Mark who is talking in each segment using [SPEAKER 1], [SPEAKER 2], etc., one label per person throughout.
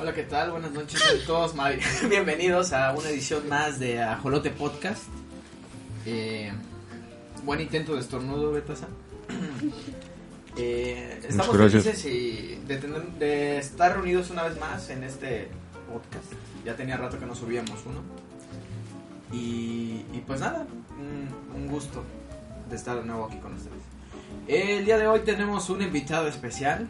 [SPEAKER 1] Hola, ¿qué tal? Buenas noches a todos. Ma- Bienvenidos a una edición más de Ajolote Podcast. Eh, buen intento de estornudo, Betasa. Eh, estamos
[SPEAKER 2] Muchas gracias.
[SPEAKER 1] felices y de, tener- de estar reunidos una vez más en este podcast. Ya tenía rato que no subíamos uno. Y, y pues nada, un, un gusto de estar de nuevo aquí con ustedes. El día de hoy tenemos un invitado especial.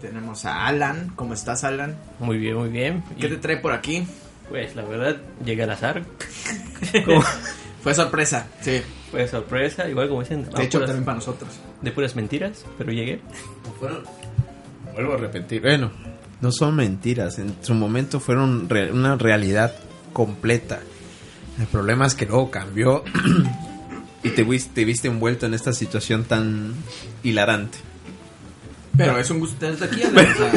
[SPEAKER 1] Tenemos a Alan. ¿Cómo estás, Alan?
[SPEAKER 3] Muy bien, muy bien.
[SPEAKER 1] ¿Qué
[SPEAKER 3] Y,
[SPEAKER 1] te trae por aquí?
[SPEAKER 3] Pues la verdad, llegué al azar. Como-
[SPEAKER 1] Fue sorpresa, sí. De
[SPEAKER 3] fue sorpresa, igual como dicen, a
[SPEAKER 1] hecho,
[SPEAKER 3] puras-
[SPEAKER 1] también para nosotros.
[SPEAKER 3] de puras mentiras, pero llegué.
[SPEAKER 4] Fueron- Vuelvo a repetir. Bueno, no son mentiras. En su momento fueron re- una realidad completa. El problema es que luego cambió y te, vis- te viste envuelto en esta situación tan hilarante.
[SPEAKER 1] Pero es un gusto tenerte aquí, Alan, o sea,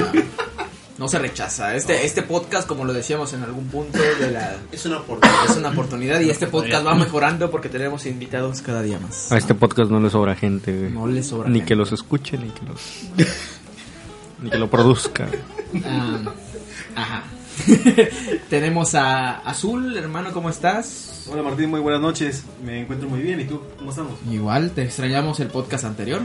[SPEAKER 1] no se rechaza. Este, este podcast, como lo decíamos en algún punto, de la,
[SPEAKER 4] Es una oportunidad.
[SPEAKER 1] es una oportunidad y este podcast va mejorando porque tenemos invitados cada día más.
[SPEAKER 2] A este podcast no le sobra gente, güey.
[SPEAKER 1] No les sobra.
[SPEAKER 2] ni
[SPEAKER 1] gente.
[SPEAKER 2] que los escuche, ni que los. ni que lo produzca.
[SPEAKER 1] Ah, ajá. tenemos a Azul, hermano, ¿cómo estás?
[SPEAKER 5] Hola Martín, muy buenas noches. Me encuentro muy bien. ¿Y tú? ¿Cómo estamos?
[SPEAKER 1] Igual, te extrañamos el podcast anterior.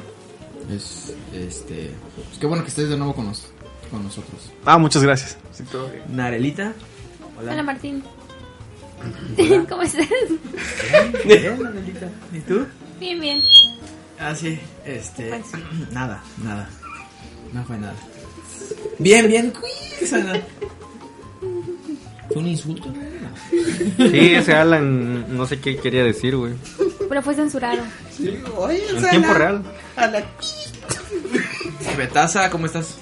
[SPEAKER 1] Es, este, pues qué bueno que estés de nuevo con, nos- con nosotros.
[SPEAKER 5] Ah, muchas gracias. Sí, todo bien.
[SPEAKER 1] Narelita.
[SPEAKER 6] Hola, Martín. ¿Cómo estás?
[SPEAKER 1] ¿Y tú?
[SPEAKER 6] Bien, bien.
[SPEAKER 1] Ah, sí, este.
[SPEAKER 6] Pues.
[SPEAKER 1] Nada, nada. No fue nada. Bien, bien. O sea, no- Fue un insulto, ¿no? No.
[SPEAKER 2] Sí, ese Alan, no sé qué quería decir, güey.
[SPEAKER 6] Pero fue censurado.
[SPEAKER 2] En tiempo real.
[SPEAKER 1] Betaza, ¿cómo estás?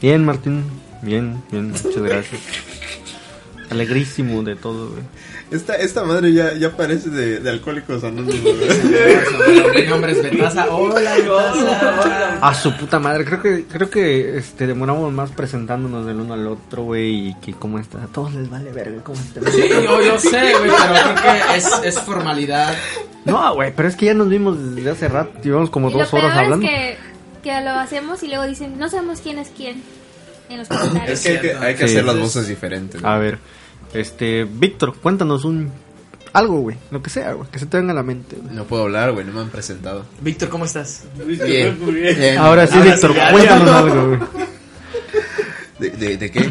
[SPEAKER 2] Bien, Martín. Bien, bien, muchas gracias. Alegrísimo de todo, güey.
[SPEAKER 4] Esta, esta madre ya, ya parece de, de alcohólicos anónimos.
[SPEAKER 1] Mi nombre es Betaza. Hola, Betaza. Hola.
[SPEAKER 2] A su puta madre, creo que, creo que este, demoramos más presentándonos del uno al otro, güey, y que cómo está. A todos les vale verga cómo está.
[SPEAKER 1] Sí, yo, yo sé, güey, pero creo que es, es formalidad.
[SPEAKER 2] No, güey, pero es que ya nos vimos desde hace rato, llevamos como
[SPEAKER 6] y lo
[SPEAKER 2] dos
[SPEAKER 6] peor
[SPEAKER 2] horas hablando.
[SPEAKER 6] es que, que lo hacemos y luego dicen, no sabemos quién es quién en los comentarios.
[SPEAKER 4] es que hay que, hay que
[SPEAKER 2] Sí.
[SPEAKER 4] hacer las voces diferentes. ¿no?
[SPEAKER 2] A ver, este, Víctor, cuéntanos un algo, güey, lo que sea, güey, que se te venga a la mente. güey.
[SPEAKER 4] No puedo hablar, güey, no me han presentado.
[SPEAKER 1] Víctor, ¿cómo estás?
[SPEAKER 4] Bien, bien.
[SPEAKER 2] Ahora sí, Víctor,
[SPEAKER 1] ya,
[SPEAKER 2] cuéntanos algo, güey.
[SPEAKER 4] ¿De, de, de qué?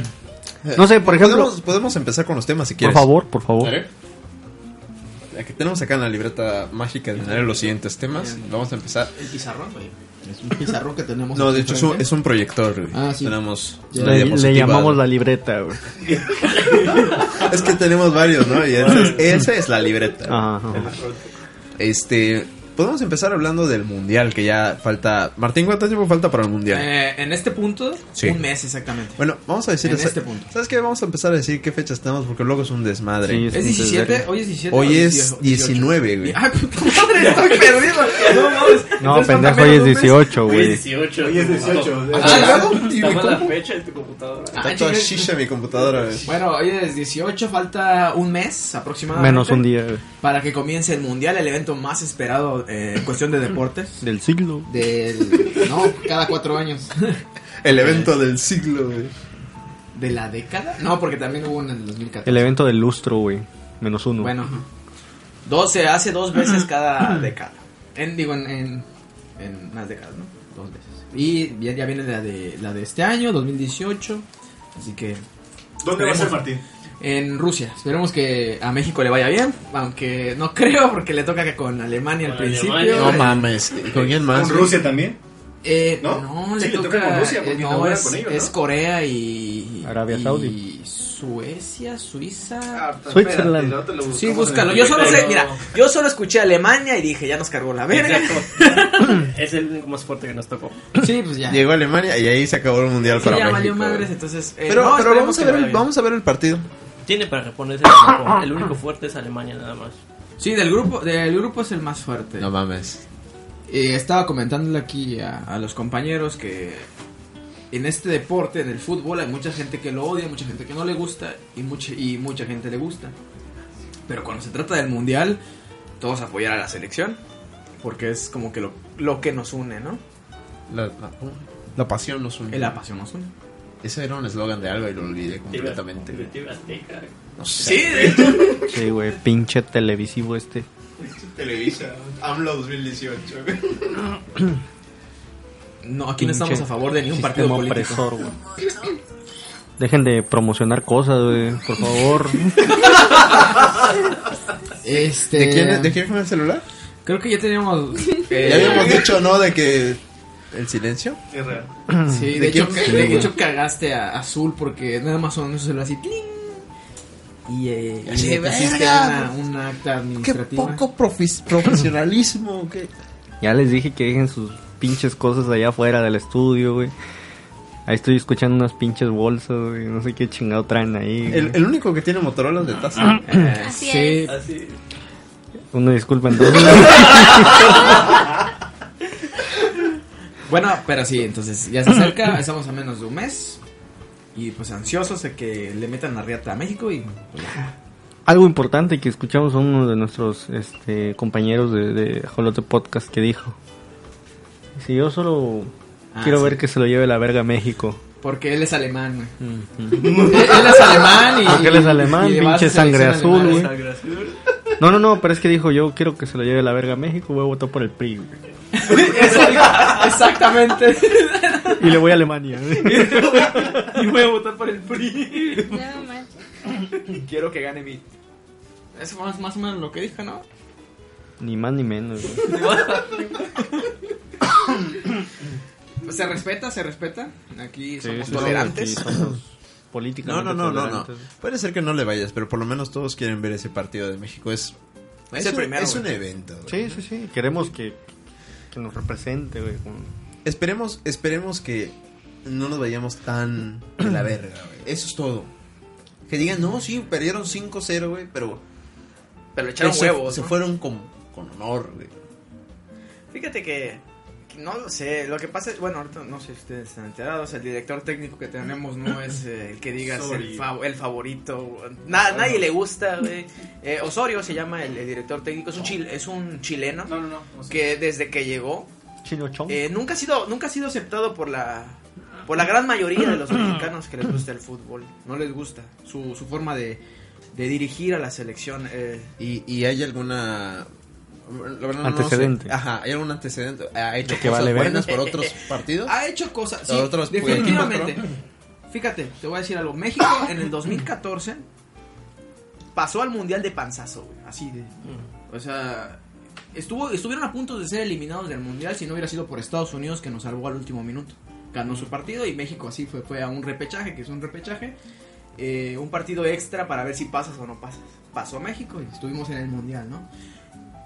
[SPEAKER 2] No sé, por ejemplo,
[SPEAKER 4] Podemos, podemos empezar con los temas si
[SPEAKER 2] por
[SPEAKER 4] quieres.
[SPEAKER 2] favor, por favor.
[SPEAKER 4] ¿Vale? Aquí tenemos acá en la libreta mágica de tener los siguientes temas. Vamos a empezar.
[SPEAKER 1] El pizarrón, güey. Es un pizarrón que tenemos.
[SPEAKER 4] No,
[SPEAKER 1] aquí
[SPEAKER 4] de hecho es un,
[SPEAKER 1] enfrente.
[SPEAKER 4] es un proyector. güey.
[SPEAKER 1] Ah, sí.
[SPEAKER 4] Tenemos una
[SPEAKER 2] Le, le
[SPEAKER 4] diapositiva.
[SPEAKER 2] llamamos la libreta, güey.
[SPEAKER 4] Es que tenemos varios, ¿no? Y esa es, esa es la libreta.
[SPEAKER 2] Ajá, ajá.
[SPEAKER 4] Este, podemos empezar hablando del mundial que ya falta. Martín, ¿cuánto tiempo falta para el mundial?
[SPEAKER 1] Eh, en este punto,
[SPEAKER 4] Sí.
[SPEAKER 1] un mes exactamente.
[SPEAKER 4] Bueno, vamos a decir
[SPEAKER 1] en
[SPEAKER 4] esa-
[SPEAKER 1] este punto.
[SPEAKER 4] ¿Sabes qué? Vamos a empezar a decir qué fechas tenemos porque luego es un desmadre.
[SPEAKER 2] Sí,
[SPEAKER 1] ¿Es 17? ¿Hoy es 17?
[SPEAKER 4] Hoy
[SPEAKER 1] o
[SPEAKER 4] es 19, güey.
[SPEAKER 1] ¡Ay, puta madre! ¡Estoy perdido! No mames.
[SPEAKER 2] No,
[SPEAKER 1] Entonces,
[SPEAKER 2] pendejo,
[SPEAKER 1] falta
[SPEAKER 2] hoy
[SPEAKER 1] menos de
[SPEAKER 2] es
[SPEAKER 1] un mes.
[SPEAKER 2] 18, güey.
[SPEAKER 5] Hoy es 18.
[SPEAKER 1] Ah, ¿luego?
[SPEAKER 3] Está mal la
[SPEAKER 4] Ah,
[SPEAKER 3] fecha en tu computadora.
[SPEAKER 1] Ah,
[SPEAKER 4] Está toda
[SPEAKER 1] chinga.
[SPEAKER 4] shisha mi computadora, güey.
[SPEAKER 1] Bueno, hoy es 18, falta un mes aproximadamente.
[SPEAKER 2] Menos un día güey,
[SPEAKER 1] Para que comience el mundial, el evento más esperado eh, en cuestión de deportes.
[SPEAKER 2] del siglo.
[SPEAKER 1] Del. No, cada cuatro años.
[SPEAKER 4] El evento del siglo, güey.
[SPEAKER 1] ¿De la década? No, porque también hubo uno en el 2014.
[SPEAKER 2] El evento del lustro, güey. Menos uno.
[SPEAKER 1] Bueno, dos se hace dos veces cada década. En, digo, en, en, en unas décadas, ¿no? Dos veces. Y ya, ya viene la de, la de este año, 2018. Así que
[SPEAKER 5] ¿Dónde va a ser
[SPEAKER 1] Esperemos.
[SPEAKER 5] Martín?
[SPEAKER 1] en Rusia. Esperemos que a México le vaya bien. Aunque no creo, porque le toca con Alemania al principio.
[SPEAKER 4] No
[SPEAKER 1] Eh,
[SPEAKER 4] mames. ¿Con quién más?
[SPEAKER 5] ¿Con
[SPEAKER 4] güey?
[SPEAKER 5] Rusia también?
[SPEAKER 1] eh,
[SPEAKER 5] ¿No?
[SPEAKER 1] no,
[SPEAKER 5] Sí,
[SPEAKER 1] le, toca, con Rusia.
[SPEAKER 5] porque
[SPEAKER 1] no,
[SPEAKER 5] ahora
[SPEAKER 1] es,
[SPEAKER 5] con ellos,
[SPEAKER 1] es
[SPEAKER 5] ¿no?
[SPEAKER 1] Corea y.
[SPEAKER 2] Arabia
[SPEAKER 1] y
[SPEAKER 2] Saudí.
[SPEAKER 1] Suecia, Suiza.
[SPEAKER 2] Switzerland.
[SPEAKER 1] Sí, búscalo. Yo solo sé,
[SPEAKER 3] Pero-
[SPEAKER 1] mira, yo solo escuché Alemania y dije, ya nos cargó la verga.
[SPEAKER 3] Exacto. es el único más fuerte que nos tocó.
[SPEAKER 1] Sí, pues ya.
[SPEAKER 4] Llegó a Alemania y ahí se acabó el mundial
[SPEAKER 1] Sí,
[SPEAKER 4] para
[SPEAKER 1] ya
[SPEAKER 4] México.
[SPEAKER 1] valió madres, entonces. eh,
[SPEAKER 4] Pero,
[SPEAKER 1] no,
[SPEAKER 4] pero
[SPEAKER 1] esperemos
[SPEAKER 4] vamos, a
[SPEAKER 1] que
[SPEAKER 4] ver el,
[SPEAKER 1] vaya bien.
[SPEAKER 4] vamos a ver el partido.
[SPEAKER 3] Tiene para reponerse el grupo. El único fuerte es Alemania nada más.
[SPEAKER 1] Sí, del grupo, del grupo es el más fuerte.
[SPEAKER 4] No mames.
[SPEAKER 1] Eh, estaba comentándole aquí a, a los compañeros que en este deporte, en el fútbol, hay mucha gente que lo odia, mucha gente que no le gusta y mucha, y mucha gente le gusta. Pero cuando se trata del mundial, todos apoyar a la selección. Porque es como que lo, lo que nos une, ¿no?
[SPEAKER 4] La, la- la pasión nos une.
[SPEAKER 1] La pasión nos une.
[SPEAKER 4] Ese era un eslogan de algo y lo olvidé
[SPEAKER 3] De
[SPEAKER 4] completamente.
[SPEAKER 3] TV Azteca.
[SPEAKER 4] No sé.
[SPEAKER 1] Sí, de hecho.
[SPEAKER 2] Sí, güey, pinche televisivo este.
[SPEAKER 4] Televisa, AMLO 2018.
[SPEAKER 1] No, aquí no
[SPEAKER 2] Pinche
[SPEAKER 1] estamos a favor de ningún partido
[SPEAKER 2] sistema
[SPEAKER 1] político.
[SPEAKER 2] opresor, güey. Dejen de promocionar cosas, güey, por favor.
[SPEAKER 1] Este,
[SPEAKER 4] ¿De quién, es- ¿De quién fue el celular?
[SPEAKER 1] Creo que ya teníamos...
[SPEAKER 4] Ya
[SPEAKER 1] eh,
[SPEAKER 4] habíamos dicho, ¿no? De que. ¿El silencio?
[SPEAKER 5] Es real.
[SPEAKER 1] Sí, de,
[SPEAKER 4] ¿De
[SPEAKER 1] hecho,
[SPEAKER 4] quién?
[SPEAKER 1] ca-
[SPEAKER 4] Sí,
[SPEAKER 1] de
[SPEAKER 4] güey.
[SPEAKER 1] hecho cagaste a Azul porque nada más sonó eso, se lo así. tling. Y, eh, y
[SPEAKER 4] Así,
[SPEAKER 1] le pusiste
[SPEAKER 4] "Verga,
[SPEAKER 1] una, una acta
[SPEAKER 4] Qué
[SPEAKER 1] administrativa.
[SPEAKER 4] poco profis- profesionalismo. ¿qué?
[SPEAKER 2] Ya les dije que dejen sus pinches cosas allá afuera del estudio, güey. Ahí estoy escuchando unas pinches bolsas, güey. No sé qué chingado traen ahí. güey.
[SPEAKER 4] El, el único que tiene Motorola de taza.
[SPEAKER 1] Eh,
[SPEAKER 6] Así
[SPEAKER 1] sí,
[SPEAKER 3] Así.
[SPEAKER 2] Una disculpa, entonces.
[SPEAKER 1] Bueno, pero sí, entonces ya se acerca, estamos a menos de un mes. Y pues ansiosos de que le metan la riata a México y
[SPEAKER 2] Algo importante que escuchamos a uno de nuestros este, compañeros de, de Jolote Podcast que dijo. Si yo solo
[SPEAKER 1] Ah,
[SPEAKER 2] quiero
[SPEAKER 1] sí.
[SPEAKER 2] ver que se lo lleve la verga a México.
[SPEAKER 1] porque él es alemán. güey. él es alemán y
[SPEAKER 2] Porque él es alemán,
[SPEAKER 1] le va a
[SPEAKER 2] pinche
[SPEAKER 1] su selección
[SPEAKER 2] sangre azul,
[SPEAKER 1] alemana.
[SPEAKER 2] güey. No, no, no, pero es que dijo yo quiero que se lo lleve la verga a México, voy a votar por el PRI. güey.
[SPEAKER 1] Exact- Exactamente.
[SPEAKER 2] Y le voy a Alemania. güey.
[SPEAKER 1] y voy a votar por el PRI.
[SPEAKER 6] No manches.
[SPEAKER 1] Quiero que gane mi. Eso fue más, más o menos lo que dije, ¿no?
[SPEAKER 2] ni más ni menos. güey.
[SPEAKER 1] Se respeta, se respeta. Aquí somos
[SPEAKER 2] Sí, sí,
[SPEAKER 1] tolerantes.
[SPEAKER 2] sí, somos políticamente
[SPEAKER 4] No, no, no, no, no.
[SPEAKER 2] tolerantes.
[SPEAKER 4] Puede ser que no le vayas, pero por lo menos todos quieren ver ese partido de México. Es,
[SPEAKER 1] Es
[SPEAKER 4] es
[SPEAKER 1] el
[SPEAKER 4] un,
[SPEAKER 1] primero,
[SPEAKER 4] es
[SPEAKER 1] güey.
[SPEAKER 4] un evento. güey.
[SPEAKER 2] Sí, sí, sí. Queremos que, que nos represente, güey. con-
[SPEAKER 4] Esperemos, esperemos que no nos vayamos tan de la verga, güey. Eso es todo. Que digan, no, sí, perdieron 5-0, güey, pero
[SPEAKER 1] Pero le echaron
[SPEAKER 4] se,
[SPEAKER 1] huevos.
[SPEAKER 4] se
[SPEAKER 1] ¿no?
[SPEAKER 4] fueron con, con honor, güey.
[SPEAKER 1] Fíjate que. que No lo sé, lo que pasa es, bueno, ahorita no sé si ustedes están enterados, el director técnico que tenemos no es eh, el que digas el,
[SPEAKER 5] Sorry.
[SPEAKER 1] fa- el favorito, Na- nadie le gusta, güey. Eh, Osorio se llama el, el director técnico, es un, chil- es un chileno
[SPEAKER 5] No, no, no. o sea,
[SPEAKER 1] que desde que llegó
[SPEAKER 2] Chino Chong.
[SPEAKER 1] Eh, nunca ha sido nunca ha sido aceptado por la por la gran mayoría de los mexicanos que les gusta el fútbol no les gusta su, su forma de, de dirigir a la selección eh,
[SPEAKER 4] Y, y hay alguna... la verdad no
[SPEAKER 2] Antecedente.
[SPEAKER 4] sé. Ajá, hay algún antecedente. Ha hecho
[SPEAKER 2] que
[SPEAKER 4] cosas
[SPEAKER 2] vale ver.
[SPEAKER 4] buenas por otros partidos.
[SPEAKER 1] ha hecho cosas sí,
[SPEAKER 4] Los otros, pues,
[SPEAKER 1] definitivamente
[SPEAKER 4] equipos,
[SPEAKER 1] fíjate te voy a decir algo México en el 2014 pasó al mundial de panzazo güey, así de o sea estuvo estuvieron a punto de ser eliminados del mundial si no hubiera sido por Estados Unidos que nos salvó al último minuto ganó su partido y México así fue fue a un repechaje que es un repechaje eh, un partido extra para ver si pasas o no pasas. Pasó a México y estuvimos en el Mundial, ¿no?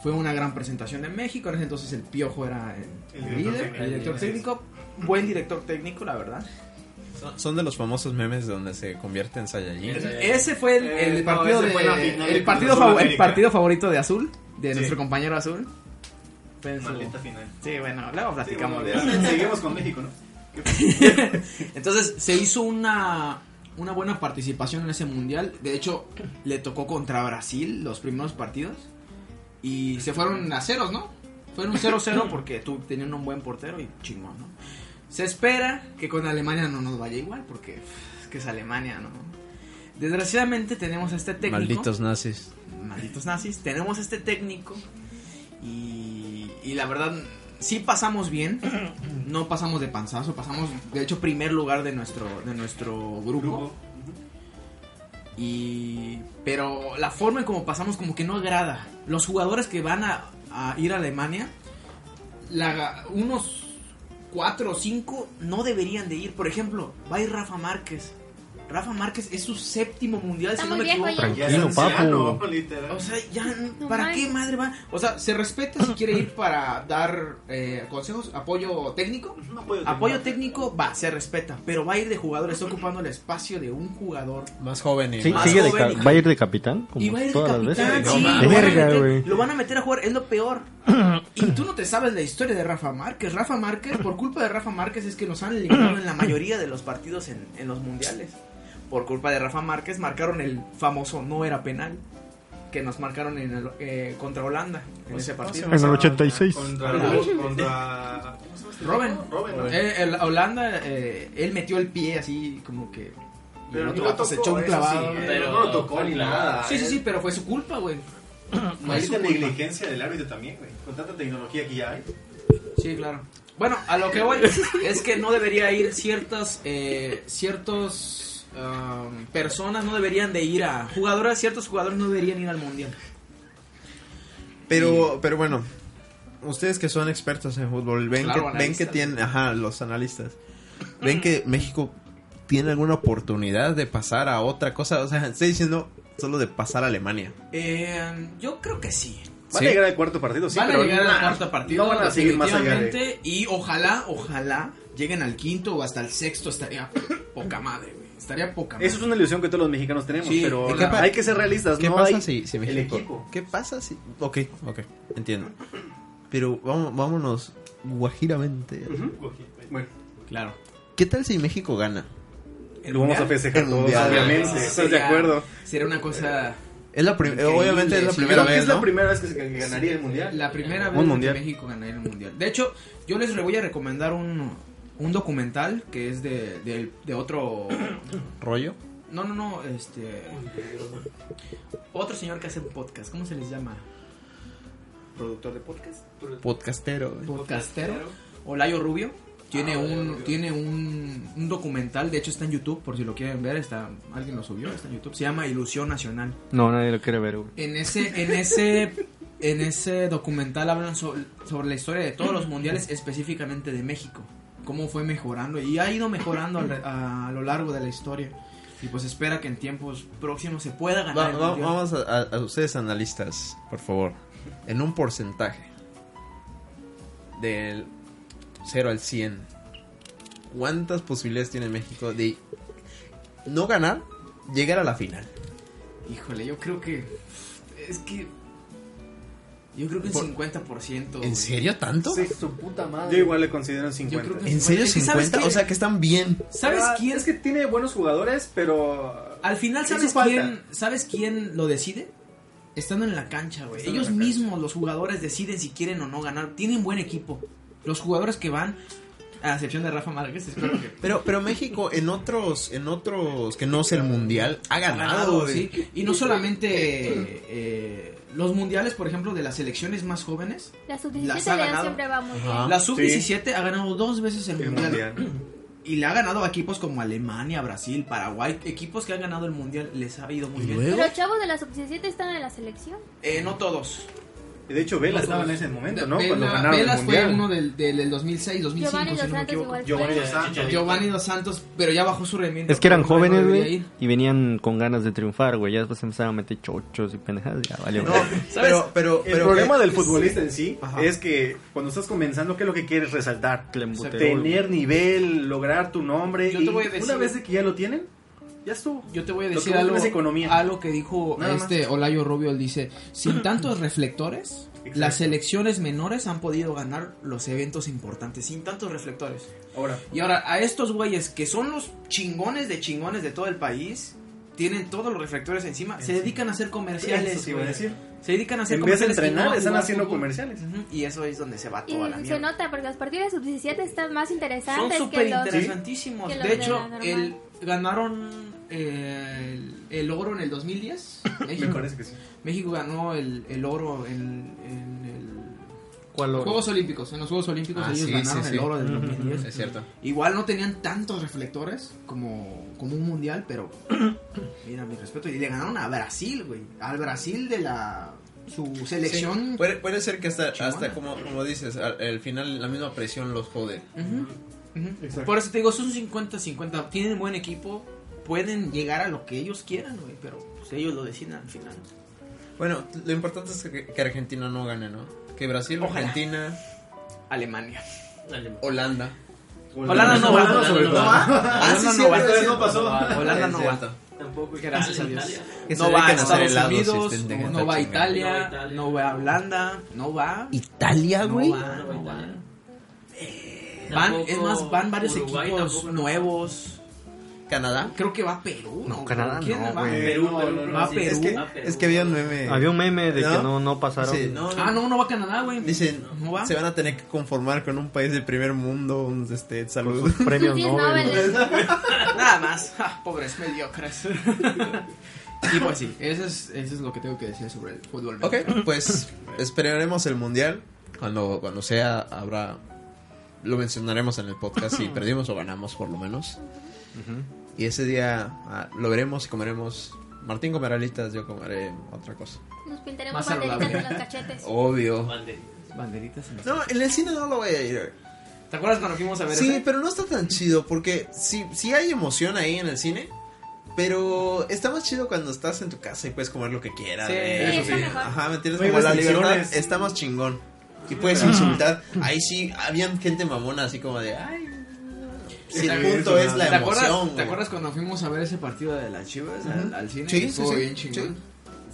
[SPEAKER 1] Fue una gran presentación de México, en ese entonces el Piojo era el,
[SPEAKER 5] El director
[SPEAKER 1] líder,
[SPEAKER 5] técnico.
[SPEAKER 1] el director
[SPEAKER 5] Así es.
[SPEAKER 1] técnico, buen director técnico, la verdad.
[SPEAKER 4] Son, son de los famosos memes donde se convierte en Saiyajin.
[SPEAKER 1] Ese fue el, el
[SPEAKER 5] Eh, no,
[SPEAKER 1] partido,
[SPEAKER 5] ese
[SPEAKER 1] de-
[SPEAKER 5] fue la final
[SPEAKER 1] el,
[SPEAKER 5] del
[SPEAKER 1] partido
[SPEAKER 5] Cruz Azul
[SPEAKER 1] fav- el
[SPEAKER 5] América.
[SPEAKER 1] partido favorito de Azul, de
[SPEAKER 5] Sí.
[SPEAKER 1] nuestro compañero Azul. Pensó-
[SPEAKER 5] Maldita final.
[SPEAKER 1] Sí, bueno, luego platicamos de eso.
[SPEAKER 5] Seguimos con México, ¿no?
[SPEAKER 1] Entonces se hizo una, una buena participación en ese mundial. De hecho, le tocó contra Brasil los primeros partidos. Y se fueron a ceros, ¿no? Fueron 0-0 porque tú tenían un buen portero y chingón, ¿no? Se espera que con Alemania no nos vaya igual porque pff, es que es Alemania, ¿no? Desgraciadamente tenemos a este técnico
[SPEAKER 4] Malditos nazis.
[SPEAKER 1] malditos nazis, tenemos este técnico y, y la verdad sí pasamos bien, no pasamos de panzazo, pasamos de hecho primer lugar de nuestro de nuestro grupo
[SPEAKER 5] Grupo.
[SPEAKER 1] y pero la forma en como pasamos como que no agrada. Los jugadores que van a, a ir a Alemania, la- unos cuatro o cinco no deberían de ir. Por ejemplo, va a ir Rafa Márquez. Rafa Márquez es su séptimo mundial,
[SPEAKER 6] Está
[SPEAKER 1] si no
[SPEAKER 6] muy
[SPEAKER 1] me
[SPEAKER 6] viejo
[SPEAKER 1] equivoco.
[SPEAKER 6] ya.
[SPEAKER 5] Ya es
[SPEAKER 2] Tranquilo,
[SPEAKER 5] anciano,
[SPEAKER 2] papu.
[SPEAKER 5] literal.
[SPEAKER 1] O sea, ya,
[SPEAKER 6] No
[SPEAKER 1] ¿para
[SPEAKER 6] manches.
[SPEAKER 1] qué madre va? O sea, se respeta si quiere ir para dar eh, consejos, apoyo técnico.
[SPEAKER 5] Pues, No puedo
[SPEAKER 1] Apoyo técnico va, se respeta, pero va a ir de jugador, está ocupando el espacio de un jugador.
[SPEAKER 4] Más joven. y
[SPEAKER 2] Sí,
[SPEAKER 4] más-
[SPEAKER 2] sigue de
[SPEAKER 1] joven
[SPEAKER 2] ca-
[SPEAKER 1] y-
[SPEAKER 2] ¿Va a ir de capitán? Como
[SPEAKER 1] Y va a ir de
[SPEAKER 2] todas las
[SPEAKER 1] capitán,
[SPEAKER 2] veces.
[SPEAKER 1] sí,
[SPEAKER 4] No,
[SPEAKER 1] lo, van a
[SPEAKER 2] Verga,
[SPEAKER 1] meter-
[SPEAKER 2] güey.
[SPEAKER 1] lo van a meter a jugar, es lo peor. Y tú no te sabes la historia de Rafa Márquez. Rafa Márquez, por culpa de Rafa Márquez es que nos han eliminado en la mayoría de los partidos en, en los mundiales. Por culpa de Rafa Márquez marcaron el famoso no era penal que nos marcaron en el, eh, contra Holanda en
[SPEAKER 5] Pues,
[SPEAKER 1] ese partido.
[SPEAKER 2] En el 86.
[SPEAKER 5] Contra. contra ¿cómo se llama este?
[SPEAKER 1] Robin.
[SPEAKER 5] Robin, ¿no?
[SPEAKER 1] Eh, el- Holanda, eh, él metió el pie así como que... y
[SPEAKER 5] Pero
[SPEAKER 1] el
[SPEAKER 5] ni
[SPEAKER 1] otro
[SPEAKER 5] lo
[SPEAKER 1] vato se
[SPEAKER 5] tocó,
[SPEAKER 1] echó un
[SPEAKER 5] eso
[SPEAKER 1] clavado.
[SPEAKER 5] sí,
[SPEAKER 1] Sí,
[SPEAKER 5] eh. Pero no lo tocó ni nada,
[SPEAKER 1] sí, sí, pero fue su culpa, güey. Fue su
[SPEAKER 5] Maldita
[SPEAKER 1] culpa.
[SPEAKER 5] negligencia del árbitro también, güey. Con tanta tecnología que ya hay.
[SPEAKER 1] Sí, claro. Bueno, a lo que voy es que no debería ir ciertas, eh, ciertos um, personas no deberían de ir a jugadoras, ciertos jugadores no deberían ir al mundial.
[SPEAKER 4] Pero, pero bueno, ustedes que son expertos en fútbol, ven
[SPEAKER 1] Claro,
[SPEAKER 4] que, ven que
[SPEAKER 1] analistas.
[SPEAKER 4] tienen, ajá, los analistas,
[SPEAKER 5] Mm.
[SPEAKER 4] ven que México tiene alguna oportunidad de pasar a otra cosa, o sea, estoy diciendo solo de pasar a Alemania.
[SPEAKER 1] Eh, yo creo que sí.
[SPEAKER 5] Van
[SPEAKER 4] Sí.
[SPEAKER 5] a llegar al cuarto partido, sí,
[SPEAKER 1] van a
[SPEAKER 5] pero
[SPEAKER 1] llegar
[SPEAKER 5] nah,
[SPEAKER 1] al cuarto partido.
[SPEAKER 5] No van a seguir más allá de.
[SPEAKER 1] definitivamente, Y ojalá, ojalá lleguen al quinto o hasta el sexto. Estaría poca madre, güey. Estaría poca madre.
[SPEAKER 5] Eso es una ilusión que todos los mexicanos tenemos,
[SPEAKER 1] Sí,
[SPEAKER 5] pero
[SPEAKER 1] ¿y qué pa-
[SPEAKER 5] hay que ser realistas.
[SPEAKER 4] ¿Qué
[SPEAKER 5] no
[SPEAKER 4] pasa
[SPEAKER 5] hay
[SPEAKER 4] si, si
[SPEAKER 5] el
[SPEAKER 4] México?
[SPEAKER 5] equipo.
[SPEAKER 4] ¿Qué pasa si...? Ok, ok, entiendo. Pero vamos, vámonos guajiramente.
[SPEAKER 5] Bueno,
[SPEAKER 1] Claro.
[SPEAKER 4] ¿Qué tal si México gana?
[SPEAKER 5] lo vamos a festejar
[SPEAKER 4] El
[SPEAKER 5] todos,
[SPEAKER 4] mundial.
[SPEAKER 5] obviamente.
[SPEAKER 1] Ah,
[SPEAKER 5] ¿Estás de
[SPEAKER 1] sería-
[SPEAKER 5] acuerdo?
[SPEAKER 1] Sería una cosa.
[SPEAKER 4] Es la prim-
[SPEAKER 1] Increíble,
[SPEAKER 4] obviamente es la
[SPEAKER 1] sí.
[SPEAKER 4] primera
[SPEAKER 5] Creo que
[SPEAKER 4] vez,
[SPEAKER 5] es la
[SPEAKER 4] ¿no?
[SPEAKER 5] primera vez que se que ganaría el mundial.
[SPEAKER 1] La primera
[SPEAKER 5] Un
[SPEAKER 1] vez
[SPEAKER 5] mundial.
[SPEAKER 1] que México ganaría el mundial. De hecho, yo les voy a recomendar un, un documental que es de, de, de otro.
[SPEAKER 4] ¿Rollo?
[SPEAKER 1] No, no, no, este. Otro señor que hace podcast. ¿Cómo se les llama?
[SPEAKER 5] Productor de podcast.
[SPEAKER 4] Podcastero. güey.
[SPEAKER 1] Podcastero. Olayo Rubio. Tiene
[SPEAKER 5] Ah,
[SPEAKER 1] un tiene un, un documental, de hecho está en YouTube, por si lo quieren ver, está alguien lo subió, está en YouTube. Se llama Ilusión Nacional.
[SPEAKER 2] No, nadie lo quiere ver, güey.
[SPEAKER 1] En ese, en ese, en ese documental hablan so- sobre la historia de todos los mundiales, específicamente de México. Cómo fue mejorando y ha ido mejorando al re- a, lo largo de la historia. Y pues espera que en tiempos próximos se pueda ganar.
[SPEAKER 4] Va-
[SPEAKER 1] el
[SPEAKER 4] va-
[SPEAKER 1] mundial.
[SPEAKER 4] vamos a, a- a ustedes analistas, por favor, en un porcentaje del 0 al 100. ¿Cuántas posibilidades tiene México de no ganar, llegar a la final?
[SPEAKER 1] Híjole, yo creo que. Es que. Yo creo que un 50%. güey.
[SPEAKER 4] ¿En serio tanto?
[SPEAKER 5] su puta madre. Yo igual le considero un 50.
[SPEAKER 1] creo que-
[SPEAKER 4] ¿En serio
[SPEAKER 1] Es que, ¿sabes
[SPEAKER 4] 50?
[SPEAKER 1] qué?
[SPEAKER 4] O sea, que están bien.
[SPEAKER 1] ¿Sabes
[SPEAKER 5] Ah,
[SPEAKER 1] quién?
[SPEAKER 5] Es que tiene buenos jugadores, pero.
[SPEAKER 1] Al final,
[SPEAKER 5] Hizo
[SPEAKER 1] ¿sabes
[SPEAKER 5] falta.
[SPEAKER 1] quién, ¿sabes quién lo decide? Estando en la cancha, güey.
[SPEAKER 5] Estando
[SPEAKER 1] Ellos
[SPEAKER 5] en la cancha.
[SPEAKER 1] mismos, los jugadores, deciden si quieren o no ganar. Tienen buen equipo. Los jugadores que van, a excepción de Rafa Márquez, espero que.
[SPEAKER 4] Pero, pero México en otros, en otros que no es el mundial, ha
[SPEAKER 1] ha
[SPEAKER 4] ganado.
[SPEAKER 1] ganado,
[SPEAKER 4] güey.
[SPEAKER 1] ¿sí? Y no solamente eh, los mundiales, por ejemplo, de las selecciones más jóvenes.
[SPEAKER 6] La
[SPEAKER 1] Las ha
[SPEAKER 6] sub-17 de
[SPEAKER 1] ganado.
[SPEAKER 6] edad siempre va muy
[SPEAKER 4] Ajá.
[SPEAKER 6] bien.
[SPEAKER 1] La sub-17 ha ganado dos veces el,
[SPEAKER 5] Ah, El
[SPEAKER 1] mundial.
[SPEAKER 5] mundial.
[SPEAKER 1] Y le ha ganado a equipos como Alemania, Brasil, Paraguay. Equipos que han ganado el mundial les ha ido muy
[SPEAKER 4] ¿Y
[SPEAKER 1] bien.
[SPEAKER 4] luego?
[SPEAKER 6] Los chavos de la sub-17 están en la selección.
[SPEAKER 1] Eh, no todos.
[SPEAKER 5] Y De hecho, Vela
[SPEAKER 1] No
[SPEAKER 5] estaba en
[SPEAKER 1] todos.
[SPEAKER 5] ese momento, ¿no?
[SPEAKER 1] Vela-
[SPEAKER 5] Cuando ganaron el
[SPEAKER 1] Velas fue uno
[SPEAKER 5] mundial.
[SPEAKER 1] del, del, del 2006, 2005,
[SPEAKER 6] Giovanni
[SPEAKER 1] si no
[SPEAKER 6] Dos
[SPEAKER 1] me
[SPEAKER 6] Santos
[SPEAKER 1] equivoco.
[SPEAKER 6] igual.
[SPEAKER 5] Giovanni
[SPEAKER 6] fue.
[SPEAKER 5] Dos Santos.
[SPEAKER 1] Giovanni Dos Santos, pero ya bajó su rendimiento.
[SPEAKER 2] Es que eran
[SPEAKER 1] Por lo menos
[SPEAKER 2] jóvenes,
[SPEAKER 1] no debería
[SPEAKER 2] güey,
[SPEAKER 1] ir.
[SPEAKER 2] y venían con ganas de triunfar, güey. Ya después empezaron a meter chochos y pendejadas, ya valió.
[SPEAKER 4] No,
[SPEAKER 2] verga.
[SPEAKER 4] pero, pero,
[SPEAKER 5] El
[SPEAKER 4] pero-
[SPEAKER 5] problema
[SPEAKER 4] eh,
[SPEAKER 5] del futbolista en sí
[SPEAKER 1] Ajá.
[SPEAKER 5] es que cuando estás comenzando, ¿qué es lo que quieres resaltar?
[SPEAKER 2] Clembuterol,
[SPEAKER 5] Tener nivel, lograr tu nombre.
[SPEAKER 1] Yo
[SPEAKER 5] y
[SPEAKER 1] te voy a decir-
[SPEAKER 5] Una vez de que ya lo tienen, ya estuvo.
[SPEAKER 1] Yo te voy a
[SPEAKER 5] Lo
[SPEAKER 1] decir
[SPEAKER 5] que
[SPEAKER 1] algo,
[SPEAKER 5] buscan es economía.
[SPEAKER 1] algo que dijo
[SPEAKER 5] Nada más.
[SPEAKER 1] este Olayo Rubio. Él dice, sin tantos reflectores,
[SPEAKER 5] Exacto.
[SPEAKER 1] las selecciones menores han podido ganar los eventos importantes. Sin tantos reflectores.
[SPEAKER 5] Ahora,
[SPEAKER 1] Y ahora, a estos güeyes que son los chingones de chingones de todo el país, tienen todos los reflectores encima, se dedican a hacer comerciales.
[SPEAKER 5] Eso sí iba a
[SPEAKER 1] güey.
[SPEAKER 5] decir.
[SPEAKER 1] Se dedican a hacer
[SPEAKER 5] en vez de
[SPEAKER 1] comerciales. y no
[SPEAKER 5] entrenar,
[SPEAKER 1] a
[SPEAKER 5] están
[SPEAKER 1] jugar
[SPEAKER 5] haciendo
[SPEAKER 1] fútbol.
[SPEAKER 5] comerciales.
[SPEAKER 1] Ujú, Y eso es donde se va
[SPEAKER 6] Y
[SPEAKER 1] toda la
[SPEAKER 6] se
[SPEAKER 1] mierda.
[SPEAKER 6] nota porque los partidos de sub-17 están más
[SPEAKER 1] Son
[SPEAKER 6] interesantes
[SPEAKER 1] súper
[SPEAKER 6] que los...
[SPEAKER 1] interesantísimos.
[SPEAKER 6] que los
[SPEAKER 1] De
[SPEAKER 6] de
[SPEAKER 1] hecho,
[SPEAKER 6] la normal.
[SPEAKER 1] el, ganaron eh, el, el oro en el 2010.
[SPEAKER 5] Me
[SPEAKER 1] México,
[SPEAKER 5] parece que sí.
[SPEAKER 1] México ganó el, el oro en, en el-
[SPEAKER 2] ¿Cuál
[SPEAKER 1] los Juegos Olímpicos. En los Juegos Olímpicos
[SPEAKER 4] Ah,
[SPEAKER 1] ellos
[SPEAKER 4] sí,
[SPEAKER 1] ganaron
[SPEAKER 4] sí,
[SPEAKER 1] el
[SPEAKER 4] sí.
[SPEAKER 1] oro del 2010.
[SPEAKER 4] Es cierto.
[SPEAKER 1] Igual no tenían tantos reflectores como, como un mundial, pero mira, mi respeto. Y le ganaron a Brasil, güey. Al Brasil de la su selección.
[SPEAKER 4] Sí, puede, puede ser que hasta,
[SPEAKER 1] chingona.
[SPEAKER 4] hasta como, como dices, al, al final la misma presión los jode.
[SPEAKER 1] Ujú, ujú. Por eso te digo, son 50-50. Tienen buen equipo, pueden llegar a lo que ellos quieran, güey, pero pues, ellos lo deciden al final.
[SPEAKER 4] Bueno, lo importante es que, que Argentina no gane, ¿no? Que Brasil,
[SPEAKER 1] Ojalá.
[SPEAKER 4] Argentina,
[SPEAKER 1] Alemania.
[SPEAKER 3] Dale.
[SPEAKER 4] Holanda.
[SPEAKER 1] Holanda no va,
[SPEAKER 5] Holanda
[SPEAKER 1] Holanda
[SPEAKER 5] sobre
[SPEAKER 1] no
[SPEAKER 5] todo.
[SPEAKER 1] va.
[SPEAKER 4] Ah, sí,
[SPEAKER 1] Holanda
[SPEAKER 4] sí,
[SPEAKER 1] no va.
[SPEAKER 4] es cierto.
[SPEAKER 5] no pasó.
[SPEAKER 1] Holanda
[SPEAKER 4] Es
[SPEAKER 1] no
[SPEAKER 4] cierto.
[SPEAKER 1] va. Tampoco, gracias a Dios.
[SPEAKER 3] Italia.
[SPEAKER 4] Que se
[SPEAKER 1] No va a
[SPEAKER 4] dediquen a hacer
[SPEAKER 1] Estados
[SPEAKER 4] helados,
[SPEAKER 1] Unidos,
[SPEAKER 4] si estén de
[SPEAKER 1] no va a
[SPEAKER 4] gente chingada.
[SPEAKER 1] Italia,
[SPEAKER 3] No va a Italia.
[SPEAKER 1] no va a Holanda, no va.
[SPEAKER 4] Italia,
[SPEAKER 1] No
[SPEAKER 3] Ah,
[SPEAKER 1] va, no va. Van, es
[SPEAKER 3] Tampoco
[SPEAKER 1] más, van varios
[SPEAKER 3] Uruguay,
[SPEAKER 1] equipos
[SPEAKER 3] tampoco no.
[SPEAKER 1] nuevos.
[SPEAKER 4] Canadá.
[SPEAKER 1] Creo que va Perú, ¿no?
[SPEAKER 2] No, Canadá
[SPEAKER 1] ¿Quién
[SPEAKER 2] no,
[SPEAKER 1] va?
[SPEAKER 2] güey.
[SPEAKER 1] Perú,
[SPEAKER 5] No,
[SPEAKER 1] Perú,
[SPEAKER 5] no, no,
[SPEAKER 1] va
[SPEAKER 5] sí,
[SPEAKER 1] Perú.
[SPEAKER 4] Es que,
[SPEAKER 3] Ah, Perú.
[SPEAKER 4] es que había un meme.
[SPEAKER 2] Eh, Había un meme de que
[SPEAKER 4] ¿No?
[SPEAKER 2] no, no pasaron.
[SPEAKER 4] Sí, no,
[SPEAKER 1] Ah, no, no va Canadá, güey.
[SPEAKER 4] Dicen,
[SPEAKER 1] no va.
[SPEAKER 4] se van a tener que conformar con un país del primer mundo. un, Este, salud.
[SPEAKER 2] Premios
[SPEAKER 6] Diez
[SPEAKER 2] Nobel.
[SPEAKER 6] novelas.
[SPEAKER 1] Nada más. Ja, pobres mediocres. y pues sí, eso es, eso es lo que tengo que decir sobre el fútbol.
[SPEAKER 4] Ok,
[SPEAKER 1] mexicano.
[SPEAKER 4] pues esperaremos el mundial. Cuando, cuando sea, habrá. Lo mencionaremos en el podcast si perdimos o ganamos, por lo menos. Y ese día ah, lo veremos y comeremos. Martín comerá alitas, yo comeré otra cosa.
[SPEAKER 6] Nos pintaremos
[SPEAKER 1] Más
[SPEAKER 6] banderitas
[SPEAKER 1] saludable. Oh.
[SPEAKER 6] en los cachetes.
[SPEAKER 4] Obvio.
[SPEAKER 3] Mande.
[SPEAKER 1] Banderitas. en-
[SPEAKER 4] No, en el cine no lo voy a ir.
[SPEAKER 1] ¿Te acuerdas cuando fuimos a ver
[SPEAKER 4] Sí,
[SPEAKER 1] ese?
[SPEAKER 4] pero no está tan chido porque sí, sí hay emoción ahí en el cine. Pero está más chido cuando estás en tu casa y puedes comer lo que quieras.
[SPEAKER 1] Sí,
[SPEAKER 4] eh,
[SPEAKER 1] sí, pues,
[SPEAKER 4] eso
[SPEAKER 6] está mejor.
[SPEAKER 4] Ajá, ¿me entiendes?
[SPEAKER 5] No hay
[SPEAKER 4] Como la
[SPEAKER 5] restricciones.
[SPEAKER 4] libertad está más chingón. Y puedes insultar. Ahí sí, habían gente mamona así como de, ay. Si el
[SPEAKER 1] Está bien,
[SPEAKER 4] punto es
[SPEAKER 5] ¿te
[SPEAKER 4] la
[SPEAKER 1] ¿Te acuerdas,
[SPEAKER 4] emoción.
[SPEAKER 1] ¿Te
[SPEAKER 4] güey.
[SPEAKER 1] acuerdas cuando fuimos a ver ese partido de las Chivas al,
[SPEAKER 4] Ujú.
[SPEAKER 1] al cine?
[SPEAKER 4] Sí,
[SPEAKER 1] Que estuvo
[SPEAKER 4] sí, sí,
[SPEAKER 1] bien chingón.
[SPEAKER 4] sí.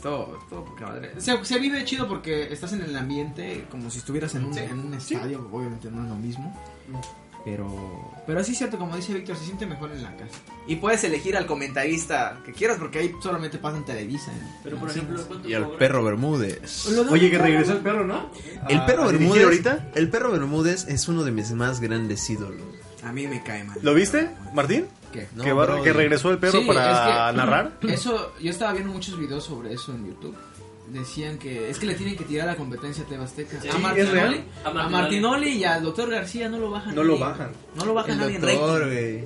[SPEAKER 1] Todo, todo poca madre. Se, se vive chido porque estás en el ambiente como si estuvieras en un, en un estadio, obviamente no es lo mismo. Pero, pero sí es cierto, como dice Víctor, se siente mejor en la casa. Y puedes elegir al comentarista que quieras porque ahí solamente pasan Televisa. ¿eh?
[SPEAKER 3] Pero por
[SPEAKER 1] Sí.
[SPEAKER 3] ejemplo, ¿cuánto
[SPEAKER 4] Y al
[SPEAKER 3] cobra?
[SPEAKER 4] perro Bermúdez.
[SPEAKER 5] Oye, que regresó el perro, ¿no?
[SPEAKER 4] El
[SPEAKER 5] Ah,
[SPEAKER 4] perro
[SPEAKER 5] ¿a dirigir
[SPEAKER 4] Bermúdez.
[SPEAKER 5] ahorita?
[SPEAKER 4] El perro Bermúdez es uno de mis más grandes ídolos.
[SPEAKER 1] A mí me cae mal.
[SPEAKER 5] ¿Lo viste, Martín?
[SPEAKER 1] ¿Qué?
[SPEAKER 4] No,
[SPEAKER 5] que, va-
[SPEAKER 4] bro,
[SPEAKER 5] que
[SPEAKER 4] y-
[SPEAKER 5] regresó el perro
[SPEAKER 1] Sí,
[SPEAKER 5] para
[SPEAKER 1] es que-
[SPEAKER 5] narrar.
[SPEAKER 1] Eso, yo estaba viendo muchos videos sobre eso en YouTube. Decían que es que le tienen que tirar la competencia a Tebasteca.
[SPEAKER 3] Sí,
[SPEAKER 1] a
[SPEAKER 3] ¿es
[SPEAKER 1] Martinoli,
[SPEAKER 3] real?
[SPEAKER 1] a
[SPEAKER 3] A
[SPEAKER 1] Martinoli.
[SPEAKER 3] Martinoli.
[SPEAKER 1] y al doctor García no lo bajan.
[SPEAKER 5] No lo
[SPEAKER 1] nadie.
[SPEAKER 5] bajan.
[SPEAKER 1] No lo bajan
[SPEAKER 4] El
[SPEAKER 1] nadie en
[SPEAKER 4] doctor,
[SPEAKER 1] rating.
[SPEAKER 4] güey.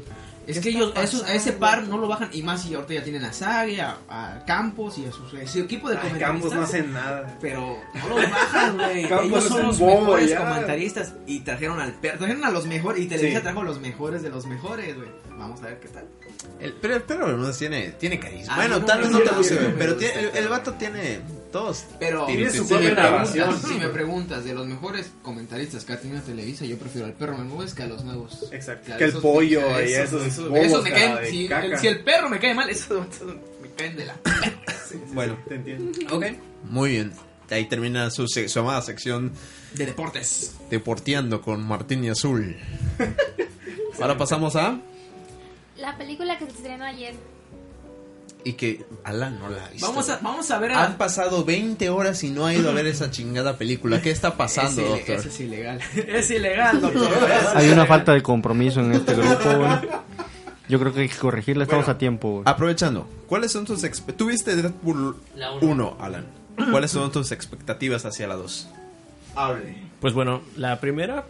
[SPEAKER 1] Es que ellos, a esos- a ese par no lo bajan. Y más si ahorita ya tienen a Sague, a, a Campos y a su, a su equipo de
[SPEAKER 5] Ay, Campos no
[SPEAKER 1] comentaristas.
[SPEAKER 5] hacen nada.
[SPEAKER 1] pero no lo bajan, güey.
[SPEAKER 5] Campos
[SPEAKER 1] Ellos
[SPEAKER 5] es
[SPEAKER 1] son
[SPEAKER 5] un
[SPEAKER 1] los
[SPEAKER 5] bobo,
[SPEAKER 1] mejores
[SPEAKER 5] ya.
[SPEAKER 1] comentaristas. Y trajeron al per- trajeron a los mejores. Y Televisa
[SPEAKER 5] Sí.
[SPEAKER 1] trajo a los mejores de los mejores, güey. Vamos a ver qué tal.
[SPEAKER 4] El, pero el perro Bermúdez tiene, tiene carisma.
[SPEAKER 1] Ah,
[SPEAKER 4] bueno,
[SPEAKER 1] no,
[SPEAKER 4] tal
[SPEAKER 1] no,
[SPEAKER 4] vez
[SPEAKER 1] no,
[SPEAKER 4] no te
[SPEAKER 1] no,
[SPEAKER 4] guste,
[SPEAKER 1] no,
[SPEAKER 4] güey,
[SPEAKER 1] no,
[SPEAKER 4] pero
[SPEAKER 1] no,
[SPEAKER 4] tiene-
[SPEAKER 1] no,
[SPEAKER 4] el,
[SPEAKER 1] no,
[SPEAKER 4] el
[SPEAKER 1] no,
[SPEAKER 4] vato tiene todos.
[SPEAKER 1] Pero
[SPEAKER 4] Tiene
[SPEAKER 5] su
[SPEAKER 1] si me,
[SPEAKER 5] propia
[SPEAKER 1] preguntas,
[SPEAKER 5] narración.
[SPEAKER 1] si me preguntas de los mejores comentaristas que ha tenido Televisa, yo prefiero al perro Bermúdez que a los nuevos.
[SPEAKER 5] Exacto.
[SPEAKER 1] a
[SPEAKER 5] Que el
[SPEAKER 1] esos-
[SPEAKER 5] pollo
[SPEAKER 1] a
[SPEAKER 5] y
[SPEAKER 1] esos,
[SPEAKER 5] esos
[SPEAKER 1] esos-
[SPEAKER 5] bobos,
[SPEAKER 1] esos me
[SPEAKER 5] cara
[SPEAKER 1] caen.
[SPEAKER 5] de
[SPEAKER 1] Si
[SPEAKER 5] caca.
[SPEAKER 1] el, si el perro me cae mal, esos, esos me caen de la.
[SPEAKER 4] Bueno,
[SPEAKER 5] Te entiendo.
[SPEAKER 4] ok. Muy bien. Ahí termina su, se- su amada sección
[SPEAKER 1] de deportes.
[SPEAKER 4] Deporteando con Martín y Azul. Ahora pasamos a.
[SPEAKER 6] La película que se estrenó ayer.
[SPEAKER 4] Y que Alan no la ha visto.
[SPEAKER 1] Vamos a, vamos a ver a.
[SPEAKER 4] Han pasado 20 horas y no ha ido a ver esa chingada película. ¿Qué está pasando,
[SPEAKER 1] Es ile-
[SPEAKER 4] doctor?
[SPEAKER 1] eso es ilegal. es ilegal, doctor.
[SPEAKER 2] Hay una falta de compromiso en este grupo, güey. Yo creo que hay que corregirla, estamos
[SPEAKER 4] Bueno.
[SPEAKER 2] a tiempo, güey.
[SPEAKER 4] Aprovechando, ¿cuáles son tus expectativas? Tuviste Deadpool
[SPEAKER 3] La uno.
[SPEAKER 4] 1, Alan. ¿Cuáles son tus expectativas hacia la 2?
[SPEAKER 1] Hable.
[SPEAKER 3] Pues bueno, la primera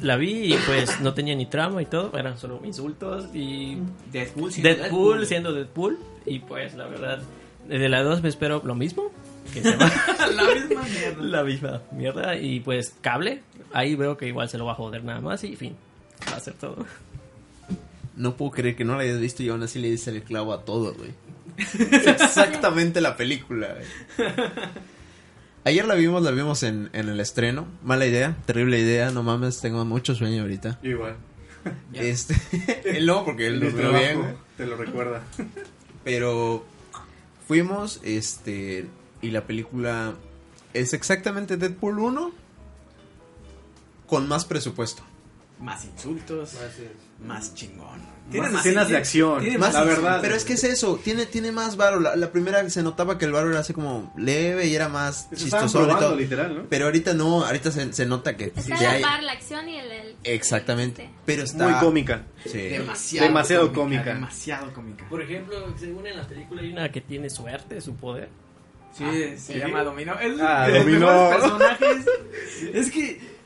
[SPEAKER 3] la vi y pues no tenía ni trama y todo, eran solo insultos y
[SPEAKER 1] Deadpool, sí,
[SPEAKER 3] Deadpool siendo Deadpool y pues la verdad de la 2 me espero lo mismo que se va
[SPEAKER 1] la misma mierda.
[SPEAKER 3] la misma mierda y pues cable ahí veo que igual se lo va a joder nada más y fin va a ser todo
[SPEAKER 4] No puedo creer que no la hayas visto y aún así le dices el clavo a todo, güey. Es exactamente la película, güey. Ayer la vimos, la vimos en, en el estreno. Mala idea, terrible idea, no mames, tengo mucho sueño ahorita.
[SPEAKER 5] Yo igual.
[SPEAKER 1] Ya.
[SPEAKER 4] Este, él no, porque él
[SPEAKER 5] Mi
[SPEAKER 4] durmió
[SPEAKER 5] trabajo
[SPEAKER 4] bien, güey.
[SPEAKER 5] eh, Te lo recuerda.
[SPEAKER 4] Pero fuimos, este, y la película es exactamente Deadpool 1 con más presupuesto.
[SPEAKER 1] Más insultos. Más chingón.
[SPEAKER 5] Más escenas de acción.
[SPEAKER 1] tiene
[SPEAKER 4] Más
[SPEAKER 5] la
[SPEAKER 4] sencillo,
[SPEAKER 5] verdad.
[SPEAKER 4] Pero es que es eso, tiene, tiene más varo. La, la primera se notaba que el varo era así como leve y era más
[SPEAKER 5] Se estaban
[SPEAKER 4] chistoso.
[SPEAKER 5] probando,
[SPEAKER 4] ahorita.
[SPEAKER 5] literal, ¿no?
[SPEAKER 4] Pero ahorita no, ahorita se, se nota que,
[SPEAKER 6] Está
[SPEAKER 4] que
[SPEAKER 6] a
[SPEAKER 4] hay-
[SPEAKER 6] la par la acción y el. el-
[SPEAKER 4] Exactamente. Pero está.
[SPEAKER 5] Muy cómica.
[SPEAKER 4] sí.
[SPEAKER 1] Demasiado,
[SPEAKER 5] Demasiado cómica.
[SPEAKER 1] Demasiado cómica.
[SPEAKER 3] por ejemplo según en la película hay una que tiene suerte su poder
[SPEAKER 1] Sí, se
[SPEAKER 5] sí.
[SPEAKER 1] llama Dominó. Es
[SPEAKER 5] Ah,
[SPEAKER 1] de los
[SPEAKER 5] Dominó.
[SPEAKER 1] mejores personajes. es que.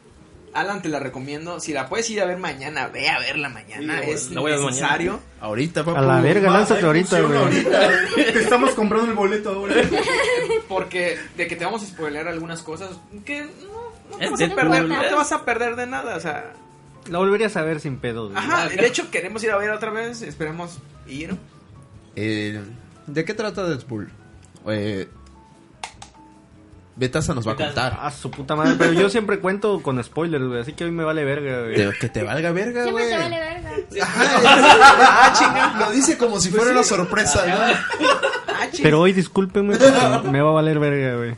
[SPEAKER 1] Alan, te la recomiendo. Si la puedes ir a ver mañana, ve a verla mañana.
[SPEAKER 5] Sí, lo
[SPEAKER 1] es
[SPEAKER 3] voy a ver
[SPEAKER 1] necesario.
[SPEAKER 4] Ahorita, papá.
[SPEAKER 2] A la verga, lánzate ahorita,
[SPEAKER 5] Funciona
[SPEAKER 2] güey.
[SPEAKER 5] ahorita. Te estamos comprando el boleto ahora.
[SPEAKER 1] Porque de que te vamos a spoilear algunas cosas que no, no te,
[SPEAKER 3] Es
[SPEAKER 1] vas a
[SPEAKER 3] Deadpool,
[SPEAKER 1] perder, no
[SPEAKER 3] ¿eh?
[SPEAKER 1] te vas a perder de nada. O sea,
[SPEAKER 2] La volverías a ver sin pedos. güey.
[SPEAKER 1] Ajá, de hecho queremos ir a ver otra vez, esperemos ir.
[SPEAKER 4] Eh, ¿De qué trata Deadpool? Eh, Betasa nos va a contar.
[SPEAKER 2] Ah, su puta madre. Pero yo siempre cuento con spoilers, güey. Así que hoy me vale verga, güey.
[SPEAKER 4] Te- que te valga verga,
[SPEAKER 6] Siempre
[SPEAKER 4] güey.
[SPEAKER 6] te vale verga.
[SPEAKER 4] ah, chinga, lo dice como si
[SPEAKER 5] Pues
[SPEAKER 4] fuera una sorpresa, ¿no?
[SPEAKER 1] Ah,
[SPEAKER 2] Pero hoy discúlpeme, porque me va a valer verga, güey.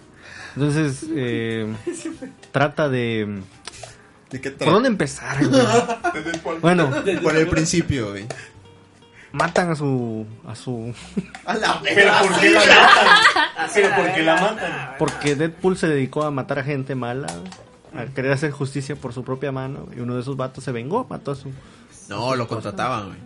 [SPEAKER 2] Entonces, eh, trata de...
[SPEAKER 4] ¿De qué
[SPEAKER 2] ¿Por dónde empezar, güey? Bueno,
[SPEAKER 4] Por el principio, güey.
[SPEAKER 2] matan a su... a su...
[SPEAKER 4] A la
[SPEAKER 5] Pero ¿por qué la matan? Pero ¿por qué la matan?
[SPEAKER 2] Porque Deadpool se dedicó a matar a gente mala, a querer hacer justicia por su propia mano. Y uno de esos vatos se vengó, mató a su...
[SPEAKER 4] No, lo contrataban, güey.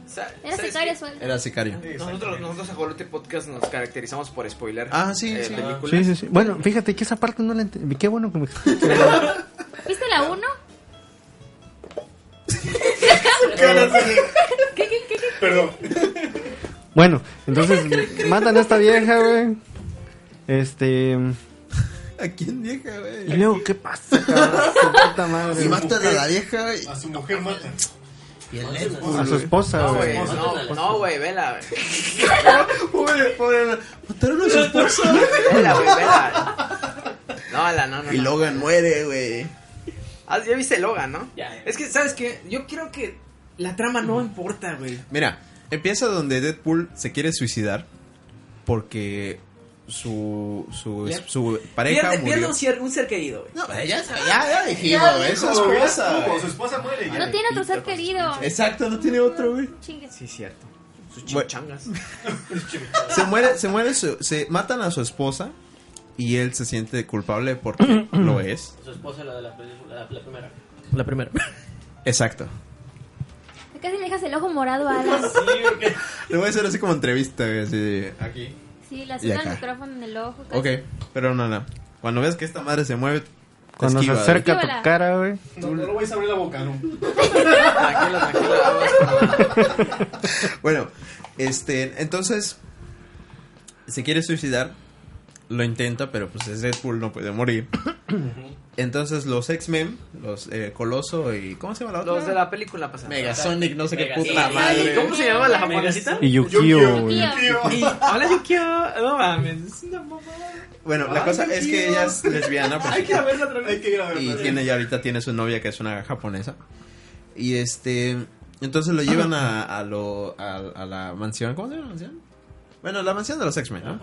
[SPEAKER 6] Era sicario suelto.
[SPEAKER 4] Era sicario.
[SPEAKER 1] Nosotros, nosotros en Jolote Podcast nos caracterizamos por spoiler. eh,
[SPEAKER 4] Ah, sí, sí.
[SPEAKER 1] películas.
[SPEAKER 2] Sí, sí, sí. Bueno, fíjate que esa parte no la entendí. Qué bueno que me...
[SPEAKER 6] ¿Viste la 1?
[SPEAKER 5] Perdón.
[SPEAKER 2] Bueno, entonces matan a esta vieja, güey. Este.
[SPEAKER 4] ¿A quién vieja,
[SPEAKER 2] Y
[SPEAKER 4] güey?
[SPEAKER 2] luego, ¿qué pasa, cabrón? Su puta madre.
[SPEAKER 4] Y matan a la vieja, güey.
[SPEAKER 5] A su mujer matan.
[SPEAKER 4] Y el
[SPEAKER 2] A su esposa,
[SPEAKER 1] No, pues,
[SPEAKER 2] güey.
[SPEAKER 1] güey, no, no, güey, vela, güey.
[SPEAKER 4] Mataron a su esposa.
[SPEAKER 1] Vela, güey, vela. No, la, no, no.
[SPEAKER 4] Y
[SPEAKER 1] no.
[SPEAKER 4] Logan muere, güey.
[SPEAKER 1] Ah, ya viste Logan, ¿no?
[SPEAKER 3] Ya, ya.
[SPEAKER 1] Es que, ¿sabes qué? Yo quiero que la trama no importa, güey.
[SPEAKER 4] Mira, empieza donde Deadpool se quiere suicidar porque su su,
[SPEAKER 1] Pier-
[SPEAKER 4] su pareja
[SPEAKER 1] Pierde, pierde
[SPEAKER 4] murió.
[SPEAKER 1] un, cier- un ser querido, güey.
[SPEAKER 4] No, ya, ya, ya dijimos,
[SPEAKER 6] Ya
[SPEAKER 4] es su esposa, güey.
[SPEAKER 5] Su esposa muere.
[SPEAKER 6] No tiene otro ser querido.
[SPEAKER 4] Exacto, no tiene otro, güey.
[SPEAKER 6] Chingue.
[SPEAKER 1] Sí, cierto. Sus
[SPEAKER 4] Bueno.
[SPEAKER 1] chichangas.
[SPEAKER 4] Se muere, se muere, su- se matan a su esposa y él se siente culpable porque lo es.
[SPEAKER 3] Su esposa, la de la película, la, la primera. La primera.
[SPEAKER 4] Exacto.
[SPEAKER 6] Casi le dejas el ojo morado a Alan.
[SPEAKER 4] Lo voy a hacer así como entrevista, güey, así. Aquí.
[SPEAKER 6] Sí, le
[SPEAKER 4] Y
[SPEAKER 6] acerca
[SPEAKER 4] acá.
[SPEAKER 6] el micrófono en el ojo. casi.
[SPEAKER 4] Ok, pero no, no. Cuando ves que esta madre se mueve, te
[SPEAKER 2] Cuando se
[SPEAKER 4] esquiva,
[SPEAKER 2] acerca a
[SPEAKER 6] Esquívala.
[SPEAKER 2] tu cara, güey.
[SPEAKER 5] No, no lo vais a abrir la boca, ¿no?
[SPEAKER 1] Tranquilo, tranquilo.
[SPEAKER 4] güey. Bueno, este, entonces se quiere suicidar, lo intenta, pero pues es Deadpool, no puede morir. Entonces los X-Men, los eh, Coloso y ¿cómo se llama la otra?
[SPEAKER 1] Los de la película pasada.
[SPEAKER 4] Megasonic, no sé qué
[SPEAKER 3] Megasonic.
[SPEAKER 4] puta madre.
[SPEAKER 1] ¿Y ¿Cómo se llama la japonesita?
[SPEAKER 2] Y Yukio,
[SPEAKER 5] Yukio.
[SPEAKER 2] güey.
[SPEAKER 1] Y- Hola, Yukio. No mames, es una mamada.
[SPEAKER 4] Bueno, la
[SPEAKER 1] Ay,
[SPEAKER 4] cosa
[SPEAKER 1] qué
[SPEAKER 4] es
[SPEAKER 1] chido.
[SPEAKER 4] que ella es lesbiana por
[SPEAKER 1] Hay que ir a verla otra
[SPEAKER 5] Hay
[SPEAKER 1] vez.
[SPEAKER 5] que ir a
[SPEAKER 4] y
[SPEAKER 5] verlo.
[SPEAKER 4] tiene ya ahorita tiene su novia que es una japonesa y este entonces lo llevan a, a lo a, a la mansión cómo se llama la mansión bueno la mansión de los X-Men ¿no?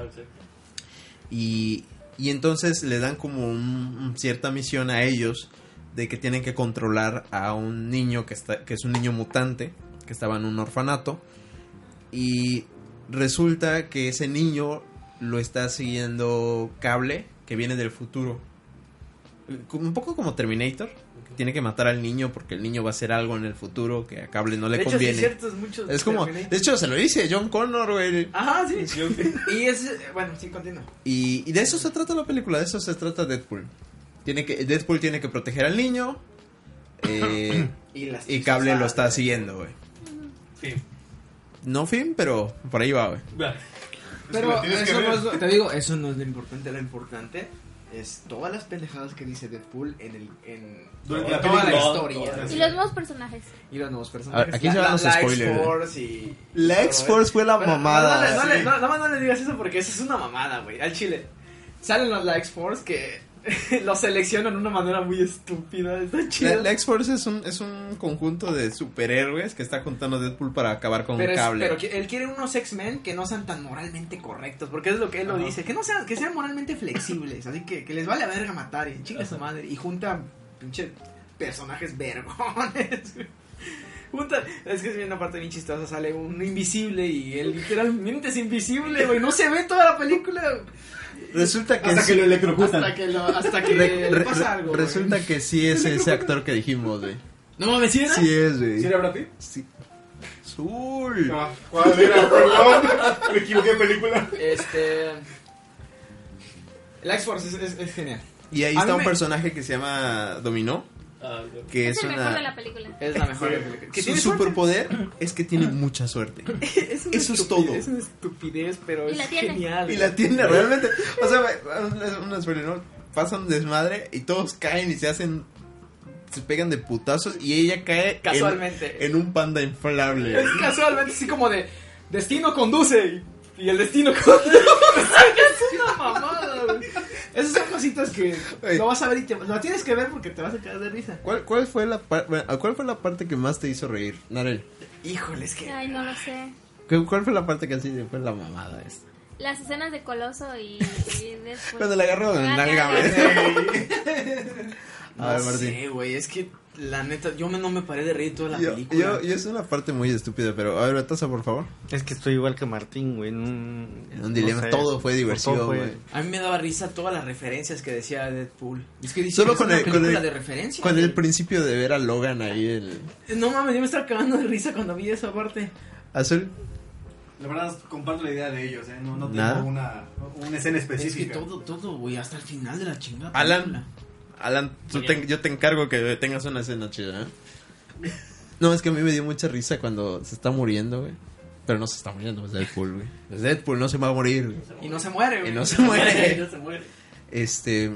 [SPEAKER 4] y y entonces le dan como un- un cierta misión a ellos de que tienen que controlar a un niño que está que es un niño mutante que estaba en un orfanato y resulta que ese niño lo está siguiendo cable que viene del futuro Como- un poco como Terminator que tiene que matar al niño porque el niño va a hacer algo en el futuro que a cable no le
[SPEAKER 1] De hecho, sí,
[SPEAKER 4] conviene
[SPEAKER 1] cierto, es mucho.
[SPEAKER 4] es como de hecho se lo dice John Connor güey.
[SPEAKER 1] Ajá, sí. Y es. Bueno, sí, continúa.
[SPEAKER 4] Y, y de eso se trata la película, de eso se trata Deadpool. Tiene que, Deadpool tiene que proteger al niño. eh,
[SPEAKER 1] Y, las
[SPEAKER 4] y Cable lo está siguiendo, güey. No fin, pero por ahí va, güey.
[SPEAKER 1] Pero
[SPEAKER 5] Pues Lo tienes que
[SPEAKER 1] eso
[SPEAKER 5] ver.
[SPEAKER 1] no es lo- te digo, eso no es lo importante, lo importante es todas las pendejadas que dice Deadpool en el en
[SPEAKER 5] Durante
[SPEAKER 1] en
[SPEAKER 5] la
[SPEAKER 1] toda la
[SPEAKER 5] película.
[SPEAKER 1] historia
[SPEAKER 5] Todas.
[SPEAKER 6] Y los nuevos personajes.
[SPEAKER 1] y los nuevos personajes.
[SPEAKER 4] A- aquí se van los
[SPEAKER 1] la
[SPEAKER 4] spoilers. eh.
[SPEAKER 1] X-Force y
[SPEAKER 4] La
[SPEAKER 1] todo
[SPEAKER 4] X-Force
[SPEAKER 1] eso.
[SPEAKER 4] fue la
[SPEAKER 1] Pero
[SPEAKER 4] mamada,
[SPEAKER 1] No, no, no,
[SPEAKER 4] sí.
[SPEAKER 1] no, nada más no le digas eso porque eso es una mamada, güey, al chile. Salen los la X-Force que los seleccionan de una manera muy estúpida, está
[SPEAKER 4] La,
[SPEAKER 1] chido.
[SPEAKER 4] la X-Force es un, es un conjunto de superhéroes que está juntando Deadpool para acabar con
[SPEAKER 1] pero, es-
[SPEAKER 4] Cable.
[SPEAKER 1] pero que- él quiere unos X-Men que no sean tan moralmente correctos, porque es lo que él lo dice, que no sean, que sean moralmente flexibles, así que, que les vale la verga matar y chinga su madre, y junta pinche personajes vergones. güey. Junta, es que es bien una parte bien chistosa, sale un invisible y él literalmente es invisible, güey, no se ve toda la película
[SPEAKER 4] Resulta que,
[SPEAKER 5] Hasta
[SPEAKER 4] sí-
[SPEAKER 5] que lo electrocutan.
[SPEAKER 1] hasta que lo- hasta que
[SPEAKER 4] re-
[SPEAKER 1] le
[SPEAKER 4] re-
[SPEAKER 1] pasa algo. güey.
[SPEAKER 4] resulta que sí es ese actor que dijimos, güey.
[SPEAKER 1] No mames, ¿sí era?
[SPEAKER 4] Sí es, güey.
[SPEAKER 5] ¿Sí era Brad Pitt?
[SPEAKER 4] Azul.
[SPEAKER 5] No. ¿Cuál era? Perdón. Me equivoqué de película.
[SPEAKER 1] Este la X-Force es- es- es genial.
[SPEAKER 4] Y ahí
[SPEAKER 1] A
[SPEAKER 4] está
[SPEAKER 1] mí
[SPEAKER 4] un
[SPEAKER 1] me-
[SPEAKER 4] personaje que se llama Dominó,
[SPEAKER 3] Ah,
[SPEAKER 4] que
[SPEAKER 6] Es
[SPEAKER 4] es,
[SPEAKER 6] el
[SPEAKER 4] una...
[SPEAKER 6] mejor de la película.
[SPEAKER 1] Es la mejor. Que
[SPEAKER 4] Su
[SPEAKER 1] tiene suerte.
[SPEAKER 4] superpoder es que tiene mucha suerte.
[SPEAKER 1] Es una
[SPEAKER 4] Eso es
[SPEAKER 1] estupidez,
[SPEAKER 4] todo.
[SPEAKER 1] Es una estupidez, pero
[SPEAKER 6] Y
[SPEAKER 1] es
[SPEAKER 6] la tiene.
[SPEAKER 1] genial.
[SPEAKER 4] Y la tiene realmente. O sea, una, una suerte, ¿no? Pasan desmadre y todos caen y se hacen se pegan de putazos y ella cae en-
[SPEAKER 1] Casualmente.
[SPEAKER 4] En, un panda inflable.
[SPEAKER 1] Es casualmente así como de destino conduce y, y el destino conduce. es una mamada, güey. Esas son cositas que
[SPEAKER 4] Ey.
[SPEAKER 1] lo vas a ver y te, lo tienes que ver porque te vas a quedar de risa.
[SPEAKER 4] ¿Cuál, cuál, fue la par- bueno, ¿Cuál fue la parte que más te hizo reír, Narel?
[SPEAKER 1] Híjole, es que
[SPEAKER 6] Ay, no lo sé.
[SPEAKER 4] ¿Cu- ¿Cuál fue la parte que así fue la mamada esta?
[SPEAKER 6] Las escenas de Coloso y, y después.
[SPEAKER 4] Cuando la agarró en
[SPEAKER 6] Ah,
[SPEAKER 4] nalga,
[SPEAKER 6] ya,
[SPEAKER 4] güey.
[SPEAKER 1] no
[SPEAKER 4] A ver,
[SPEAKER 1] sé, güey, es que la neta yo me, no me paré de reír toda la
[SPEAKER 4] Yo,
[SPEAKER 1] película.
[SPEAKER 4] yo, yo es una parte muy estúpida, pero a ver, Bataza, por favor.
[SPEAKER 2] Es que estoy igual que Martín, güey. Un,
[SPEAKER 4] Un dilema, todo fue diversión,
[SPEAKER 2] todo fue-
[SPEAKER 4] güey.
[SPEAKER 1] A mí me daba risa todas las referencias que decía Deadpool. Es que dije,
[SPEAKER 4] Solo
[SPEAKER 1] es
[SPEAKER 4] con
[SPEAKER 1] una
[SPEAKER 4] el, con,
[SPEAKER 1] película
[SPEAKER 4] el,
[SPEAKER 1] de referencia.
[SPEAKER 4] con el
[SPEAKER 1] güey.
[SPEAKER 4] principio de ver a Logan ahí, el
[SPEAKER 1] No mames, yo me estaba cagando de risa cuando vi esa parte.
[SPEAKER 4] azul.
[SPEAKER 5] La verdad, comparto la idea de ellos, ¿eh? No, no
[SPEAKER 4] Nada.
[SPEAKER 5] tengo una, una escena
[SPEAKER 1] Es que
[SPEAKER 5] específica.
[SPEAKER 1] todo, todo, güey, hasta el final de la chingada.
[SPEAKER 4] Alan.
[SPEAKER 1] película.
[SPEAKER 4] Alan, tú te- yo te encargo que tengas una escena chida, ¿eh? No, es que a mí me dio mucha risa cuando se está muriendo, güey. Pero no se está muriendo, es Deadpool, güey. Es Deadpool, no se va a morir, güey.
[SPEAKER 1] Y no se muere, güey.
[SPEAKER 4] Y no se muere.
[SPEAKER 1] no se muere.
[SPEAKER 4] Este.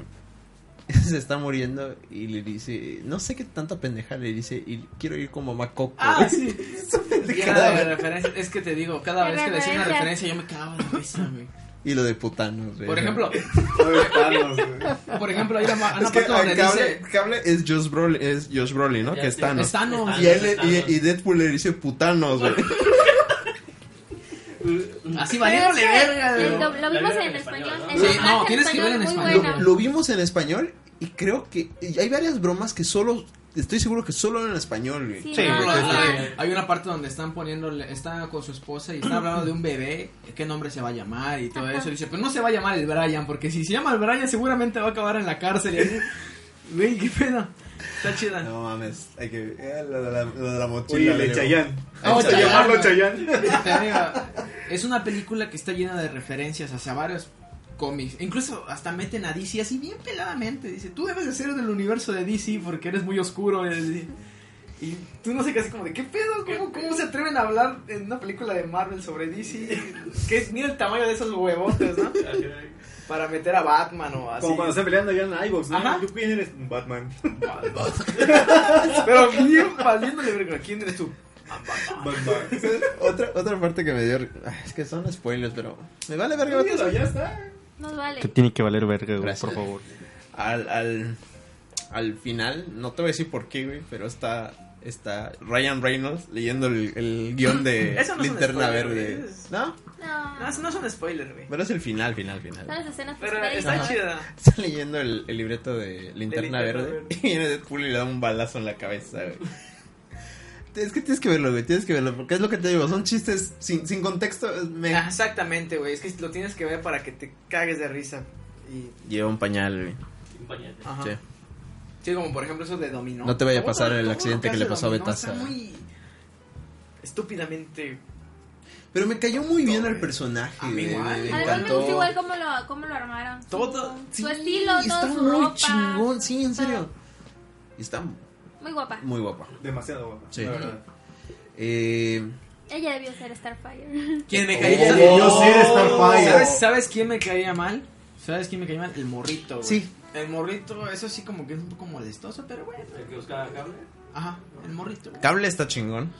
[SPEAKER 4] Se está muriendo y le dice. No sé qué tanta pendeja le dice. Y quiero ir como Macoco.
[SPEAKER 1] Ah, sí. Llena de
[SPEAKER 4] cadáver.
[SPEAKER 1] referencias. Es que te digo, cada
[SPEAKER 6] De
[SPEAKER 1] vez que decía una referencia
[SPEAKER 6] referencias.
[SPEAKER 1] yo me cagaba de risa, güey.
[SPEAKER 4] Y lo de putanos, güey.
[SPEAKER 1] Por ejemplo,
[SPEAKER 5] Todo de Thanos, güey.
[SPEAKER 1] por ejemplo, hay una, ma- hay una
[SPEAKER 4] Es que
[SPEAKER 1] parte donde
[SPEAKER 4] el cable,
[SPEAKER 1] dice...
[SPEAKER 4] cable es Josh Brolin, es Josh Brolin ¿no?
[SPEAKER 3] Ya
[SPEAKER 4] que
[SPEAKER 3] sé.
[SPEAKER 4] está, ¿no?
[SPEAKER 1] Es Thanos.
[SPEAKER 4] Y, él le- y, y Deadpool le dice putanos, güey.
[SPEAKER 1] Así
[SPEAKER 6] Pero es
[SPEAKER 1] valiéndole
[SPEAKER 6] que
[SPEAKER 1] verga,
[SPEAKER 6] lo-
[SPEAKER 1] güey.
[SPEAKER 6] Lo,
[SPEAKER 3] La
[SPEAKER 6] vimos
[SPEAKER 3] vieron
[SPEAKER 6] en
[SPEAKER 3] en
[SPEAKER 6] español.
[SPEAKER 3] español, ¿no?
[SPEAKER 6] El
[SPEAKER 1] Sí,
[SPEAKER 6] doblaje
[SPEAKER 1] no, tienes que ver en
[SPEAKER 6] muy
[SPEAKER 1] español.
[SPEAKER 6] bueno.
[SPEAKER 4] Lo, lo vimos en español y creo que y hay varias bromas que solo, estoy seguro que solo en español, güey.
[SPEAKER 6] Sí,
[SPEAKER 2] Sí,
[SPEAKER 6] no,
[SPEAKER 2] güey,
[SPEAKER 1] Por
[SPEAKER 6] no,
[SPEAKER 1] ejemplo,
[SPEAKER 6] no.
[SPEAKER 1] hay- Hay una parte donde están poniéndole, está con su esposa y están hablando de un bebé, qué nombre se va a llamar y todo eso. Y dice, pues no se va a llamar el Brian, porque si se llama el Brian seguramente va a acabar en la cárcel. Y así, Güey, qué pena. Está chida.
[SPEAKER 4] No mames, hay que eh, lo de la, lo de la mochila.
[SPEAKER 5] Oye, el
[SPEAKER 4] güey.
[SPEAKER 5] de Chayanne.
[SPEAKER 4] Ah,
[SPEAKER 5] Vamos a
[SPEAKER 4] Chayanne,
[SPEAKER 5] llamarlo
[SPEAKER 1] güey.
[SPEAKER 5] Chayanne.
[SPEAKER 1] Te digo, es una película que está llena de referencias hacia varios cómics. Incluso hasta meten a DC así bien peladamente. Dice, tú debes de ser del universo de DC porque eres muy oscuro. Y, y tú no sé qué así como de, ¿qué pedo? ¿Cómo, cómo se atreven a hablar en una película de Marvel sobre DC? Que mira el tamaño de esos huevotes, ¿no? Para meter a Batman o así.
[SPEAKER 5] Como cuando está peleando allá en Ivox,
[SPEAKER 1] Ajá.
[SPEAKER 5] ¿no? ¿Tú quién eres? Batman.
[SPEAKER 1] Pero bien valiéndole verga. ¿Quién eres tú?
[SPEAKER 5] Batman.
[SPEAKER 4] Otra, otra parte que me dio. ay, Es que son spoilers, pero. Me vale verga. vatos.
[SPEAKER 5] Ya está.
[SPEAKER 6] Nos vale.
[SPEAKER 2] Te tiene que valer verga, güey,
[SPEAKER 4] Gracias.
[SPEAKER 2] por favor.
[SPEAKER 4] Al, al, al final, no te voy a decir por qué, güey, pero está, está Ryan Reynolds leyendo el, el guión de
[SPEAKER 1] Eso no es un
[SPEAKER 4] Linterna
[SPEAKER 1] spoiler,
[SPEAKER 4] Verde.
[SPEAKER 1] güey, es-
[SPEAKER 4] No,
[SPEAKER 6] No,
[SPEAKER 1] No, no es un spoiler, güey.
[SPEAKER 4] pero es el final, final,
[SPEAKER 6] son
[SPEAKER 4] final.
[SPEAKER 6] las escenas
[SPEAKER 1] Pero
[SPEAKER 6] post-créditos.
[SPEAKER 1] está chida.
[SPEAKER 4] Está leyendo el, el libreto de Linterna
[SPEAKER 1] Linterna
[SPEAKER 4] Verde,
[SPEAKER 1] Verde.
[SPEAKER 4] y viene Deadpool y le da un balazo en la cabeza, güey. Es que tienes que verlo, güey, tienes que verlo, porque es lo que te digo, son chistes sin, sin contexto, es- me...
[SPEAKER 1] Ah, Exactamente, güey. Es que lo tienes que ver para que te cagues de risa. Y,
[SPEAKER 4] Lleva un pañal, güey.
[SPEAKER 1] ajá.
[SPEAKER 4] Sí.
[SPEAKER 1] Sí. como por ejemplo eso de dominó.
[SPEAKER 4] No te vaya a
[SPEAKER 1] Todo-
[SPEAKER 4] pasar el
[SPEAKER 1] todo lo
[SPEAKER 4] accidente que
[SPEAKER 1] hace
[SPEAKER 4] le pasó a
[SPEAKER 1] dominó
[SPEAKER 4] Betaza.
[SPEAKER 1] está muy estúpidamente.
[SPEAKER 4] Pero me cayó muy bien
[SPEAKER 1] Todo,
[SPEAKER 4] el
[SPEAKER 1] güey.
[SPEAKER 4] personaje,
[SPEAKER 1] A mí
[SPEAKER 4] güey,
[SPEAKER 1] igual.
[SPEAKER 4] me
[SPEAKER 6] Además me
[SPEAKER 4] encantó.
[SPEAKER 6] gusta igual cómo lo, cómo lo armaron. Su-
[SPEAKER 1] Todo-
[SPEAKER 6] Su,
[SPEAKER 4] Sí,
[SPEAKER 6] estilo, todo
[SPEAKER 4] está
[SPEAKER 6] su
[SPEAKER 4] muy
[SPEAKER 6] ropa,
[SPEAKER 4] chingón, sí, en serio.
[SPEAKER 6] todo.
[SPEAKER 4] Y Está
[SPEAKER 6] Muy guapa.
[SPEAKER 4] muy guapa.
[SPEAKER 5] Demasiado guapa.
[SPEAKER 4] Sí.
[SPEAKER 5] La verdad.
[SPEAKER 4] Eh,
[SPEAKER 6] Ella debió ser Starfire.
[SPEAKER 1] ¿Quién me
[SPEAKER 5] Ella
[SPEAKER 1] caía mal? Oh,
[SPEAKER 5] debió ser Starfire.
[SPEAKER 1] ¿Sabes, sabes quién me caía mal? ¿Sabes quién me caía mal? El morrito, güey.
[SPEAKER 4] Sí.
[SPEAKER 1] El morrito, eso sí como que es un poco molestoso, pero bueno. Ajá, el morrito. güey.
[SPEAKER 4] cable está chingón.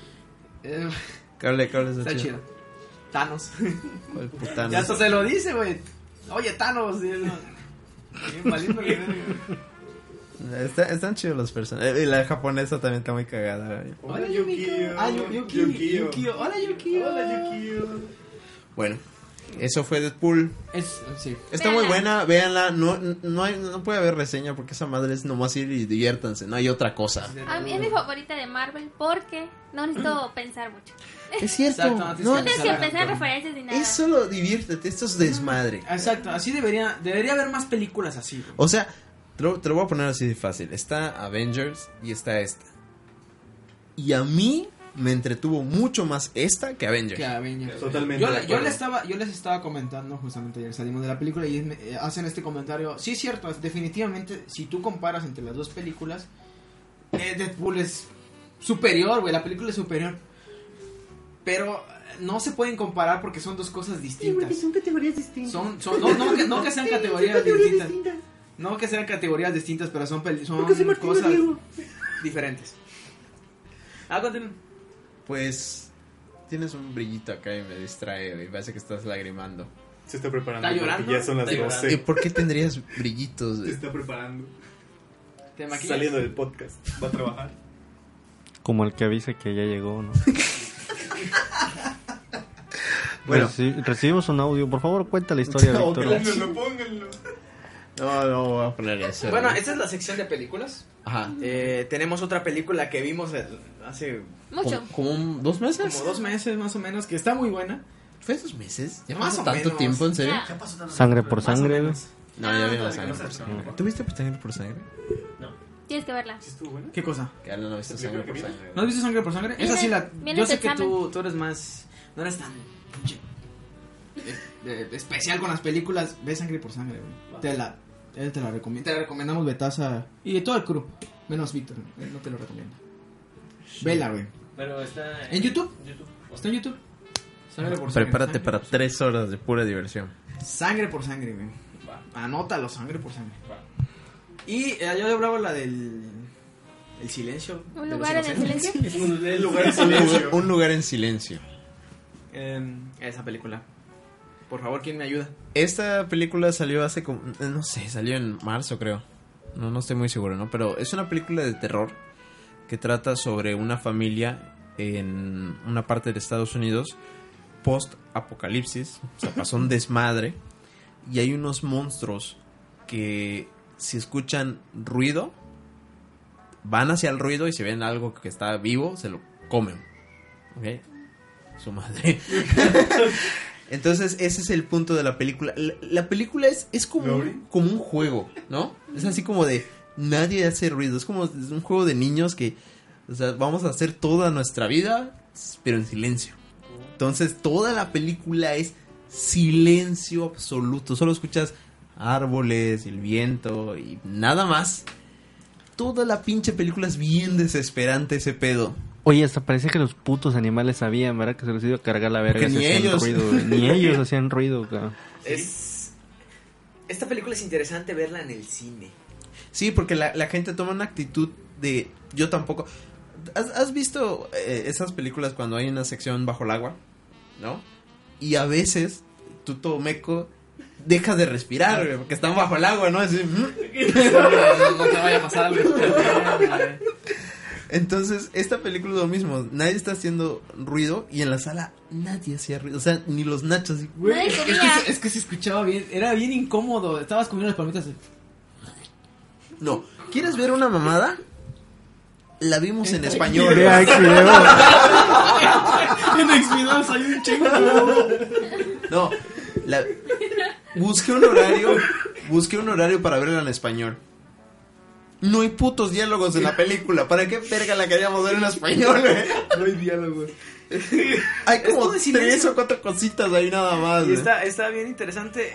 [SPEAKER 1] Eh,
[SPEAKER 4] Cable, cable está,
[SPEAKER 1] está chido. Thanos.
[SPEAKER 4] Cuál putano.
[SPEAKER 1] Ya hasta se lo dice, güey. Oye, Thanos. y él, no. Bien valiéndole verga, güey.
[SPEAKER 4] Está- están chidos los personajes. Y la japonesa también está muy cagada. güey.
[SPEAKER 1] Hola Yukio. Ah, Yu- Yuki.
[SPEAKER 5] Yukio.
[SPEAKER 1] Yukio. Hola Yukio.
[SPEAKER 5] Hola, Yukio.
[SPEAKER 4] Bueno, eso fue Deadpool.
[SPEAKER 1] Es, sí.
[SPEAKER 4] Está muy buena, véanla. No, no, hay- no puede haber reseña porque esa madre es nomás ir y diviértanse. No hay otra cosa.
[SPEAKER 6] A mí es mi favorita de Marvel porque no necesito pensar mucho.
[SPEAKER 4] Es cierto.
[SPEAKER 1] Exacto, no
[SPEAKER 4] no,
[SPEAKER 6] No tienes que
[SPEAKER 1] Exacto.
[SPEAKER 6] pensar en referencias ni nada.
[SPEAKER 4] es solo diviértete. Esto es desmadre.
[SPEAKER 1] Exacto, así debería, debería haber más películas así. güey.
[SPEAKER 4] O sea, te lo, te lo voy a poner así de fácil. Está Avengers y está esta. Y a mí me entretuvo mucho más esta que Avengers.
[SPEAKER 1] Que Avengers.
[SPEAKER 5] Totalmente
[SPEAKER 1] Yo,
[SPEAKER 5] de
[SPEAKER 1] la- yo,
[SPEAKER 5] acuerdo.
[SPEAKER 1] les estaba, yo les estaba comentando justamente ayer salimos de la película y me- eh, hacen este comentario. Sí, es cierto, es- definitivamente, si tú comparas entre las dos películas, eh, Deadpool es superior, güey. La película es superior. Pero eh, no se pueden comparar porque son dos cosas distintas.
[SPEAKER 7] categorías distintas.
[SPEAKER 1] Son, son, no, no, que, no que sean categorías distintas. No que sean categorías distintas, pero son, peli- son
[SPEAKER 7] Porque soy Martín
[SPEAKER 1] cosas.
[SPEAKER 7] Diego.
[SPEAKER 1] diferentes. Ah, continúa.
[SPEAKER 4] Pues tienes un brillito acá y me distrae, güey. Parece que estás lagrimando.
[SPEAKER 5] Se está preparando.
[SPEAKER 1] ¿Está
[SPEAKER 5] porque
[SPEAKER 1] llorando?
[SPEAKER 5] Ya son las
[SPEAKER 3] Está
[SPEAKER 5] 12.
[SPEAKER 4] ¿Y por qué tendrías brillitos?
[SPEAKER 5] Se
[SPEAKER 4] güey?
[SPEAKER 5] está preparando.
[SPEAKER 1] Te maquillas.
[SPEAKER 5] Saliendo del podcast. Va a trabajar.
[SPEAKER 2] Como el que avisa que ya llegó, ¿no?
[SPEAKER 4] Bueno.
[SPEAKER 2] Reci- recibimos un audio. Por favor, cuenta la historia,
[SPEAKER 4] No,
[SPEAKER 2] Víctor.
[SPEAKER 4] claro.
[SPEAKER 5] Pónganlo, pónganlo.
[SPEAKER 4] No, no voy a poner eso.
[SPEAKER 1] Bueno,
[SPEAKER 4] güey.
[SPEAKER 1] esta es la sección de películas.
[SPEAKER 4] Ajá.
[SPEAKER 1] Eh, tenemos otra película que vimos el- hace
[SPEAKER 6] Mucho.
[SPEAKER 4] Como, como un- dos meses.
[SPEAKER 1] como dos meses más o menos, que está muy buena.
[SPEAKER 4] ¿Fue dos meses? ¿Ya
[SPEAKER 1] Más
[SPEAKER 4] pasó
[SPEAKER 1] o
[SPEAKER 4] tanto
[SPEAKER 1] menos.
[SPEAKER 4] tiempo, en serio?
[SPEAKER 6] Ya. Ah.
[SPEAKER 5] pasó tanto
[SPEAKER 2] Sangre
[SPEAKER 5] tiempo,
[SPEAKER 2] por
[SPEAKER 1] Más o
[SPEAKER 2] sangre, güey.
[SPEAKER 1] menos.
[SPEAKER 4] No, ya vimos
[SPEAKER 5] pero
[SPEAKER 4] sangre
[SPEAKER 5] no
[SPEAKER 4] por
[SPEAKER 5] sé.
[SPEAKER 4] sangre. ¿Tuviste sangre por sangre?
[SPEAKER 3] No.
[SPEAKER 6] Tienes que verla.
[SPEAKER 5] ¿Sí estuvo buena?
[SPEAKER 1] ¿Qué cosa?
[SPEAKER 4] Que no, no he visto
[SPEAKER 5] ¿Es la
[SPEAKER 4] sangre
[SPEAKER 5] primera
[SPEAKER 4] por
[SPEAKER 5] que
[SPEAKER 4] sangre.
[SPEAKER 1] ¿No has visto sangre por sangre?
[SPEAKER 6] Viene-
[SPEAKER 1] Esa sí la.
[SPEAKER 6] viene
[SPEAKER 1] Yo
[SPEAKER 6] este
[SPEAKER 1] sé que tú,
[SPEAKER 6] examen.
[SPEAKER 1] tú eres más. No eres tan. pinche, eh, eh, especial con las películas. Ve sangre por sangre, güey. Te la. eh, Te la recomiendo. Te la recomendamos Betasa. Y todo el crew. Menos Víctor. Él no te lo recomienda. Vela, güey.
[SPEAKER 3] Pero está
[SPEAKER 1] ¿En YouTube?
[SPEAKER 3] YouTube.
[SPEAKER 1] Está en YouTube. Sangre por sangre.
[SPEAKER 4] Prepárate
[SPEAKER 1] sangre
[SPEAKER 4] para
[SPEAKER 1] por sangre.
[SPEAKER 4] tres horas de pura diversión.
[SPEAKER 1] Sangre por sangre, güey.
[SPEAKER 3] Va.
[SPEAKER 1] Anótalo, sangre por sangre.
[SPEAKER 3] Va.
[SPEAKER 1] Y eh, yo hablaba la del. El silencio. de
[SPEAKER 6] Un
[SPEAKER 1] los
[SPEAKER 6] lugar en el
[SPEAKER 1] inocentes.
[SPEAKER 6] silencio.
[SPEAKER 5] El lugar es
[SPEAKER 4] Un
[SPEAKER 5] silencio.
[SPEAKER 4] lugar- un lugar en silencio.
[SPEAKER 1] Em, esa película. Por favor, ¿quién me ayuda?
[SPEAKER 4] Esta película salió hace como... eh, No sé, salió en marzo creo. No, no estoy muy seguro, ¿no? Pero es una película de terror que trata sobre una familia en una parte de Estados Unidos post-apocalipsis. O sea, pasó un desmadre. Y hay unos monstruos que si escuchan ruido, van hacia el ruido y si ven algo que está vivo, se lo comen. ¿Ok? Su madre. Entonces, ese es el punto de la película. La, la película es, es como, un, como un juego, ¿no? Es así como de nadie hace ruido. Es como es un juego de niños que o sea, vamos a hacer toda nuestra vida, pero en silencio. Entonces, toda la película es silencio absoluto. Solo escuchas árboles, el viento y nada más. Toda la pinche película es bien desesperante ese pedo.
[SPEAKER 2] Oye, hasta parecía que los putos animales sabían, ¿verdad? Que se los iba a cargar la verga.
[SPEAKER 4] Porque
[SPEAKER 2] si
[SPEAKER 4] ni
[SPEAKER 2] hacían
[SPEAKER 4] ellos.
[SPEAKER 2] Ruido, güey. ni ellos hacían ruido, cabrón.
[SPEAKER 1] Es. Esta película es interesante verla en el cine.
[SPEAKER 4] Sí, porque la, la gente toma una actitud de yo tampoco. ¿Has, has visto eh, esas películas cuando hay una sección bajo el agua? ¿No? Y a veces tú todo meco dejas de respirar, güey, porque están bajo el agua, ¿no? "Mm". Así, "Mm".
[SPEAKER 1] no te vaya a pasar algo.
[SPEAKER 4] Entonces, esta película es lo mismo. Nadie está haciendo ruido y en la sala nadie hacía ruido. O sea, ni los nachos. así,
[SPEAKER 6] Nadie
[SPEAKER 1] es, que,
[SPEAKER 6] comía.
[SPEAKER 1] se- es que se escuchaba bien. Era bien incómodo. Estabas comiendo las palomitas.
[SPEAKER 4] No. ¿Quieres ver una mamada? La vimos en español.
[SPEAKER 1] en Xvideos hay un chingo.
[SPEAKER 4] No, la... busqué un horario, busqué un horario para verla en español. No hay putos diálogos en la película. ¿Para qué verga la queríamos ver en español? güey?
[SPEAKER 1] No hay diálogo.
[SPEAKER 4] Hay como
[SPEAKER 1] todo en silencio.
[SPEAKER 4] tres o cuatro cositas ahí nada más.
[SPEAKER 1] Y
[SPEAKER 4] güey.
[SPEAKER 1] está, está bien interesante.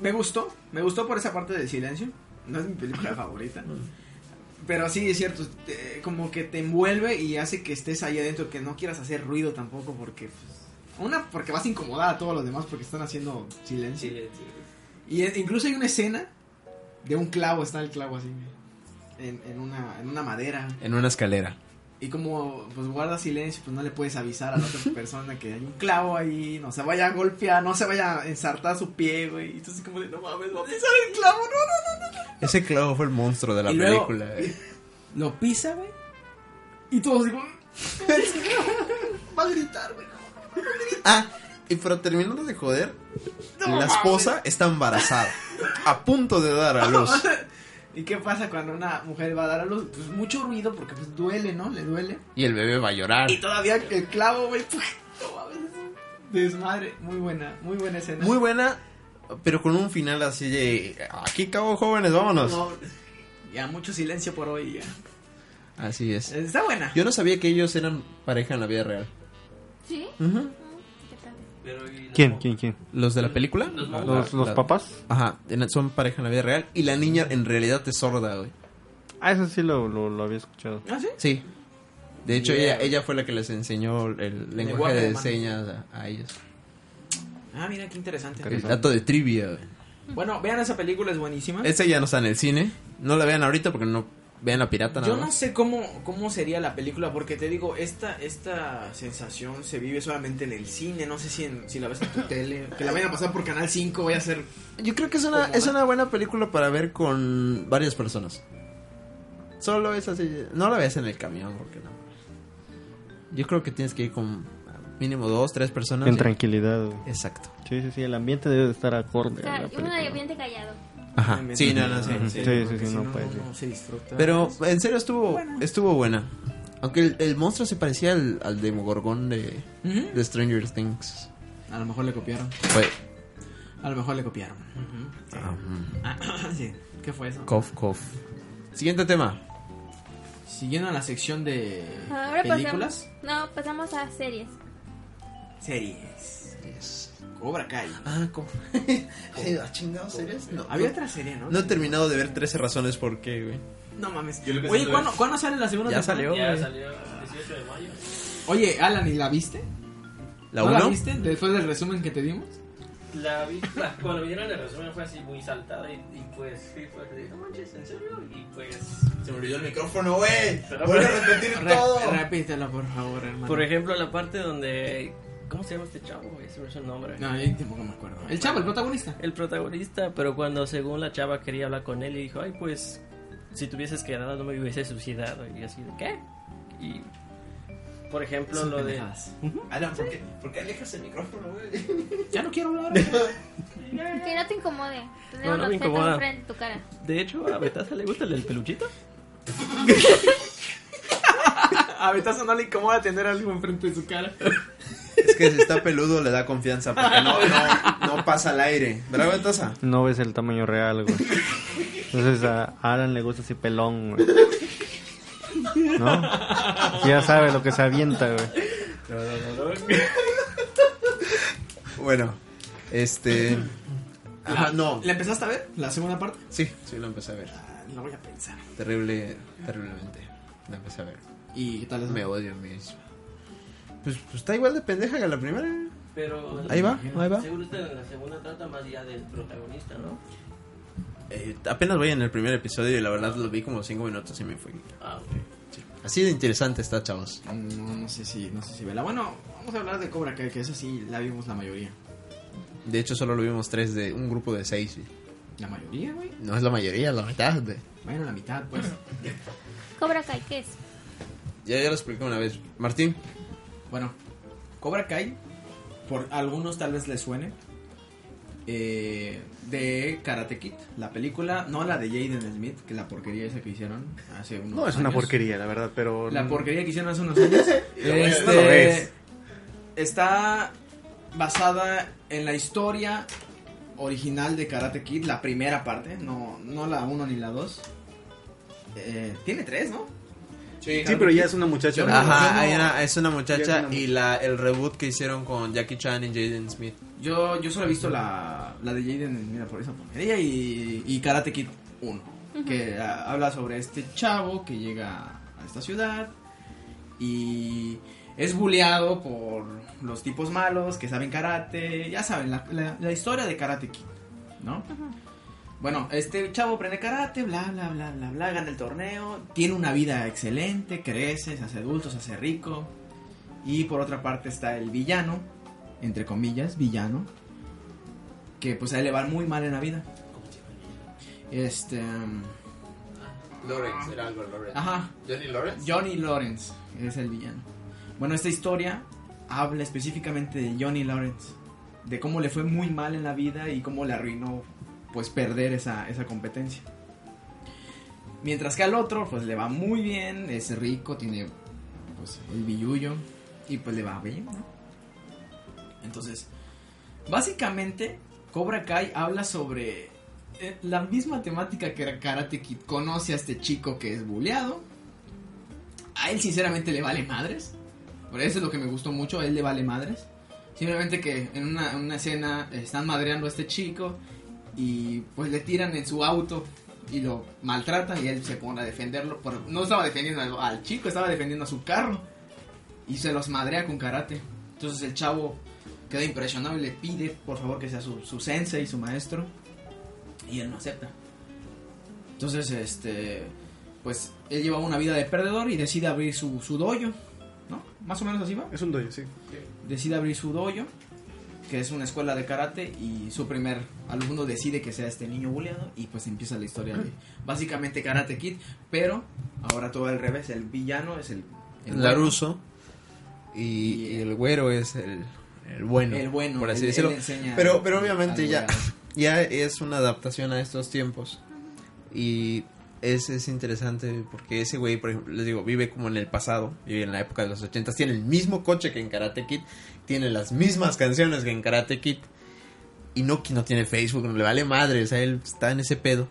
[SPEAKER 1] Me gustó. Me gustó por esa parte del silencio. No es mi película favorita. Pero sí, es cierto. eh, como que te envuelve y hace que estés ahí adentro. Que no quieras hacer ruido tampoco. Porque. pues, una, porque vas a incomodar a todos los demás porque están haciendo silencio. Y eh, incluso hay una escena de un clavo. Está el clavo así. En, en una, en una madera.
[SPEAKER 4] En una escalera.
[SPEAKER 1] Y como pues guarda silencio, pues no le puedes avisar a la otra persona que hay un clavo ahí, no se vaya a golpear, no se vaya a ensartar su pie, güey. Y entonces como de, no mames, va a pisar el clavo, no,
[SPEAKER 4] Ese clavo fue el monstruo de la
[SPEAKER 1] Y luego-
[SPEAKER 4] película. eh. güey.
[SPEAKER 1] no. Lo pisa, güey. Y todos digo, va a gritar, güey.
[SPEAKER 4] Ah, y pero terminando de joder, la esposa está embarazada. A punto de dar a luz.
[SPEAKER 1] ¿Y qué pasa cuando una mujer va a dar a luz? Pues mucho ruido porque pues duele, ¿no? Le duele.
[SPEAKER 4] Y el bebé va a llorar.
[SPEAKER 1] Y todavía el clavo, güey. pues, No mames. es un Desmadre, muy buena, muy buena escena.
[SPEAKER 4] Muy buena, pero con un final así de... Aquí cabo jóvenes, vámonos.
[SPEAKER 1] No, ya mucho silencio por hoy ya.
[SPEAKER 4] Así es.
[SPEAKER 1] Está buena.
[SPEAKER 4] Eh, Yo no sabía que ellos eran pareja en la vida real.
[SPEAKER 6] ¿Sí? Mm,
[SPEAKER 4] Ujú.
[SPEAKER 6] ¿Qué tal?
[SPEAKER 2] ¿Quién? ¿Quién? ¿Quién?
[SPEAKER 4] ¿Los
[SPEAKER 1] Mm.
[SPEAKER 4] de la película?
[SPEAKER 3] Los
[SPEAKER 4] La-
[SPEAKER 2] ¿Los,
[SPEAKER 4] la-
[SPEAKER 2] los
[SPEAKER 4] la-
[SPEAKER 2] papás?
[SPEAKER 4] Ajá, en- son pareja en la vida real. Y la niña en realidad es sorda, güey.
[SPEAKER 2] Ah, eso sí lo, lo, lo había escuchado.
[SPEAKER 1] ¿Ah, sí?
[SPEAKER 4] Sí. De hecho,
[SPEAKER 1] Yeah.
[SPEAKER 4] ella, ella fue la que les enseñó el lenguaje
[SPEAKER 1] Lenguaje
[SPEAKER 4] de
[SPEAKER 1] de manos.
[SPEAKER 4] señas a, a ellos.
[SPEAKER 1] Ah, mira, qué interesante.
[SPEAKER 4] El dato de trivia, güey.
[SPEAKER 1] Bueno, vean esa película, es buenísima.
[SPEAKER 4] Esa ya no está en el cine. No la vean ahorita porque no Vean la pirata nada
[SPEAKER 1] Yo no
[SPEAKER 4] más.
[SPEAKER 1] sé cómo, cómo sería la película, porque te digo, esta, esta sensación se vive solamente en el cine, no sé si, en- si la ves en tu tele, que la vayan a pasar por Canal 5, voy a hacer...
[SPEAKER 4] Yo creo que es una,
[SPEAKER 1] Cómoda.
[SPEAKER 4] es una buena película para ver con varias personas. Solo es así. No la ves en el camión, porque no. Yo creo que tienes que ir con mínimo dos, tres personas.
[SPEAKER 2] en
[SPEAKER 4] Y-
[SPEAKER 2] tranquilidad, güey.
[SPEAKER 4] Exacto.
[SPEAKER 2] Sí, sí, sí, el ambiente debe de estar acorde. a la
[SPEAKER 6] Está un
[SPEAKER 2] película.
[SPEAKER 6] ambiente callado.
[SPEAKER 4] Ajá. Sí, no, no, sí.
[SPEAKER 2] Ujú.
[SPEAKER 4] sí.
[SPEAKER 2] Sí, sí,
[SPEAKER 1] porque
[SPEAKER 2] sí,
[SPEAKER 1] si
[SPEAKER 2] no puede ser.
[SPEAKER 1] no se disfruta.
[SPEAKER 4] Pero en serio estuvo, estuvo buena. Aunque el, el monstruo se parecía al, al Demogorgón de,
[SPEAKER 1] Ujú.
[SPEAKER 4] de Stranger Things.
[SPEAKER 1] A lo mejor le copiaron,
[SPEAKER 4] Fue.
[SPEAKER 1] a lo mejor le copiaron. Ujú. Sí. Ah, sí. ¿Qué fue eso?
[SPEAKER 4] Cof, cof. Siguiente tema.
[SPEAKER 1] Siguiendo a la sección de
[SPEAKER 6] Ahora
[SPEAKER 1] películas,
[SPEAKER 6] pasamos. No, pasamos a series.
[SPEAKER 1] series. Cobra Kai.
[SPEAKER 4] Ah, cof. chingados series? No.
[SPEAKER 1] Había otra serie, ¿no?
[SPEAKER 4] No he terminado de ver 13 razones por qué, güey.
[SPEAKER 1] No mames.
[SPEAKER 5] Yo lo empecé
[SPEAKER 1] Oye,
[SPEAKER 5] a ver.
[SPEAKER 1] ¿cuándo, cuándo sale la segunda
[SPEAKER 4] Ya
[SPEAKER 1] temporada?
[SPEAKER 4] salió.
[SPEAKER 3] Ya
[SPEAKER 4] güey.
[SPEAKER 3] salió el 18 de mayo.
[SPEAKER 1] Oye, Alan, ¿y la viste?
[SPEAKER 4] ¿La
[SPEAKER 1] ¿No
[SPEAKER 4] 1?
[SPEAKER 1] la viste después del resumen que te dimos?
[SPEAKER 3] La vi, la- cuando vieron el resumen fue así muy saltada y, y pues sí, fue así, no manches, ¿en serio? Y pues...
[SPEAKER 4] Se me olvidó el micrófono, güey.
[SPEAKER 3] Pero-
[SPEAKER 4] Voy a repetir
[SPEAKER 1] Re-
[SPEAKER 4] todo.
[SPEAKER 1] repítela, por favor, hermano.
[SPEAKER 3] Por ejemplo, la parte donde... ¿Cómo se llama este chavo? güey? Se me hizo el nombre.
[SPEAKER 1] No, yo tampoco me acuerdo. El chavo, el protagonista.
[SPEAKER 3] El protagonista, pero cuando según la chava quería hablar con él y dijo, ay, pues si te hubieses quedado no me hubiese suicidado. Y así, de, ¿qué? Y, por ejemplo,
[SPEAKER 1] Son
[SPEAKER 3] lo
[SPEAKER 1] pendejadas.
[SPEAKER 4] Alan, ¿por qué, ¿por qué alejas el micrófono, güey?
[SPEAKER 1] Ya no quiero hablar.
[SPEAKER 6] Que no te incomode.
[SPEAKER 3] No,
[SPEAKER 6] Tenemos
[SPEAKER 3] no
[SPEAKER 6] los
[SPEAKER 3] me
[SPEAKER 6] fetos
[SPEAKER 3] incomoda.
[SPEAKER 6] enfrente de tu cara.
[SPEAKER 3] de... De hecho, a Betasa le gusta el del peluchito.
[SPEAKER 1] A Betazo no le incomoda tener algo enfrente de su cara.
[SPEAKER 4] Es que si está peludo le da confianza porque no, no, no pasa al aire. ¿Verdad, Taza?
[SPEAKER 2] No ves el tamaño real, güey. Entonces a Alan le gusta ese pelón, güey. ¿No? Ya sabe lo que se avienta, güey.
[SPEAKER 4] Bueno, este. Ah, no.
[SPEAKER 1] ¿La empezaste a ver? ¿La segunda parte?
[SPEAKER 4] Sí, sí, lo empecé a ver.
[SPEAKER 1] Ah, La voy a pensar.
[SPEAKER 4] Terrible, terriblemente. Lo empecé a ver.
[SPEAKER 1] ¿Y qué tal es?
[SPEAKER 4] Me odio a mí mismo. Pues, pues está igual de pendeja que la primera.
[SPEAKER 3] Pero...
[SPEAKER 4] Ahí va, ahí va.
[SPEAKER 3] Seguro usted en la segunda trata más ya del protagonista, ¿no?
[SPEAKER 4] Eh, apenas voy en el primer episodio y la verdad lo vi como 5 minutos y me fui.
[SPEAKER 3] Ah,
[SPEAKER 4] Así de interesante está, chavos.
[SPEAKER 1] No, no sé si, no sé si vela. Bueno, vamos a hablar de Cobra Kai, que esa sí la vimos la mayoría.
[SPEAKER 4] De hecho, solo lo vimos tres de un grupo de seis. güey.
[SPEAKER 1] ¿La mayoría, güey?
[SPEAKER 4] No es la mayoría, la mitad. güey.
[SPEAKER 1] Bueno, la mitad, pues.
[SPEAKER 6] Cobra Kai, ¿qué es?
[SPEAKER 4] Ya, ya lo expliqué una vez. Martín,
[SPEAKER 1] Bueno, Cobra Kai, por algunos tal vez les suene, eh, de Karate Kid, la película, no la de Jaden Smith, que la porquería esa que hicieron hace unos
[SPEAKER 5] No, es una
[SPEAKER 1] años.
[SPEAKER 5] porquería, la verdad, pero.
[SPEAKER 1] La porquería que hicieron hace unos años. Este,
[SPEAKER 5] no lo ves.
[SPEAKER 1] Está basada en la historia original de Karate Kid, la primera parte, no, no la 1 ni la 2. tiene tres, ¿no?
[SPEAKER 5] Sí, pero ya es una muchacha.
[SPEAKER 1] Yo-
[SPEAKER 4] Ajá,
[SPEAKER 1] no-
[SPEAKER 4] hay una- es una
[SPEAKER 5] yo
[SPEAKER 4] muchacha
[SPEAKER 5] no-
[SPEAKER 4] y la, el reboot que hicieron con Jackie Chan y Jaden Smith.
[SPEAKER 1] Yo, yo solo he visto la, la de Jaden, mira, por esa porquería y, y Karate Kid 1, que ah, habla sobre este chavo que llega a esta ciudad y es buleado por los tipos malos que saben karate, ya saben, la, la- la historia de Karate Kid, ¿no? Bueno, este chavo aprende karate, bla, bla, bla, bla, bla, gana el torneo, tiene una vida excelente, crece, se hace adulto, se hace rico. Y por otra parte está el villano, entre comillas, villano, que pues a él le va muy mal en la vida. Este... um,
[SPEAKER 4] Lawrence, era algo Lawrence.
[SPEAKER 1] Ajá,
[SPEAKER 4] Johnny Lawrence.
[SPEAKER 1] Johnny Lawrence es el villano. Bueno, esta historia habla específicamente de Johnny Lawrence, de cómo le fue muy mal en la vida y cómo le arruinó pues perder esa, esa competencia. Mientras que al otro pues le va muy bien, es rico, tiene pues el billullo y pues le va bien, ¿no? Entonces, básicamente Cobra Kai habla sobre eh, la misma temática que era Karate Kid. Conoce a este chico que es buleado, a él sinceramente le vale madres. Por eso es lo que me gustó mucho, a él le vale madres. Simplemente que en una, en una escena están madreando a este chico y pues le tiran en su auto y lo maltratan y él se pone a defenderlo. pero no estaba defendiendo al, al chico, estaba defendiendo a su carro. Y se los madrea con karate. Entonces el chavo queda impresionado y le pide por favor que sea su, su sensei, su maestro. Y él no acepta. Entonces, este pues él llevaba una vida de perdedor y decide abrir su, su dojo, ¿no? Más o menos así va.
[SPEAKER 7] Es un doy, sí.
[SPEAKER 1] Decide abrir su dojo, que es una escuela de karate, y su primer alumno decide que sea este niño buleado, y pues empieza la historia de básicamente Karate Kid, pero ahora todo al revés, el villano es el... el
[SPEAKER 4] Laruso. Y,
[SPEAKER 1] Y-
[SPEAKER 4] y el güero es el, el bueno.
[SPEAKER 1] El bueno,
[SPEAKER 4] Por así
[SPEAKER 1] él- él
[SPEAKER 4] decirlo.
[SPEAKER 1] enseña
[SPEAKER 4] pero,
[SPEAKER 1] al-
[SPEAKER 4] pero obviamente
[SPEAKER 1] al
[SPEAKER 4] ya,
[SPEAKER 1] güero.
[SPEAKER 4] ya es una adaptación a estos tiempos. Y es, es interesante porque ese güey, por ejemplo, les digo, vive como en el pasado, vive en la época de los ochentas, tiene el mismo coche que en Karate Kid, tiene las mismas canciones que en Karate Kid. Y no, no tiene Facebook, no le vale madre, o sea, él está en ese pedo.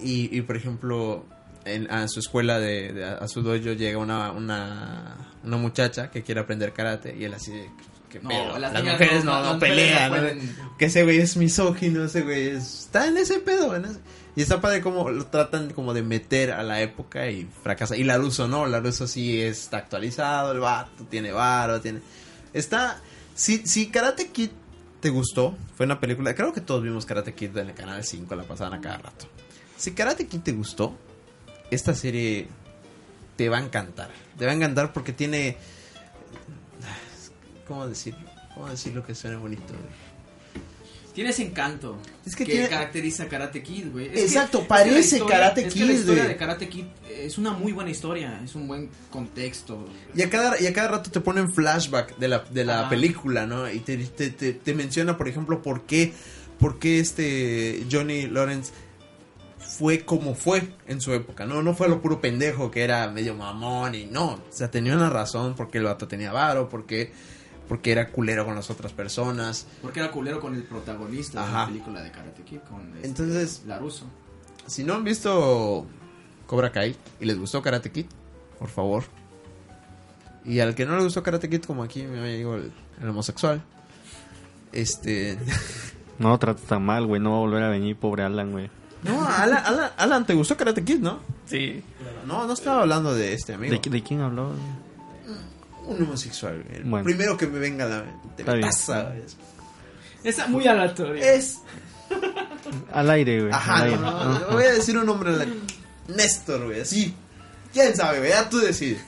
[SPEAKER 4] Y, y, por ejemplo, en- a su escuela, de, de- a su dojo, llega una, una, una muchacha que quiere aprender karate y él así, de, ¿qué
[SPEAKER 1] No,
[SPEAKER 4] pedo?
[SPEAKER 1] las
[SPEAKER 4] Las,
[SPEAKER 1] niñas
[SPEAKER 4] mujeres
[SPEAKER 1] no-
[SPEAKER 4] no,
[SPEAKER 1] las
[SPEAKER 4] no
[SPEAKER 1] mujeres
[SPEAKER 4] pelean.
[SPEAKER 1] no
[SPEAKER 4] ¿no?
[SPEAKER 1] pueden.
[SPEAKER 4] Que ese güey es misógino, ese güey es- está en ese pedo. en ese- y está padre como lo tratan como de meter a la época y fracasa. Y Laruso no, Laruso sí está actualizado, el vato tiene varo, tiene... Está... Si, si Karate Kid te gustó, fue una película... Creo que todos vimos Karate Kid en el Canal 5, la pasaban a cada rato. Si Karate Kid te gustó, esta serie te va a encantar. Te va a encantar porque tiene... ¿Cómo decirlo? ¿Cómo decirlo que suene bonito? güey?
[SPEAKER 1] Tiene ese encanto
[SPEAKER 4] Es
[SPEAKER 1] que,
[SPEAKER 4] que tiene-
[SPEAKER 1] caracteriza a Karate Kid, güey.
[SPEAKER 4] Exacto,
[SPEAKER 1] que- que
[SPEAKER 4] parece
[SPEAKER 1] la historia-
[SPEAKER 4] Karate
[SPEAKER 1] Es que la
[SPEAKER 4] Kid,
[SPEAKER 1] historia
[SPEAKER 4] güey.
[SPEAKER 1] de Karate Kid es una muy buena historia, es un buen contexto.
[SPEAKER 4] Y a cada, y a cada rato te ponen flashback de la, de la
[SPEAKER 1] Ajá.
[SPEAKER 4] película, ¿no? Y te, te, te- te menciona, por ejemplo, por qué, por qué este Johnny Lawrence fue como fue en su época, ¿no? No fue lo puro pendejo que era medio mamón y no. O sea, tenía una razón porque el vato tenía varo, porque, porque era culero con las otras personas.
[SPEAKER 1] Porque era culero con el protagonista de la
[SPEAKER 4] Ajá.
[SPEAKER 1] película de Karate Kid, con este,
[SPEAKER 4] Entonces-
[SPEAKER 1] Laruso.
[SPEAKER 4] Si no han visto Cobra Kai y les gustó Karate Kid, por favor. Y al que no le gustó Karate Kid, como aquí mi amigo el, el homosexual, este.
[SPEAKER 2] No lo tratas tan mal, güey. No va a volver a venir, pobre Alan, güey.
[SPEAKER 4] No, Alan, Alan, Alan, ¿te gustó Karate Kid, no?
[SPEAKER 3] Sí.
[SPEAKER 4] No, no estaba hablando de este amigo.
[SPEAKER 2] ¿De, qui- de quién habló?
[SPEAKER 4] Un homosexual. El
[SPEAKER 2] Bueno.
[SPEAKER 4] primero que me venga a la mente.
[SPEAKER 2] Está
[SPEAKER 4] Me
[SPEAKER 2] bien.
[SPEAKER 4] pasa.
[SPEAKER 1] Esa muy aleatoria.
[SPEAKER 4] Es.
[SPEAKER 2] Al aire, güey.
[SPEAKER 4] Ajá,
[SPEAKER 2] al aire.
[SPEAKER 4] no,
[SPEAKER 2] Ah.
[SPEAKER 4] no, no, voy a decir un nombre. la- Néstor, güey, así. Quién sabe, güey, ya tú decides.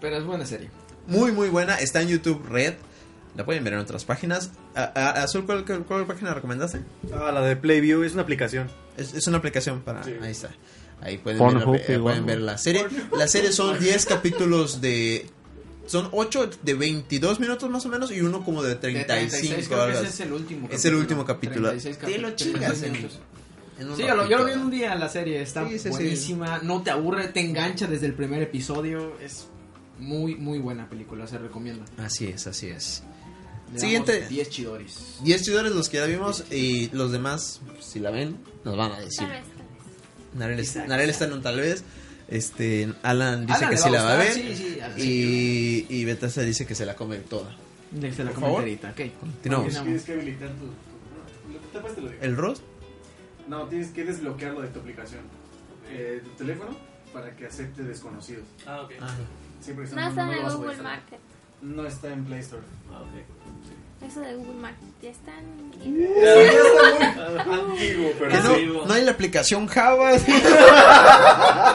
[SPEAKER 1] Pero es buena serie.
[SPEAKER 4] Muy, muy buena. Está en YouTube Red. La pueden ver en otras páginas. A- a- Azul, ¿cuál, cuál, cuál página recomendaste?
[SPEAKER 7] Ah, la de Playview es una aplicación.
[SPEAKER 4] Es, es una aplicación para...
[SPEAKER 7] Sí.
[SPEAKER 4] Ahí está. Ahí pueden, ver la,
[SPEAKER 2] Pornhub
[SPEAKER 4] eh,
[SPEAKER 2] igual,
[SPEAKER 4] pueden
[SPEAKER 2] ¿no?
[SPEAKER 4] ver la serie. La serie son 10 capítulos de... Son 8 de 22 minutos más o menos y uno como de
[SPEAKER 1] De 36,
[SPEAKER 4] 35
[SPEAKER 1] creo que
[SPEAKER 4] horas.
[SPEAKER 1] ese es el último
[SPEAKER 4] Es el último capítulo.
[SPEAKER 1] 36
[SPEAKER 4] Te lo
[SPEAKER 1] capítulos,
[SPEAKER 4] chingas
[SPEAKER 1] 36
[SPEAKER 4] en-
[SPEAKER 1] minutos.
[SPEAKER 4] En un
[SPEAKER 1] Sí, yo lo, yo lo vi en
[SPEAKER 4] ratito.
[SPEAKER 1] un día la serie, está
[SPEAKER 4] Sí, sí, sí.
[SPEAKER 1] buenísima, no te aburre, te engancha desde el primer episodio, es muy, muy buena película, se recomienda.
[SPEAKER 4] Así es, así es.
[SPEAKER 1] Le
[SPEAKER 4] Siguiente.
[SPEAKER 1] damos 10 chidoris.
[SPEAKER 4] 10 ciudades los que ya vimos y los demás, si la ven, nos van a decir.
[SPEAKER 6] Tal vez, tal vez.
[SPEAKER 4] Narel, es- Narel está en un tal vez. Este, Alan dice
[SPEAKER 1] Alan
[SPEAKER 4] que
[SPEAKER 1] le va
[SPEAKER 4] sí la
[SPEAKER 1] a
[SPEAKER 4] va a ver.
[SPEAKER 1] gustar, sí, sí, Alan,
[SPEAKER 4] y, y Bethesda dice que se la come toda.
[SPEAKER 1] Desde la
[SPEAKER 4] Por favor.
[SPEAKER 1] comentarita, ok.
[SPEAKER 4] Continuamos.
[SPEAKER 1] Continuamos.
[SPEAKER 5] Tienes que habilitar tu. tu- lo que tapas te lo digo.
[SPEAKER 4] El Ross,
[SPEAKER 5] No, tienes que desbloquearlo de tu aplicación. Eh, tu teléfono para que acepte desconocidos.
[SPEAKER 3] Ah, ok.
[SPEAKER 5] Siempre que
[SPEAKER 6] No está en
[SPEAKER 5] lo
[SPEAKER 6] el
[SPEAKER 5] vas a
[SPEAKER 6] Google
[SPEAKER 5] poder sacar.
[SPEAKER 6] Market.
[SPEAKER 5] No está en Play Store.
[SPEAKER 3] Ah, ok.
[SPEAKER 6] Eso de Google Market. Ya están.
[SPEAKER 5] está muy Ah. antiguo,
[SPEAKER 4] que
[SPEAKER 5] pero. sí.
[SPEAKER 4] no, no hay la aplicación Java.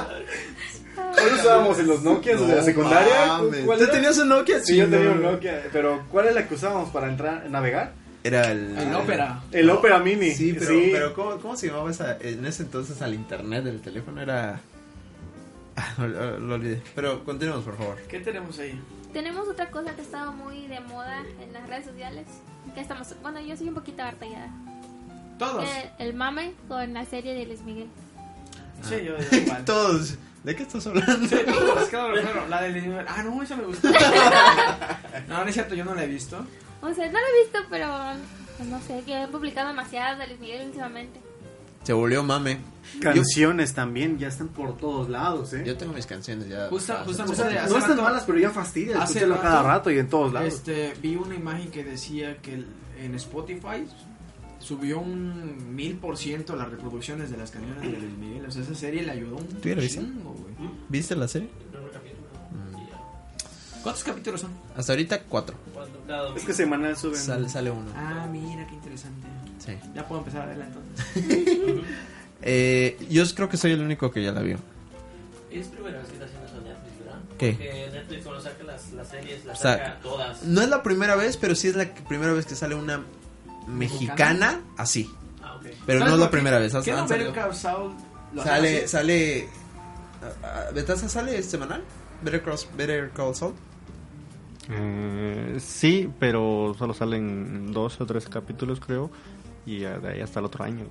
[SPEAKER 5] ¿Cuál usábamos en los Nokias de la
[SPEAKER 4] No
[SPEAKER 5] secundaria?
[SPEAKER 4] mames.
[SPEAKER 5] ¿Cuál
[SPEAKER 4] ¿Tú
[SPEAKER 5] era?
[SPEAKER 4] tenías un Nokia?
[SPEAKER 5] Sí, yo tenía un
[SPEAKER 4] no.
[SPEAKER 5] Nokia, pero ¿cuál es la que usábamos para entrar, navegar?
[SPEAKER 4] Era el.
[SPEAKER 1] En ópera.
[SPEAKER 5] El Opera Mini.
[SPEAKER 4] Sí, pero, pero ¿cómo, cómo se llamaba esa, en ese entonces al internet del teléfono? Era. Ah, lo, lo- lo olvidé. Pero continuemos, por favor.
[SPEAKER 1] ¿Qué tenemos ahí?
[SPEAKER 6] Tenemos otra cosa que ha estado muy de moda en las redes sociales. Que estamos. Bueno, yo soy un poquito harta ya.
[SPEAKER 1] Todos.
[SPEAKER 6] Eh, El, mame con la serie de Luis Miguel.
[SPEAKER 1] Sí, yo, yo igual.
[SPEAKER 4] Todos, ¿de qué estás hablando?
[SPEAKER 1] Es que, bueno, la de Lady Gaga. Ah, no, esa me gusta. no, no es cierto, yo no la he visto.
[SPEAKER 6] O sea, no lo he visto, pero. pues, no sé, que han publicado demasiadas de Luis Miguel últimamente.
[SPEAKER 4] Se volvió mame.
[SPEAKER 5] Canciones también, ya están por todos lados, ¿eh?
[SPEAKER 4] Yo tengo mis canciones ya.
[SPEAKER 1] Justa-
[SPEAKER 4] Ah,
[SPEAKER 1] justamente-
[SPEAKER 5] O sea,
[SPEAKER 1] Hace
[SPEAKER 5] no están
[SPEAKER 1] rato-
[SPEAKER 5] malas, pero ya fastidia
[SPEAKER 1] hace
[SPEAKER 5] escucharlo a cada
[SPEAKER 1] rato-
[SPEAKER 5] rato y en todos lados.
[SPEAKER 1] Este, vi una imagen que decía que el- en Spotify subió un mil por ciento las reproducciones de las canciones de Luis Miguel. O sea, esa serie le ayudó un
[SPEAKER 4] ¿Tú ya la viste?
[SPEAKER 1] chingo, güey.
[SPEAKER 4] ¿Viste la serie?
[SPEAKER 1] ¿Cuántos capítulos son?
[SPEAKER 4] Hasta ahorita cuatro.
[SPEAKER 3] Cuando cada
[SPEAKER 5] Es
[SPEAKER 3] domingo.
[SPEAKER 5] que semanal suben.
[SPEAKER 4] Sale, sale uno.
[SPEAKER 1] Ah, mira, qué interesante.
[SPEAKER 4] Sí.
[SPEAKER 1] Ya puedo empezar a verla entonces.
[SPEAKER 4] Eh, yo creo que soy el único que ya la vio.
[SPEAKER 3] Es primera vez que está haciendo eso Netflix, ¿verdad?
[SPEAKER 4] ¿Qué?
[SPEAKER 3] Porque Netflix cuando saca las, las series, las
[SPEAKER 4] O sea,
[SPEAKER 3] saca todas.
[SPEAKER 4] No es la primera vez, pero sí es la que- primera vez que sale una mexicana así.
[SPEAKER 3] Ah, ok.
[SPEAKER 4] Pero no
[SPEAKER 1] ¿Sabes
[SPEAKER 4] es la
[SPEAKER 1] por qué?
[SPEAKER 4] primera vez. han-
[SPEAKER 1] ¿Qué
[SPEAKER 4] han
[SPEAKER 1] novela
[SPEAKER 4] salido.
[SPEAKER 1] causado? lo hacen
[SPEAKER 4] Sale,
[SPEAKER 1] así?
[SPEAKER 4] sale. ah, a- a- ¿Betaza sale semanal? Better Call, Better Call Saul.
[SPEAKER 2] Eh, sí, pero solo salen dos o tres capítulos, creo. Y ya de ahí hasta el otro año.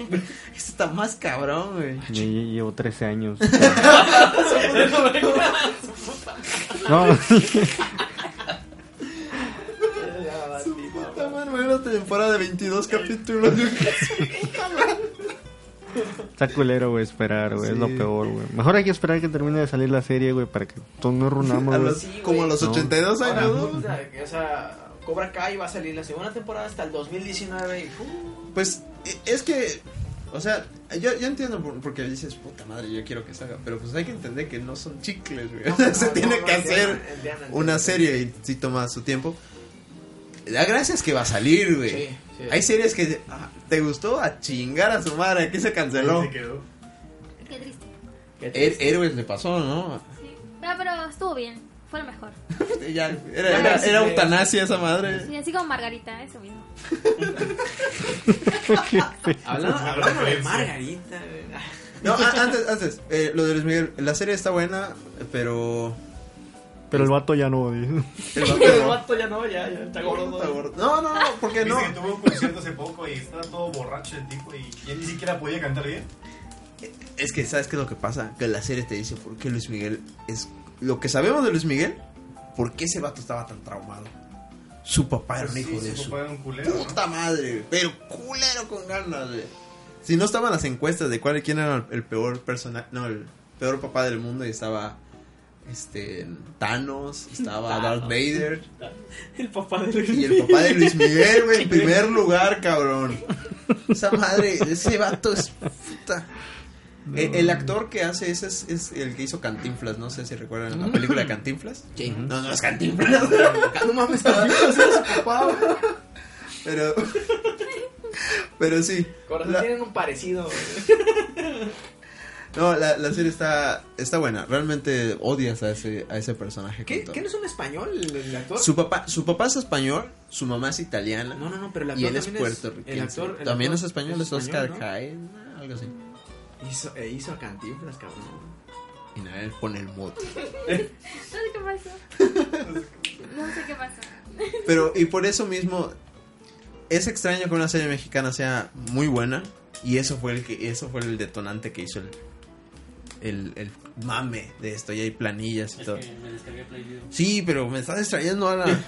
[SPEAKER 4] Este está más cabrón, güey.
[SPEAKER 2] Yo, yo llevo 13 años.
[SPEAKER 4] Puta madre, güey, una temporada de 22 capítulos.
[SPEAKER 2] No, está culero, güey, esperar, güey. Es lo
[SPEAKER 4] Sí.
[SPEAKER 2] peor, güey. Mejor hay que esperar que termine de salir la serie, güey, para que todos nos runamos,
[SPEAKER 4] A
[SPEAKER 2] güey.
[SPEAKER 4] los- como a los
[SPEAKER 2] No.
[SPEAKER 4] 82
[SPEAKER 1] Ahora,
[SPEAKER 4] años. ¿no?
[SPEAKER 1] puta, que, O sea, Cobra Kai va a salir la segunda temporada hasta el 2019 y uh, ¡pum!
[SPEAKER 4] Pues e- es que, o sea, yo, yo entiendo por- porque dices, puta madre, yo quiero que salga, pero pues hay que entender que no son chicles, güey. O sea, se
[SPEAKER 1] No,
[SPEAKER 4] tiene
[SPEAKER 1] no,
[SPEAKER 4] que
[SPEAKER 1] no,
[SPEAKER 4] hacer
[SPEAKER 1] entiendo, entiendo, entiendo.
[SPEAKER 4] una serie y sí toma su tiempo. La gracia es que va a salir, güey.
[SPEAKER 1] Sí, sí.
[SPEAKER 4] Hay series que ah, te gustó a chingar a su madre, aquí se canceló.
[SPEAKER 5] Se quedó.
[SPEAKER 6] Qué triste.
[SPEAKER 4] Her- Héroes le pasó, ¿no?
[SPEAKER 6] Sí. Ah, pero estuvo bien. Fue lo mejor.
[SPEAKER 4] Ya, era, era-
[SPEAKER 1] sí,
[SPEAKER 4] era
[SPEAKER 1] sí.
[SPEAKER 4] eutanasia esa madre.
[SPEAKER 6] Sí, así como Margarita, eso mismo.
[SPEAKER 1] Hablando, hablando de Margarita, güey.
[SPEAKER 4] No, a- antes, antes, eh, lo de Luis Miguel, la serie está buena, pero...
[SPEAKER 2] Pero el vato ya no, dice.
[SPEAKER 4] el vato-
[SPEAKER 1] El vato ya no, ya, ya está gordo.
[SPEAKER 4] Está gordo. No, no, no, porque no.
[SPEAKER 5] Dice que tuvo un concierto hace poco y estaba todo borracho el tipo y él ni siquiera podía cantar bien.
[SPEAKER 4] Es que, ¿sabes qué es lo que pasa? Que la serie te dice por qué Luis Miguel es... Lo que sabemos de Luis Miguel, por qué ese vato estaba tan traumado. Su papá era un hijo
[SPEAKER 5] Sí,
[SPEAKER 4] de
[SPEAKER 5] su
[SPEAKER 4] su
[SPEAKER 5] papá era un culero. ¿no?
[SPEAKER 4] puta madre, pero culero con ganas, güey. Si no estaban las encuestas de cuál, quién era el peor personaje, no, el peor papá del mundo y estaba... Este, Thanos, estaba Darth Vader
[SPEAKER 3] El papá de
[SPEAKER 4] y el papá de Luis Miguel, güey, en primer lugar, cabrón. Esa madre, ese vato es puta. E, El, el actor que hace ese es, es el que hizo Cantinflas, no sé si recuerdan la película de Cantinflas. No, no es Cantinflas. no mames, Cantinflas es papá. güey. Pero pero sí.
[SPEAKER 1] Corazón
[SPEAKER 4] La-
[SPEAKER 1] tienen un parecido. güey.
[SPEAKER 4] no, la, la serie está está buena. Realmente odias a ese a ese personaje.
[SPEAKER 1] ¿Qué,
[SPEAKER 4] con todo.
[SPEAKER 1] ¿Qué no es un español el, el actor?
[SPEAKER 4] Su papá su papá es español, su mamá es italiana.
[SPEAKER 1] No, no, no, pero el actor
[SPEAKER 4] Y él es
[SPEAKER 1] también
[SPEAKER 4] puertorriqueño.
[SPEAKER 1] El actor, el
[SPEAKER 4] También
[SPEAKER 1] actor
[SPEAKER 4] es español, es Oscar
[SPEAKER 1] español,
[SPEAKER 4] Jaena, algo así.
[SPEAKER 1] ¿no? Hizo, e hizo a Cantinflas, cabrón.
[SPEAKER 4] Y nada, él pone el mote.
[SPEAKER 6] No sé qué pasó. No sé qué pasó.
[SPEAKER 4] Pero, y por eso mismo, es extraño que una serie mexicana sea muy buena. Y eso fue el que, eso fue el detonante que hizo el, el, el mame de esto. Y hay planillas y
[SPEAKER 3] Es
[SPEAKER 4] todo.
[SPEAKER 3] que me descargué Play Video.
[SPEAKER 4] Sí, pero me está distrayendo ahora.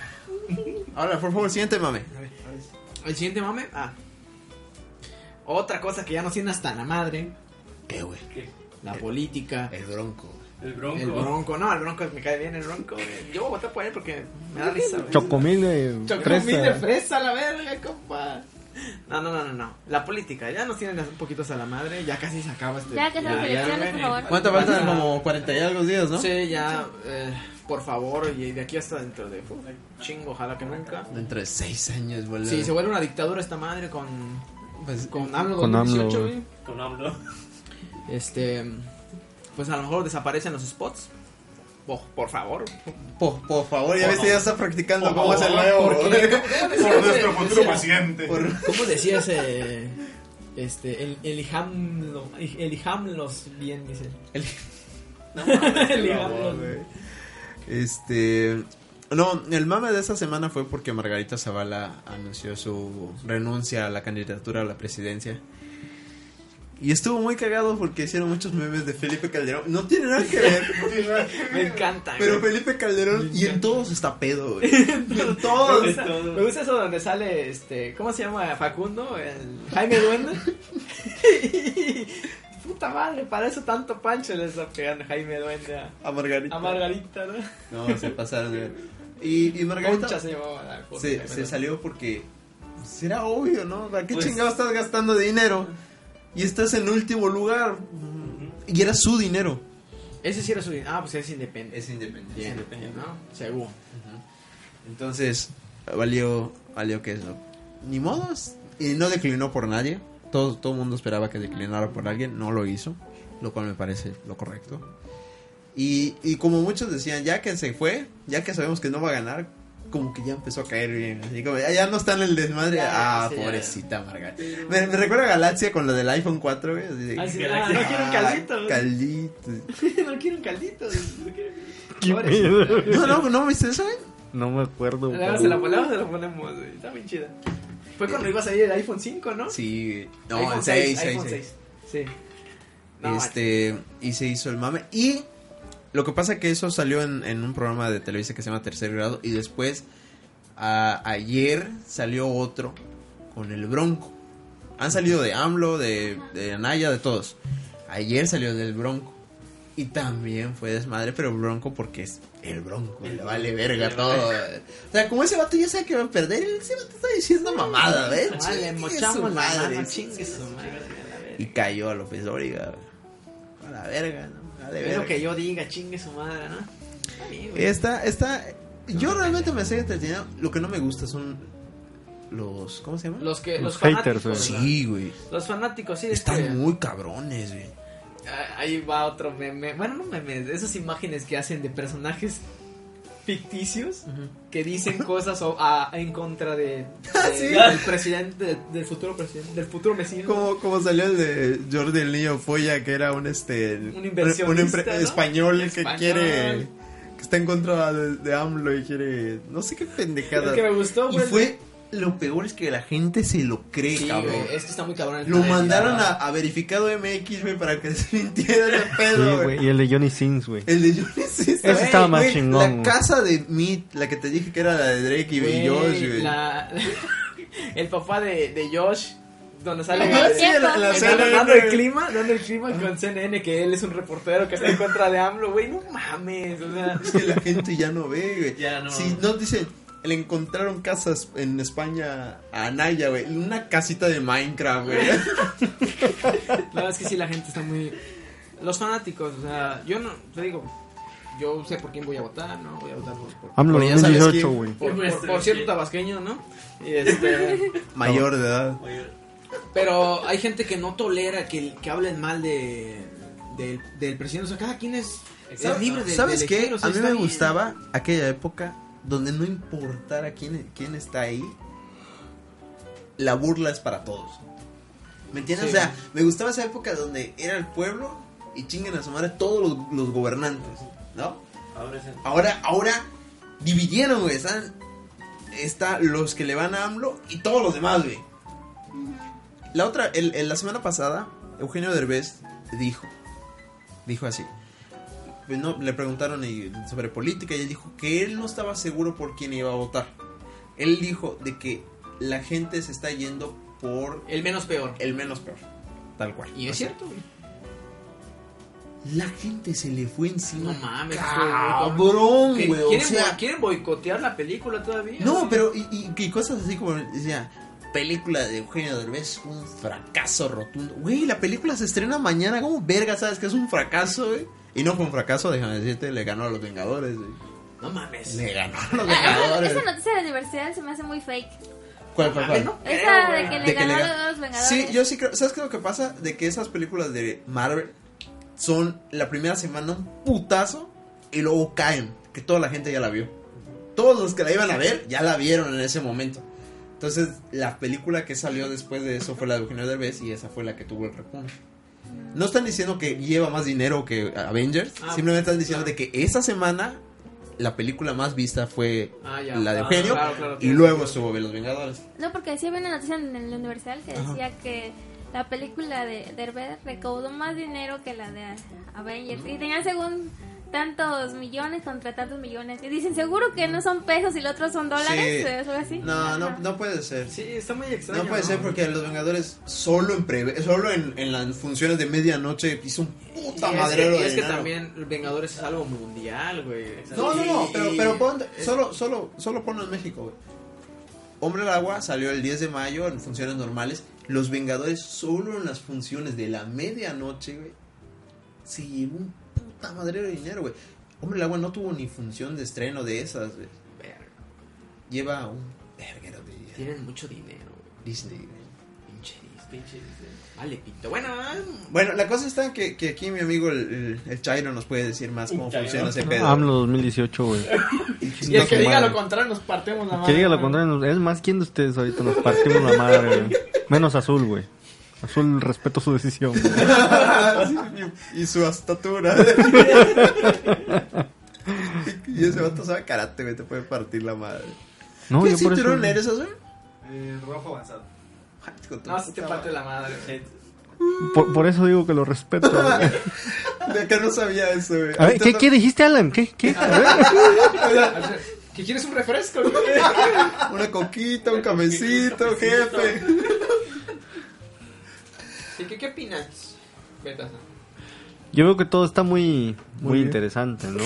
[SPEAKER 4] Ahora, por favor, siguiente mame.
[SPEAKER 1] El siguiente mame, ah. Otra cosa que ya nos tiene hasta la madre,
[SPEAKER 4] ¿Qué, güey?
[SPEAKER 1] la política.
[SPEAKER 4] El bronco. güey.
[SPEAKER 3] El bronco.
[SPEAKER 1] El bronco, no, el bronco me cae bien, el bronco. güey. Yo voy a votar por él porque me da risa. güey.
[SPEAKER 2] Chocomil de
[SPEAKER 1] Chocomil
[SPEAKER 2] fresa.
[SPEAKER 1] de fresa, la verga, compa. No, no, no, no, no. La política, ya nos tienen un poquito a la madre, ya casi se acaba este.
[SPEAKER 6] Ya que se las elecciones, por favor.
[SPEAKER 4] ¿Cuánto faltan? Como 40 y algo días, ¿no?
[SPEAKER 1] Sí, ya, eh, por favor, y de aquí hasta dentro de uf, chingo, ojalá que nunca.
[SPEAKER 4] Dentro de 6 años, boludo.
[SPEAKER 1] Sí, se vuelve una dictadura esta madre con
[SPEAKER 4] Pues,
[SPEAKER 1] con AMLO
[SPEAKER 2] Con AMLO,
[SPEAKER 1] 2018,
[SPEAKER 2] güey.
[SPEAKER 1] güey.
[SPEAKER 3] Con AMLO.
[SPEAKER 1] Este pues a lo mejor desaparecen los spots. Po- por favor.
[SPEAKER 4] Por, por favor, ya
[SPEAKER 1] Por
[SPEAKER 4] viste, ya está practicando
[SPEAKER 1] Por
[SPEAKER 4] cómo es el
[SPEAKER 1] favor,
[SPEAKER 4] nuevo.
[SPEAKER 1] porque-
[SPEAKER 4] güey.
[SPEAKER 5] Por nuestro futuro
[SPEAKER 1] Decía-
[SPEAKER 5] presidente.
[SPEAKER 4] Por-
[SPEAKER 1] ¿Cómo decía ese este el elijamlo, elijamlos bien dice?
[SPEAKER 4] El-
[SPEAKER 1] Elijamlos.
[SPEAKER 4] Este. No, el mame de esta semana fue porque Margarita Zavala anunció su renuncia a la candidatura a la presidencia. Y estuvo muy cagado porque hicieron muchos memes de Felipe Calderón. No tiene nada que ver,
[SPEAKER 1] Me encanta.
[SPEAKER 4] pero
[SPEAKER 1] güey.
[SPEAKER 4] Felipe Calderón y en todos está pedo, güey. En
[SPEAKER 1] me,
[SPEAKER 4] todos.
[SPEAKER 1] gusta, me gusta eso donde sale este, ¿cómo se llama? Facundo, el Jaime Duende. Puta madre, para eso tanto pancho le está pegando Jaime Duende a,
[SPEAKER 4] A Margarita.
[SPEAKER 1] a Margarita, ¿no?
[SPEAKER 4] No, se pasaron. de- Y, y Margarita.
[SPEAKER 1] Concha se llamaba la cosa.
[SPEAKER 4] se,
[SPEAKER 1] Jaime
[SPEAKER 4] se
[SPEAKER 1] Duende.
[SPEAKER 4] salió porque pues, era obvio, ¿no? ¿Para qué
[SPEAKER 3] Pues-
[SPEAKER 4] chingado estás gastando dinero? Y estás en último lugar. Y era su dinero.
[SPEAKER 1] Ese sí era su Ah, pues es independiente.
[SPEAKER 4] Es independiente.
[SPEAKER 1] Es independiente, ¿no? Según.
[SPEAKER 4] Entonces, valió, valió que eso. Ni modos. Y no declinó por nadie. todo, todo el mundo esperaba que declinara por alguien, no lo hizo, lo cual me parece lo correcto. Y, y como muchos decían, ya que se fue, ya que sabemos que no va a ganar, como que ya empezó a caer bien. Así como, "Ah, ya, ya no está en el desmadre.
[SPEAKER 3] Ya,
[SPEAKER 4] ah,
[SPEAKER 3] sí, ya.
[SPEAKER 4] pobrecita Margarita. Me, me recuerda a Galaxia con lo del iPhone 4, güey. así de-
[SPEAKER 3] Ah, sí, ah, no quiero un caldito.
[SPEAKER 4] Ah, caldito.
[SPEAKER 3] no quiero un caldito. no quiero-
[SPEAKER 4] No, no, no, ¿viste eso, güey?
[SPEAKER 2] No me acuerdo.
[SPEAKER 1] Luego se la ponemos, se la ponemos, güey. Está bien chida. Fue cuando iba a salir el iPhone 5, ¿no?
[SPEAKER 4] Sí, no,
[SPEAKER 1] iPhone
[SPEAKER 4] el 6,
[SPEAKER 1] iPhone
[SPEAKER 4] 6, 6.
[SPEAKER 1] Sí.
[SPEAKER 4] Ah,
[SPEAKER 1] No,
[SPEAKER 4] Este, y se hizo el mame. Y lo que pasa que eso salió en, en un programa de Televisa que se llama Tercer Grado. Y después, a- ayer salió otro con el Bronco. Han salido de AMLO, de, de Anaya, de todos. Ayer salió del Bronco. Y también fue desmadre, pero Bronco porque es el Bronco, le vale verga todo. O sea, como ese vato ya sabe que va a perder, él ese vato está diciendo mamada, ¿ves?
[SPEAKER 1] macho. Ah, le
[SPEAKER 4] Chingue su
[SPEAKER 1] mochamos la
[SPEAKER 4] madre,
[SPEAKER 1] mano,
[SPEAKER 4] chingue
[SPEAKER 1] chingue
[SPEAKER 4] su
[SPEAKER 1] su madre.
[SPEAKER 4] y cayó a López Dóriga. A la verga, ¿no? A la
[SPEAKER 1] Es
[SPEAKER 4] verga.
[SPEAKER 1] lo que yo diga, chingue su madre, ¿no? Está bien, güey.
[SPEAKER 4] Esta, esta. Yo realmente me estoy entretenido. Lo que no me gusta son. Los. ¿Cómo se llama?
[SPEAKER 1] Los que los,
[SPEAKER 2] Los haters,
[SPEAKER 1] fanáticos,
[SPEAKER 2] güey.
[SPEAKER 1] ¿verdad?
[SPEAKER 4] Sí, güey.
[SPEAKER 1] Los fanáticos, sí,
[SPEAKER 4] Están
[SPEAKER 1] este,
[SPEAKER 4] muy cabrones, güey.
[SPEAKER 1] ah, Ahí va otro meme. Bueno, no memes, de esas imágenes que hacen de personajes ficticios que dicen cosas o- a- en contra de, de-
[SPEAKER 4] Ah, sí.
[SPEAKER 1] del presidente, del, del futuro presidente, del futuro mesías.
[SPEAKER 4] Como, como salió el de Jordi el Niño Folla, que era un este.
[SPEAKER 1] Un inversionista, ¿no?
[SPEAKER 4] español que
[SPEAKER 1] Español.
[SPEAKER 4] quiere. Que está en contra de, de AMLO y quiere. No sé qué pendejada.
[SPEAKER 1] El que me gustó pues,
[SPEAKER 4] y
[SPEAKER 1] fue el
[SPEAKER 4] fue. Lo peor es que la gente se lo cree,
[SPEAKER 1] Sí,
[SPEAKER 4] cabrón.
[SPEAKER 1] güey, es que está muy cabrón. el
[SPEAKER 4] Lo
[SPEAKER 1] tema de
[SPEAKER 4] mandaron a,
[SPEAKER 1] la-
[SPEAKER 4] a verificado MX, güey, para que se mintiera el
[SPEAKER 2] Sí,
[SPEAKER 4] pedo, güey.
[SPEAKER 2] güey, Y el de Johnny Sins, güey.
[SPEAKER 4] El de Johnny Sins.
[SPEAKER 2] Ese estaba más
[SPEAKER 4] Güey,
[SPEAKER 2] chingón,
[SPEAKER 4] La
[SPEAKER 2] güey.
[SPEAKER 4] casa de Meat, la que te dije que era la de Drake
[SPEAKER 1] Güey,
[SPEAKER 4] y Bey Josh, güey. Ah,
[SPEAKER 1] la- el papá de, de Josh, donde sale.
[SPEAKER 6] Ah, sí,
[SPEAKER 4] en la, en la
[SPEAKER 6] Está
[SPEAKER 4] CNN,
[SPEAKER 1] dando el
[SPEAKER 4] güey.
[SPEAKER 1] clima, dando el clima con CNN, que él es un reportero que está en contra de AMLO, güey, no mames, o sea,
[SPEAKER 4] Es que la gente ya no ve, güey.
[SPEAKER 3] Ya no.
[SPEAKER 4] Si no dicen, le encontraron casas en España a Anaya, güey. Una casita de Minecraft, güey.
[SPEAKER 1] la verdad es que sí, la gente está muy... Los fanáticos, o sea, yo no, te digo, yo sé por quién voy a votar, ¿no? Voy a votar por, por,
[SPEAKER 2] AMLO
[SPEAKER 4] Pero ya sabes
[SPEAKER 2] 2018,
[SPEAKER 4] quién.
[SPEAKER 2] güey.
[SPEAKER 1] por- por- por cierto tabasqueño, ¿no? Y este,
[SPEAKER 4] Mayor de edad.
[SPEAKER 1] pero hay gente que no tolera que, que hablen mal de, del- del presidente, o sea, cada quien es, es libre de
[SPEAKER 4] ¿Sabes
[SPEAKER 1] de
[SPEAKER 4] qué?
[SPEAKER 1] elegir, o sea,
[SPEAKER 4] a mí
[SPEAKER 1] está
[SPEAKER 4] me
[SPEAKER 1] bien.
[SPEAKER 4] gustaba aquella época donde no importara quién, quién está ahí, la burla es para todos. ¿Me entiendes?
[SPEAKER 1] Sí.
[SPEAKER 4] O sea, me gustaba esa época donde era el pueblo y chingan a su madre todos los, los gobernantes, ¿no?
[SPEAKER 3] Ahora es el-
[SPEAKER 4] Ahora, ahora dividieron, güey. Están está los que le van a AMLO y todos los demás, güey. La otra, el- el- la semana pasada, Eugenio Derbez dijo, dijo así. pues, no, le preguntaron y- sobre política y él dijo que él no estaba seguro por quién iba a votar. Él dijo de que la gente se está yendo por
[SPEAKER 1] El menos peor.
[SPEAKER 4] el menos peor. Tal cual.
[SPEAKER 1] Y es
[SPEAKER 4] O sea,
[SPEAKER 1] cierto, güey.
[SPEAKER 4] La gente se le fue encima.
[SPEAKER 1] No mames,
[SPEAKER 4] Cabrón,
[SPEAKER 1] Que
[SPEAKER 4] güey. o
[SPEAKER 1] ¿Quieren,
[SPEAKER 4] sea,
[SPEAKER 1] bo- quieren boicotear la película todavía?
[SPEAKER 4] No, pero y, y- y cosas así como decía, película de Eugenio Derbez, un fracaso rotundo. Güey, la película se estrena mañana, ¿cómo verga sabes que es un fracaso, güey? Y no fue un fracaso, déjame decirte, le ganó a los Vengadores, güey.
[SPEAKER 1] No mames.
[SPEAKER 4] Le ganó a los
[SPEAKER 6] Ah,
[SPEAKER 4] Vengadores.
[SPEAKER 6] Esa noticia de la diversidad se me hace muy fake.
[SPEAKER 4] ¿Cuál, cuál, cuál?
[SPEAKER 1] No,
[SPEAKER 6] Esa de que
[SPEAKER 4] De
[SPEAKER 6] le
[SPEAKER 4] que
[SPEAKER 6] ganó
[SPEAKER 4] le
[SPEAKER 6] a
[SPEAKER 4] gan-
[SPEAKER 6] los Vengadores.
[SPEAKER 4] Sí, yo sí creo, ¿sabes qué es lo que pasa? De que esas películas de Marvel son la primera semana un putazo y luego caen, que toda la gente ya la vio. Todos los que la iban a ver ya la vieron en ese momento. Entonces, la película que salió después de eso fue la de Eugenio Derbez y esa fue la que tuvo el repunte. No están diciendo que lleva más dinero que Avengers,
[SPEAKER 1] Ah,
[SPEAKER 4] simplemente están diciendo
[SPEAKER 1] claro.
[SPEAKER 4] de que esa semana la película más vista fue
[SPEAKER 1] Ah, ya.
[SPEAKER 4] la de
[SPEAKER 1] Ah,
[SPEAKER 4] Eugenio
[SPEAKER 1] claro, claro,
[SPEAKER 4] y
[SPEAKER 1] claro.
[SPEAKER 4] luego estuvo Los Vengadores.
[SPEAKER 6] No, porque decía había una noticia en el Universal que
[SPEAKER 4] Ajá.
[SPEAKER 6] decía que la película de Derbez recaudó más dinero que la de Avengers. Y tenía según tantos millones contra tantos millones. Y dicen, seguro que no son pesos y los otros son dólares.
[SPEAKER 4] Sí.
[SPEAKER 6] o algo así.
[SPEAKER 4] No, no,
[SPEAKER 6] Ajá.
[SPEAKER 4] no puede ser.
[SPEAKER 1] Sí, está muy extraño.
[SPEAKER 4] No puede ser porque los Vengadores solo en preve- solo en, en las funciones de medianoche hizo un
[SPEAKER 1] Y
[SPEAKER 4] puta
[SPEAKER 1] es
[SPEAKER 4] madrero
[SPEAKER 1] que, y es
[SPEAKER 4] de
[SPEAKER 1] que
[SPEAKER 4] dinero.
[SPEAKER 1] también Vengadores es algo mundial, güey.
[SPEAKER 4] No, no, no,
[SPEAKER 1] Y-
[SPEAKER 4] pero, pero pon- solo, solo, solo ponlo en México, güey. Hombre al agua salió el 10 de mayo en funciones normales. Los Vengadores solo en las funciones de la medianoche, güey. Se llevó un puta madrero de dinero, güey. Hombre al agua no tuvo ni función de estreno de esas, güey.
[SPEAKER 1] Verga,
[SPEAKER 4] Lleva un verguero de dinero.
[SPEAKER 1] Tienen mucho dinero, güey.
[SPEAKER 4] Disney, güey.
[SPEAKER 1] Pinche Disney.
[SPEAKER 3] pinche.
[SPEAKER 1] Vale, pito. Bueno,
[SPEAKER 4] Bueno, la cosa está que, que aquí mi amigo el, el, el Chairo nos puede decir más cómo
[SPEAKER 3] Un Chairo.
[SPEAKER 4] funciona ese pedo.
[SPEAKER 2] AMLO 2018, güey.
[SPEAKER 1] y el que
[SPEAKER 4] No,
[SPEAKER 1] diga
[SPEAKER 4] madre.
[SPEAKER 1] lo contrario, nos partemos la mano.
[SPEAKER 2] Que diga lo contrario, es más, ¿quién de ustedes ahorita nos partimos la madre, güey? Menos Azul, güey. Azul, respeto su decisión. güey.
[SPEAKER 4] y su estatura. y ese vato sabe karate, güey, te puede partir la madre.
[SPEAKER 2] No,
[SPEAKER 4] ¿Qué
[SPEAKER 2] yo por eso...
[SPEAKER 4] cinturón eres, Azul?
[SPEAKER 5] Eh, rojo avanzado.
[SPEAKER 4] Con tu
[SPEAKER 1] No, si te
[SPEAKER 4] puta
[SPEAKER 1] parte la madre.
[SPEAKER 2] Por, por eso digo que lo respeto, güey.
[SPEAKER 4] madre. De acá no sabía eso, güey.
[SPEAKER 2] A ver,
[SPEAKER 4] Ahorita
[SPEAKER 2] ¿qué,
[SPEAKER 4] no- Ah.
[SPEAKER 2] ¿qué dijiste, Alan? ¿Qué? ¿Qué? A ver.
[SPEAKER 1] ¿Que quieres un refresco? güey?
[SPEAKER 4] Una coquita, un camecito, jefe.
[SPEAKER 1] Sí, ¿Qué, ¿Qué opinas? Betas.
[SPEAKER 2] Mm. Yo veo que todo está muy,
[SPEAKER 4] Muy
[SPEAKER 2] muy
[SPEAKER 4] bien.
[SPEAKER 2] interesante, ¿no?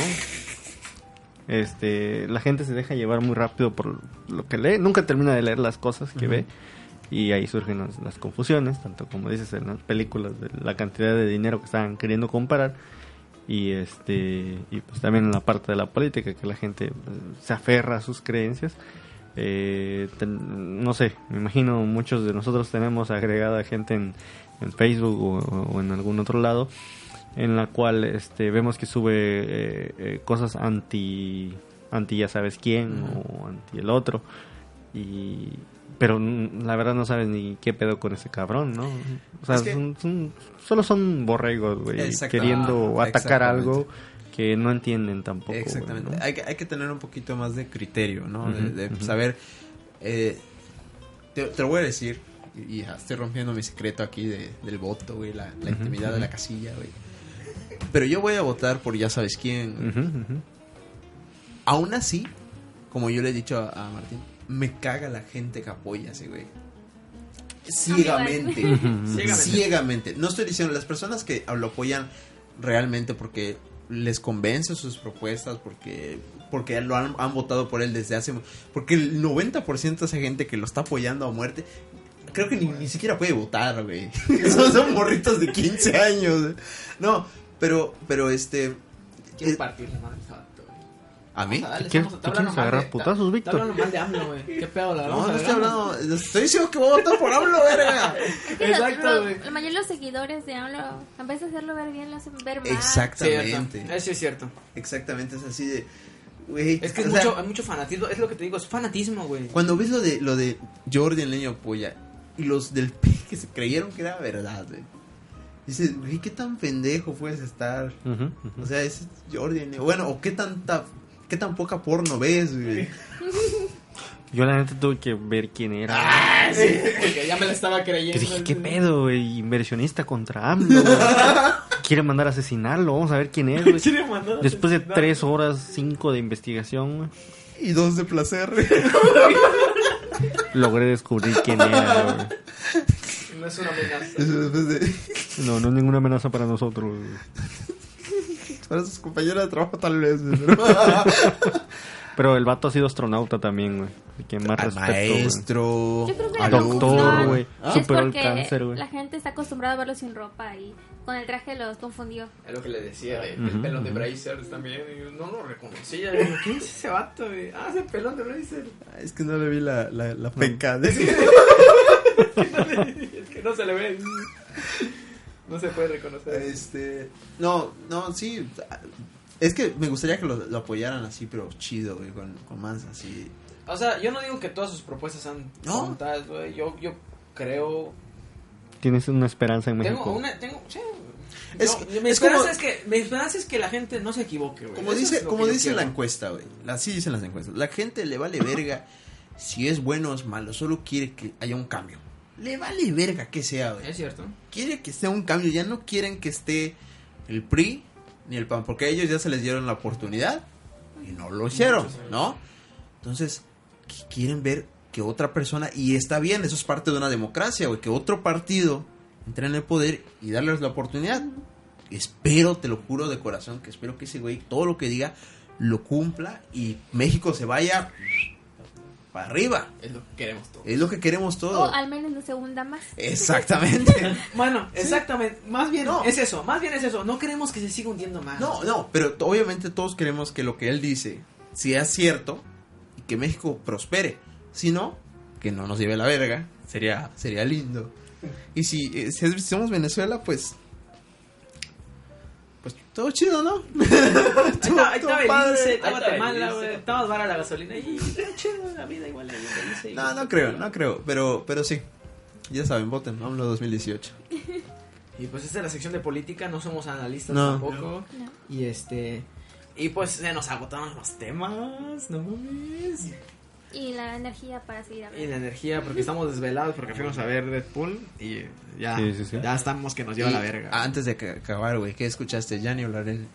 [SPEAKER 2] Este, la gente se deja llevar muy rápido por lo que lee, nunca termina de leer las cosas que ve y ahí surgen las, las confusiones, tanto como dices en las películas de la cantidad de dinero que estaban queriendo comparar y este y pues también en la parte de la política que la gente pues, se aferra a sus creencias. Eh, ten- no sé, me imagino muchos de nosotros tenemos agregada gente en, en Facebook o- o- o en algún otro lado en la cual este vemos que sube eh, eh, cosas anti anti ya sabes quién o anti el otro y pero mm, la verdad no sabes ni qué pedo con ese cabrón no o sea
[SPEAKER 4] Es que-
[SPEAKER 2] son- son- solo son borregos güey
[SPEAKER 4] Exacto.
[SPEAKER 2] eh, queriendo
[SPEAKER 4] Ah,
[SPEAKER 2] atacar
[SPEAKER 4] exactamente.
[SPEAKER 2] algo que no entienden tampoco güey,
[SPEAKER 4] Exactamente.
[SPEAKER 2] ¿no?
[SPEAKER 4] Hay, que, hay que tener un poquito más de criterio, ¿no?
[SPEAKER 2] Ujú,
[SPEAKER 4] de de
[SPEAKER 2] ujú.
[SPEAKER 4] saber. eh, te, te lo voy a decir, y ya estoy rompiendo mi secreto aquí de- del voto, güey, la, la intimidad de la casilla, güey. Pero yo voy a votar por ya sabes quién. güey.
[SPEAKER 2] Ujú, ujú.
[SPEAKER 4] Aún así, como yo le he dicho a, a Martín, me caga la gente que apoya a ese güey. Ciegamente. Ciegamente. Ciegamente. No estoy diciendo, las personas que lo apoyan realmente porque les convence sus propuestas, porque porque lo han, han votado por él desde hace... mu- Porque el 90% de esa gente que lo está apoyando a muerte, creo que ni, ni siquiera puede votar, güey. son, son morritos de 15 años. No, pero, pero este...
[SPEAKER 1] Quieres
[SPEAKER 4] eh,
[SPEAKER 1] partir la madre. exacto, güey.
[SPEAKER 4] ¿A mí?
[SPEAKER 1] O sea, dale,
[SPEAKER 2] ¿Tú quieres-
[SPEAKER 1] estamos-
[SPEAKER 2] tú
[SPEAKER 1] está hablando
[SPEAKER 2] quieres
[SPEAKER 1] mal
[SPEAKER 2] agarrar
[SPEAKER 1] de-
[SPEAKER 2] putazos,
[SPEAKER 1] está-
[SPEAKER 2] Víctor?
[SPEAKER 1] Está hablando mal de AMLO, güey. ¿Qué pedo? La
[SPEAKER 4] No,
[SPEAKER 1] vamos
[SPEAKER 4] no
[SPEAKER 1] a
[SPEAKER 4] estoy
[SPEAKER 1] hablar.
[SPEAKER 4] hablando. Estoy diciendo que voy a votar por AMLO, verga.
[SPEAKER 6] Es que los-
[SPEAKER 1] Exacto,
[SPEAKER 6] los-
[SPEAKER 1] güey.
[SPEAKER 6] la mayoría de los seguidores de AMLO, en vez de hacerlo ver bien, lo hacen ver mal.
[SPEAKER 4] Exactamente.
[SPEAKER 1] Cierto. Eso es cierto.
[SPEAKER 4] Exactamente, es así de. Güey.
[SPEAKER 1] Es que es
[SPEAKER 4] o sea,
[SPEAKER 1] mucho, hay mucho fanatismo. Es lo que te digo, es fanatismo, güey.
[SPEAKER 4] Cuando ves lo de, lo de Jordi en Leño Polla y los del P que se creyeron que era verdad, güey. Dices, güey, qué tan pendejo puedes estar.
[SPEAKER 2] Ujú,
[SPEAKER 4] O
[SPEAKER 2] ujú.
[SPEAKER 4] sea, es Jordi en Leño- Bueno, o qué tanta. Qué tan poca porno ves, güey.
[SPEAKER 2] yo la neta tuve que ver quién era
[SPEAKER 1] Ah,
[SPEAKER 4] Ah,
[SPEAKER 1] Porque ya me la estaba creyendo.
[SPEAKER 2] Que dije, ¿qué pedo, güey? Inversionista contra AMLO. güey. Quiere mandar a asesinarlo, vamos a ver quién es, güey. Después de tres horas, cinco de investigación, güey,
[SPEAKER 4] Y dos de placer.
[SPEAKER 2] logré descubrir quién era, güey.
[SPEAKER 1] No es una amenaza.
[SPEAKER 4] Después de.
[SPEAKER 2] No, no es ninguna amenaza para nosotros, güey.
[SPEAKER 4] Para sus compañeros de trabajo, tal vez. güey, pero-
[SPEAKER 2] Pero el vato ha sido astronauta también, güey. Así que más
[SPEAKER 4] Al
[SPEAKER 2] respeto, güey.
[SPEAKER 4] maestro.
[SPEAKER 6] Yo creo que
[SPEAKER 4] al Ah,
[SPEAKER 6] la
[SPEAKER 2] Doctor,
[SPEAKER 6] confusión
[SPEAKER 2] güey.
[SPEAKER 6] Es
[SPEAKER 2] Superó el
[SPEAKER 6] porque
[SPEAKER 2] cáncer, güey.
[SPEAKER 6] la gente está acostumbrada a verlo sin ropa y con el traje los confundió.
[SPEAKER 1] Es lo que le decía, de-
[SPEAKER 2] Ujú,
[SPEAKER 1] el pelón de
[SPEAKER 2] ujú.
[SPEAKER 1] Brazers también. y yo no lo reconocía. Yo, ¿Quién es ese vato, güey? Ah, es el pelón de Brazers.
[SPEAKER 4] Ah, Es que no le vi la, la, la peca.
[SPEAKER 1] Es que no se le ve. No se puede reconocer.
[SPEAKER 4] este, no, no, sí. Es que me gustaría que lo, lo apoyaran así, pero chido, güey, con, con más así.
[SPEAKER 1] O sea, yo no digo que todas sus propuestas sean
[SPEAKER 4] No.
[SPEAKER 1] tontas, güey. Yo, yo creo.
[SPEAKER 2] Tienes una esperanza en México.
[SPEAKER 1] Tengo una. Tengo, sí.
[SPEAKER 4] Es-
[SPEAKER 1] Yo- mi,
[SPEAKER 4] es
[SPEAKER 1] esperanza
[SPEAKER 4] como-
[SPEAKER 1] es que, mi esperanza es que la gente no se equivoque, güey.
[SPEAKER 4] Como
[SPEAKER 1] Pues Eso
[SPEAKER 4] dice,
[SPEAKER 1] es lo
[SPEAKER 4] como
[SPEAKER 1] que yo
[SPEAKER 4] dice la
[SPEAKER 1] quiero.
[SPEAKER 4] encuesta, güey. Así dicen las encuestas. La gente le vale verga si es bueno o es malo. Solo quiere que haya un cambio. Le vale verga que sea, güey.
[SPEAKER 1] Es cierto.
[SPEAKER 4] quiere que sea un cambio, ya no quieren que esté el PRI ni el PAN, porque a ellos ya se les dieron la oportunidad y no lo hicieron, ¿no? Entonces, qu- quieren ver que otra persona, y está bien, eso es parte de una democracia, güey, que otro partido entre en el poder y darles la oportunidad. Espero, te lo juro de corazón, que espero que ese güey todo lo que diga lo cumpla y México se vaya para arriba.
[SPEAKER 1] Es lo que queremos todos.
[SPEAKER 4] Es lo que queremos
[SPEAKER 6] O
[SPEAKER 4] todos.
[SPEAKER 6] Oh, al menos no se hunda más.
[SPEAKER 4] Eh, Exactamente.
[SPEAKER 1] Bueno, exactamente. Más bien
[SPEAKER 4] No.
[SPEAKER 1] es eso. Más bien es eso. No queremos que se siga hundiendo más.
[SPEAKER 4] No, no, pero t- obviamente todos queremos que lo que él dice sea cierto y que México prospere. Si no, que no nos lleve la verga. Sería, sería lindo. Y si, eh, si es- si somos Venezuela, pues. Pues todo chido, ¿no?
[SPEAKER 1] Ahí está, ahí
[SPEAKER 4] Todo
[SPEAKER 1] está Belice,
[SPEAKER 4] padre.
[SPEAKER 1] está
[SPEAKER 3] ahí está
[SPEAKER 1] Guatemala,
[SPEAKER 3] Belice.
[SPEAKER 1] güey. Está más barata la gasolina. Y está chido la vida igual. ahí en Belice.
[SPEAKER 4] No, no creo, no creo. Pero, pero sí. Ya saben, voten, AMLO 2018.
[SPEAKER 1] Y pues esta es la sección de política, no somos analistas
[SPEAKER 4] No.
[SPEAKER 1] tampoco. Y este. Y pues se nos agotaron los temas, no mames.
[SPEAKER 6] Y la energía para seguir
[SPEAKER 1] Y
[SPEAKER 6] hablando.
[SPEAKER 1] la energía, porque estamos desvelados, porque fuimos a ver Deadpool y ya,
[SPEAKER 2] Sí, sí, sí.
[SPEAKER 1] ya estamos que nos lleva
[SPEAKER 4] Y ah,
[SPEAKER 1] la verga.
[SPEAKER 4] Antes de que- acabar, güey, ¿qué escuchaste, Yanni o Laren?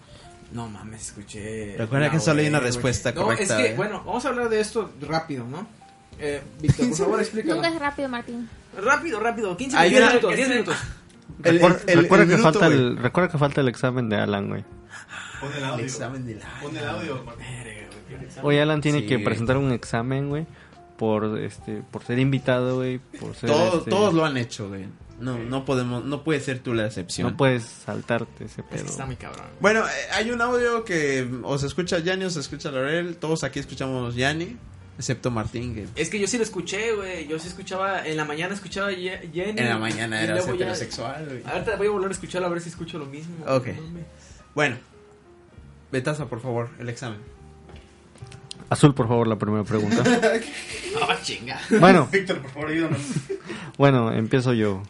[SPEAKER 1] No mames, escuché.
[SPEAKER 4] Recuerda
[SPEAKER 1] la
[SPEAKER 4] que solo hay una
[SPEAKER 1] web, güey.
[SPEAKER 4] respuesta
[SPEAKER 1] no,
[SPEAKER 4] correcta,
[SPEAKER 1] Es que,
[SPEAKER 4] ¿eh?
[SPEAKER 1] bueno, vamos a hablar de esto rápido, ¿no? Eh, Víctor, por favor, explícalo.
[SPEAKER 6] Nunca es rápido, Martín.
[SPEAKER 1] Rápido, rápido, 15
[SPEAKER 4] Hay una-
[SPEAKER 1] minutos, 10 minutos.
[SPEAKER 2] Recuerda, recuerda que
[SPEAKER 4] minuto,
[SPEAKER 2] falta
[SPEAKER 4] güey.
[SPEAKER 2] el, recuerda que falta el examen de Alan, güey.
[SPEAKER 5] Pon el
[SPEAKER 4] El
[SPEAKER 5] audio.
[SPEAKER 4] examen de la-
[SPEAKER 5] Pon el audio, Martín.
[SPEAKER 2] Hoy Alan tiene
[SPEAKER 4] Sí,
[SPEAKER 2] que
[SPEAKER 4] güey.
[SPEAKER 2] presentar un examen, güey, por este, por ser invitado, güey, por ser
[SPEAKER 4] Todos,
[SPEAKER 1] eh,
[SPEAKER 2] este,
[SPEAKER 4] todos lo han hecho, güey. No, no podemos, no puede ser tú la excepción.
[SPEAKER 2] No puedes saltarte ese
[SPEAKER 1] Es
[SPEAKER 2] pedo.
[SPEAKER 1] que está muy cabrón. güey.
[SPEAKER 4] Bueno, eh, hay un audio que o se escucha Yanni o se escucha Laurel. Todos aquí escuchamos Yanni, excepto Martín, que
[SPEAKER 1] Es que yo sí lo escuché, güey. Yo sí escuchaba, en la mañana escuchaba Ye- Jenny.
[SPEAKER 4] en la mañana
[SPEAKER 1] y
[SPEAKER 4] era
[SPEAKER 1] luego ya-
[SPEAKER 4] heterosexual. güey.
[SPEAKER 1] Ahorita voy a volver a escucharlo a ver si escucho lo mismo.
[SPEAKER 4] Ok.
[SPEAKER 1] No mames.
[SPEAKER 4] Bueno, Betasa, por favor, el examen.
[SPEAKER 2] Azul, por favor, la primera pregunta.
[SPEAKER 1] Ah, chinga.
[SPEAKER 2] bueno,
[SPEAKER 5] Víctor, por favor, ayúdanos.
[SPEAKER 2] bueno, empiezo yo.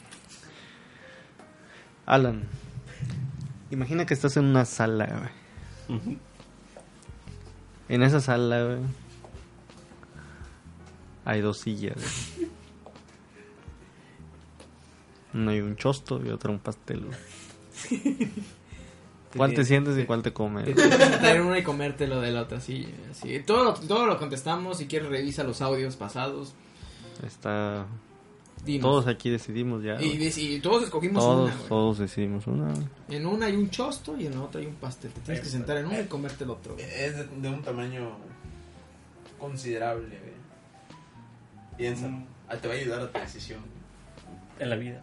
[SPEAKER 2] Alan, imagina que estás en una sala, güey. En esa sala, güey, hay dos sillas. güey. Una hay un chosto y otra un pastel. güey. ¿Cuál te sientes y cuál te comes? güey?
[SPEAKER 1] Tener una y comértelo de la otra, sí. sí. Todo, lo, todo lo contestamos. Si quieres, revisa los audios pasados.
[SPEAKER 2] Está.
[SPEAKER 1] Dinos.
[SPEAKER 2] Todos aquí decidimos ya.
[SPEAKER 1] y,
[SPEAKER 2] güey.
[SPEAKER 1] des- y todos escogimos
[SPEAKER 2] Todos,
[SPEAKER 1] una, güey.
[SPEAKER 2] todos decidimos una. güey.
[SPEAKER 1] En una hay un chosto y en la otra hay un pastel. Te tienes que sentar en una y comerte el otro. güey.
[SPEAKER 4] Es de, un tamaño considerable,
[SPEAKER 1] Mm.
[SPEAKER 4] Piénsalo. Te va a ayudar a tu decisión.
[SPEAKER 3] en la vida.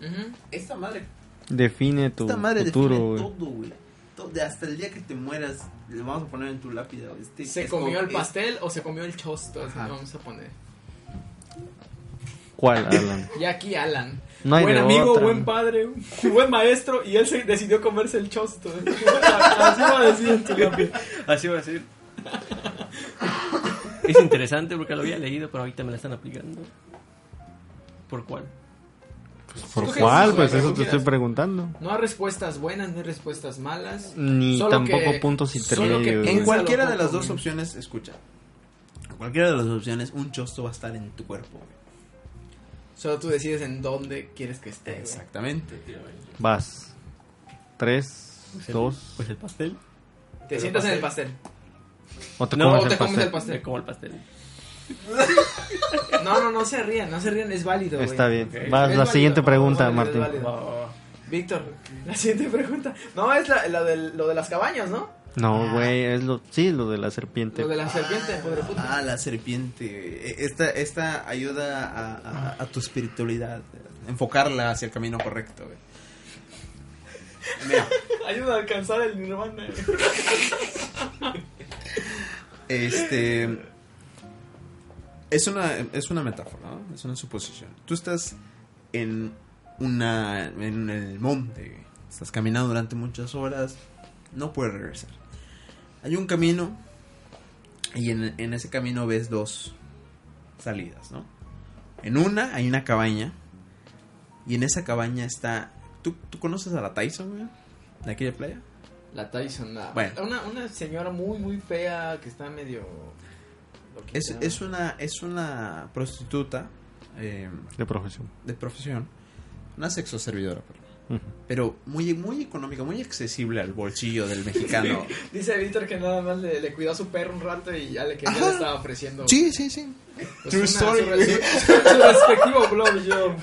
[SPEAKER 4] Eh,
[SPEAKER 1] Ujú.
[SPEAKER 4] Esta madre,
[SPEAKER 2] Define tu
[SPEAKER 4] esta madre
[SPEAKER 2] futuro,
[SPEAKER 4] define
[SPEAKER 2] güey.
[SPEAKER 4] todo, güey. To- de Hasta el día que te mueras, le vamos a poner en tu lápida. güey, este-
[SPEAKER 1] ¿Se
[SPEAKER 4] es
[SPEAKER 1] comió
[SPEAKER 4] como-
[SPEAKER 1] el
[SPEAKER 4] es-
[SPEAKER 1] pastel o se comió el chosto? Así
[SPEAKER 4] Ajá.
[SPEAKER 1] lo vamos a poner.
[SPEAKER 2] ¿Cuál, Alan?
[SPEAKER 1] Y aquí Alan.
[SPEAKER 2] No hay
[SPEAKER 1] buen
[SPEAKER 2] de
[SPEAKER 1] amigo,
[SPEAKER 2] otra.
[SPEAKER 1] buen padre, buen maestro. Y él se decidió comerse el chosto. Así va a decir en tu lápiz.
[SPEAKER 3] Así va a decir. Es interesante porque lo había leído, pero ahorita me la están aplicando. ¿Por cuál?
[SPEAKER 2] ¿Por
[SPEAKER 1] Escoge
[SPEAKER 2] cuál?
[SPEAKER 1] eso,
[SPEAKER 2] Pues
[SPEAKER 1] güey,
[SPEAKER 2] eso
[SPEAKER 1] lo
[SPEAKER 2] te
[SPEAKER 1] que
[SPEAKER 2] estoy
[SPEAKER 1] quieras.
[SPEAKER 2] preguntando.
[SPEAKER 1] No hay respuestas buenas, no hay respuestas malas.
[SPEAKER 2] Ni
[SPEAKER 1] Solo
[SPEAKER 2] tampoco
[SPEAKER 1] que-
[SPEAKER 2] puntos
[SPEAKER 1] solo que
[SPEAKER 2] intermedios.
[SPEAKER 4] En
[SPEAKER 1] piensa
[SPEAKER 2] güey.
[SPEAKER 4] cualquiera
[SPEAKER 1] lo
[SPEAKER 4] de las
[SPEAKER 1] poco,
[SPEAKER 4] dos
[SPEAKER 1] güey.
[SPEAKER 4] opciones, escucha. En cualquiera de las dos opciones, un chosto va a estar en tu cuerpo. güey.
[SPEAKER 1] Solo tú decides en dónde quieres que esté. güey.
[SPEAKER 4] Exactamente.
[SPEAKER 2] Vas. Tres, dos.
[SPEAKER 3] Pues el pastel.
[SPEAKER 1] Te sientas en el pastel.
[SPEAKER 2] O te
[SPEAKER 3] No,
[SPEAKER 2] comes
[SPEAKER 1] o
[SPEAKER 2] el
[SPEAKER 1] te comes
[SPEAKER 2] pastel.
[SPEAKER 1] el pastel.
[SPEAKER 3] Como el pastel.
[SPEAKER 1] No, no, no se rían, no se rían, es válido. güey.
[SPEAKER 2] Está bien.
[SPEAKER 3] Ok.
[SPEAKER 2] Vas,
[SPEAKER 1] Es
[SPEAKER 2] la
[SPEAKER 1] válido,
[SPEAKER 2] siguiente
[SPEAKER 1] es
[SPEAKER 2] pregunta,
[SPEAKER 1] válido, es
[SPEAKER 2] Martín.
[SPEAKER 1] válido. Víctor, la siguiente pregunta. No, es la, la del- lo de las cabañas, ¿no?
[SPEAKER 2] No, güey, es lo, sí, lo de la serpiente.
[SPEAKER 1] Ah. Lo de la serpiente, podre puta.
[SPEAKER 4] Ah, la serpiente. güey. Esta, esta ayuda a, a- a tu espiritualidad. Enfocarla hacia el camino correcto. güey. Mira,
[SPEAKER 1] Ayuda a alcanzar el nirvana.
[SPEAKER 4] este. Es una, es una metáfora, ¿no? es una suposición. Tú estás en, una, en el monte, güey. estás caminando durante muchas horas, no puedes regresar. Hay un camino y en, en ese camino ves dos salidas, ¿no? En una hay una cabaña y en esa cabaña está... ¿Tú, tú conoces a la Tyson, güey? ¿De aquella playa?
[SPEAKER 1] La Tyson, nada.
[SPEAKER 4] Bueno.
[SPEAKER 1] Una, una señora muy, muy fea que está medio. loquita.
[SPEAKER 4] Es, es, una, es una prostituta eh,
[SPEAKER 2] De profesión.
[SPEAKER 4] de profesión, una sexoservidora, perdón.
[SPEAKER 2] Ujú.
[SPEAKER 4] Pero muy, muy económica, muy accesible al bolsillo del mexicano.
[SPEAKER 1] Dice Víctor que nada más le, le cuidó a su perro un rato y ya le, que ya le estaba ofreciendo.
[SPEAKER 4] Sí, sí, sí.
[SPEAKER 1] pues,
[SPEAKER 4] True
[SPEAKER 1] una-
[SPEAKER 4] story.
[SPEAKER 1] Su, res- su respectivo blowjob.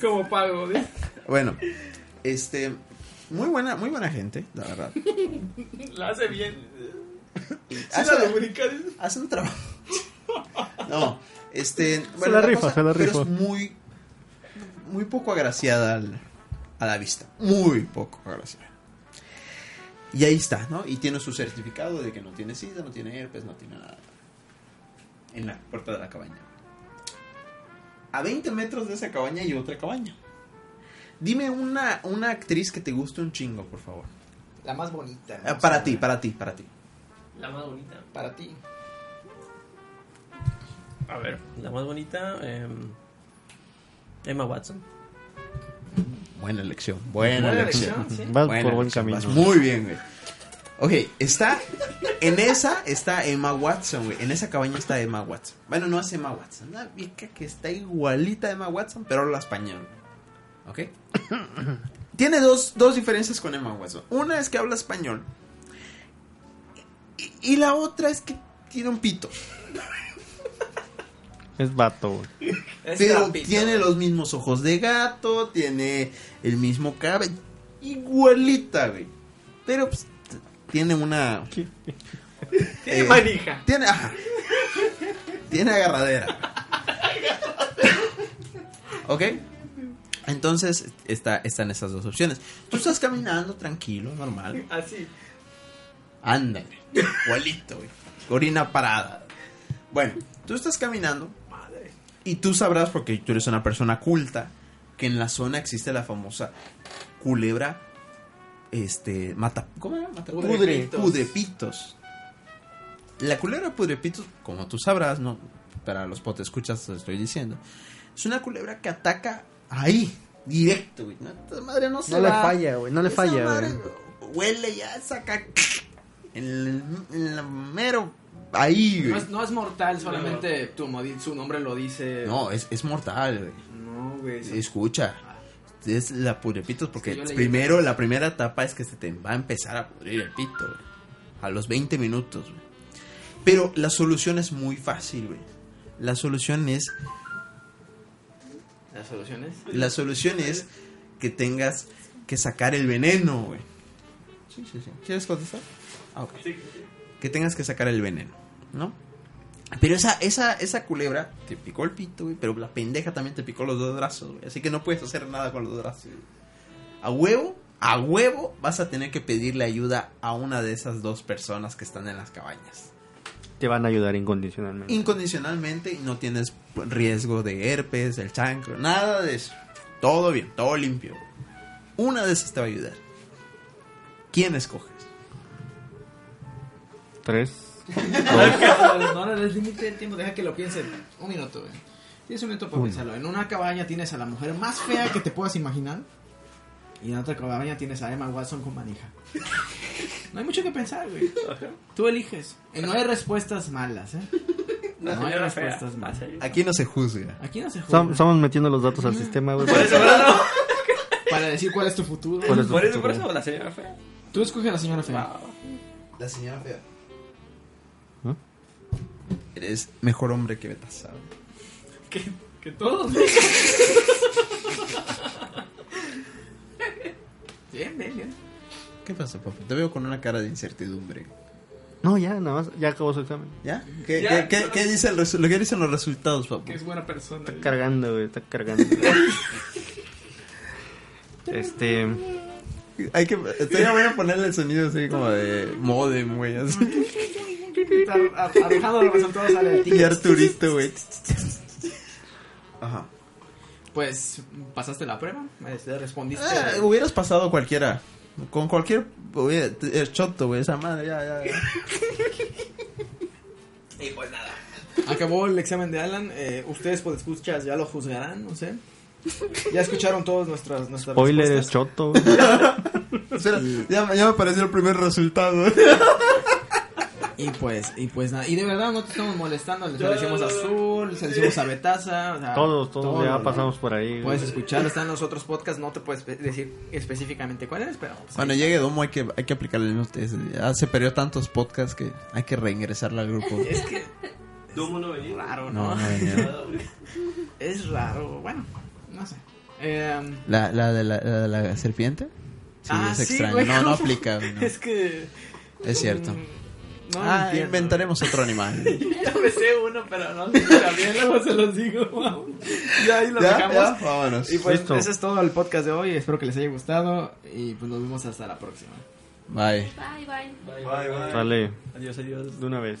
[SPEAKER 1] Como pago, ¿ves?
[SPEAKER 4] Bueno, este, muy buena, muy buena gente, la verdad.
[SPEAKER 1] La hace bien. Sí,
[SPEAKER 4] Hace,
[SPEAKER 1] la lubrica, dice.
[SPEAKER 4] hace un trabajo. No, este,
[SPEAKER 2] la
[SPEAKER 4] la
[SPEAKER 2] rifa,
[SPEAKER 4] cosa-
[SPEAKER 2] se la
[SPEAKER 4] pero
[SPEAKER 2] rifa.
[SPEAKER 4] es muy, muy poco agraciada al- a la vista, muy poco agraciada. Y ahí está, ¿no? Y tiene su certificado de que no tiene sida, no tiene herpes, no tiene nada. En la puerta de la cabaña. a 20 metros de esa cabaña hay otra cabaña. Dime una, una actriz que te guste un chingo, por favor.
[SPEAKER 1] La más bonita.
[SPEAKER 4] Ah,
[SPEAKER 1] ¿no?
[SPEAKER 4] para ti, para ti, para ti.
[SPEAKER 3] La más bonita.
[SPEAKER 1] Para ti.
[SPEAKER 3] A ver. La más bonita, em, Emma Watson.
[SPEAKER 4] Buena elección, buena,
[SPEAKER 1] Buena
[SPEAKER 4] elección.
[SPEAKER 1] elección, sí. pues
[SPEAKER 2] Vas
[SPEAKER 4] Buena
[SPEAKER 2] por buen
[SPEAKER 4] elección,
[SPEAKER 2] camino.
[SPEAKER 4] vas muy bien, güey. Ok, está. En esa está Emma Watson, güey. En esa cabaña está Emma Watson. Bueno, no es Emma Watson. Una vieja que está igualita a Emma Watson, pero habla español. ¿Ok? Tiene dos, dos diferencias con Emma Watson. Una es que habla español. Y- y la otra es que tiene un pito.
[SPEAKER 2] Es vato, güey.
[SPEAKER 1] Es
[SPEAKER 4] Pero
[SPEAKER 1] trampito.
[SPEAKER 4] tiene los mismos ojos de gato, tiene el mismo cabello. Igualita, güey. Pero pues, t- tiene una.
[SPEAKER 1] Tiene
[SPEAKER 4] eh,
[SPEAKER 1] manija.
[SPEAKER 4] Tiene. ajá. tiene agarradera. ¿Ok? Entonces está, están esas dos opciones. Tú estás caminando tranquilo, normal.
[SPEAKER 1] Así.
[SPEAKER 4] Ándale. Igualito, güey. Orina parada. Bueno, tú estás caminando. Y tú sabrás, porque tú eres una persona culta, que en la zona existe la famosa culebra. Este. Mata. ¿Cómo era? Mata- pudre-
[SPEAKER 1] Pudrepitos.
[SPEAKER 4] Pudrepitos. La culebra pudrepitos, como tú sabrás, no. Para los potes escuchas, te estoy diciendo. Es una culebra que ataca ahí, directo, güey. No, esta madre no se
[SPEAKER 2] No le
[SPEAKER 4] va.
[SPEAKER 2] falla, güey, no le
[SPEAKER 4] Esa
[SPEAKER 2] falla,
[SPEAKER 4] madre
[SPEAKER 2] güey.
[SPEAKER 4] Huele ya, saca. En el, en la mero. Ahí,
[SPEAKER 1] No
[SPEAKER 4] güey.
[SPEAKER 1] es, no es mortal, solamente tu modi- su nombre lo dice.
[SPEAKER 4] No, es, es mortal, güey.
[SPEAKER 1] No, güey. eso-
[SPEAKER 4] Escucha. Es la pudrepitos porque
[SPEAKER 1] Es que yo leí-
[SPEAKER 4] primero, la primera etapa es que se te va a empezar a pudrir el pito, güey. A los 20 minutos, güey. Pero la solución es muy fácil, güey. La solución es.
[SPEAKER 1] ¿Las soluciones?
[SPEAKER 4] La solución es que tengas que sacar el veneno, güey. Sí, sí, sí. ¿Quieres contestar? Ah, ok. Que tengas que sacar el veneno, ¿no? Pero esa, esa, esa culebra te picó el pito, güey. Pero la pendeja también te picó los dos brazos, güey. Así que no puedes hacer nada con los dos brazos. A huevo, a huevo vas a tener que pedirle ayuda a una de esas dos personas que están en las cabañas.
[SPEAKER 2] Te van a ayudar incondicionalmente.
[SPEAKER 4] Incondicionalmente y no tienes riesgo de herpes, el chancro, nada de eso. Todo bien, todo limpio. Una de esas te va a ayudar. ¿Quién escoges?
[SPEAKER 2] Tres.
[SPEAKER 1] no no les límite el tiempo, deja que lo piensen. Un minuto, güey. Tienes un minuto para pensarlo. En una cabaña tienes a la mujer más fea que te puedas imaginar. Y en otra cabaña tienes a Emma Watson con manija. No hay mucho que pensar, güey. Tú eliges. Y no hay respuestas malas, ¿eh? No hay
[SPEAKER 3] señora fea.
[SPEAKER 1] respuestas malas.
[SPEAKER 4] Aquí no se juzga.
[SPEAKER 1] Aquí no se juega.
[SPEAKER 2] Estamos, estamos metiendo los datos al sistema, güey.
[SPEAKER 1] Pues-
[SPEAKER 3] Por eso, por eso,
[SPEAKER 1] Para decir cuál es tu futuro.
[SPEAKER 2] Por eso.
[SPEAKER 3] por eso, por eso, la señora fea.
[SPEAKER 1] Tú escoges a la señora fea.
[SPEAKER 4] La señora fea. ¿Ah?
[SPEAKER 2] ¿Eh?
[SPEAKER 4] Eres mejor hombre que Betasab.
[SPEAKER 1] Que todos. bien, bien, bien.
[SPEAKER 4] ¿Qué pasa, papi? Te veo con una cara de incertidumbre.
[SPEAKER 2] No, ya, nada más. Ya acabó su examen.
[SPEAKER 4] ¿Ya? ¿Qué,
[SPEAKER 5] Ya,
[SPEAKER 4] qué- qué-
[SPEAKER 5] no.
[SPEAKER 4] qué dice el resu- lo que dicen los resultados, papu?
[SPEAKER 5] Que es buena persona.
[SPEAKER 2] Está cargando, güey. Está cargando. este.
[SPEAKER 4] Hay que, estaría bueno ponerle el sonido así como de modem, güey. Así.
[SPEAKER 1] Arrojando los resultados al el
[SPEAKER 4] Y Arturito, güey. Ajá.
[SPEAKER 1] Pues pasaste la prueba, este, respondiste.
[SPEAKER 4] Ah, hubieras pasado cualquiera. Con cualquier. Güey, el choto, güey. Esa madre, ya, ya. ya.
[SPEAKER 1] Acabó el examen de Alan. eh, ustedes por escuchas ya lo juzgarán, no sé. Ya escucharon todos nuestras nuestras
[SPEAKER 2] Spoiler es
[SPEAKER 1] respuestas.
[SPEAKER 2] choto, güey.
[SPEAKER 4] Espera, ya, me- ya me apareció el primer resultado.
[SPEAKER 1] Y pues y pues nada, y de verdad no te estamos molestando, les decimos azul, les decimos a Betasa, o sea,
[SPEAKER 2] Todos, todos
[SPEAKER 1] todo,
[SPEAKER 2] ya
[SPEAKER 1] ¿no?
[SPEAKER 2] pasamos por ahí. güey.
[SPEAKER 1] Puedes escuchar, están los otros podcasts, no te puedes pe- decir específicamente cuáles, pero pues,
[SPEAKER 4] Cuando llegue Domo hay que, hay que aplicarle el mismo test. Ya se perdió tantos podcasts que hay que reingresarla al grupo.
[SPEAKER 3] Domo no venía.
[SPEAKER 1] raro,
[SPEAKER 4] No,
[SPEAKER 1] ¿no?
[SPEAKER 4] no venía.
[SPEAKER 1] Es raro, bueno, no sé. Em,
[SPEAKER 4] ¿La, la de la, la de la serpiente? Sí,
[SPEAKER 1] ah,
[SPEAKER 4] es
[SPEAKER 1] sí,
[SPEAKER 4] extraño.
[SPEAKER 1] güey,
[SPEAKER 4] no, no
[SPEAKER 1] ¿cómo?
[SPEAKER 4] aplica. güey, no.
[SPEAKER 1] Es que
[SPEAKER 4] Es cierto.
[SPEAKER 1] mm, No
[SPEAKER 4] ah,
[SPEAKER 1] entiendo.
[SPEAKER 4] inventaremos otro animal.
[SPEAKER 1] Ya me sé uno, pero no sé si también luego se los digo. ya ahí lo
[SPEAKER 4] ¿Ya?
[SPEAKER 1] dejamos.
[SPEAKER 4] ¿Ya? Vámonos.
[SPEAKER 1] Y pues
[SPEAKER 2] Listo.
[SPEAKER 1] ese es todo el podcast de hoy. Espero que les haya gustado y pues nos vemos hasta la próxima.
[SPEAKER 4] Bye.
[SPEAKER 6] Bye, bye.
[SPEAKER 3] Bye,
[SPEAKER 7] Bye, bye.
[SPEAKER 2] Sale
[SPEAKER 3] Adiós, adiós.
[SPEAKER 2] de una vez.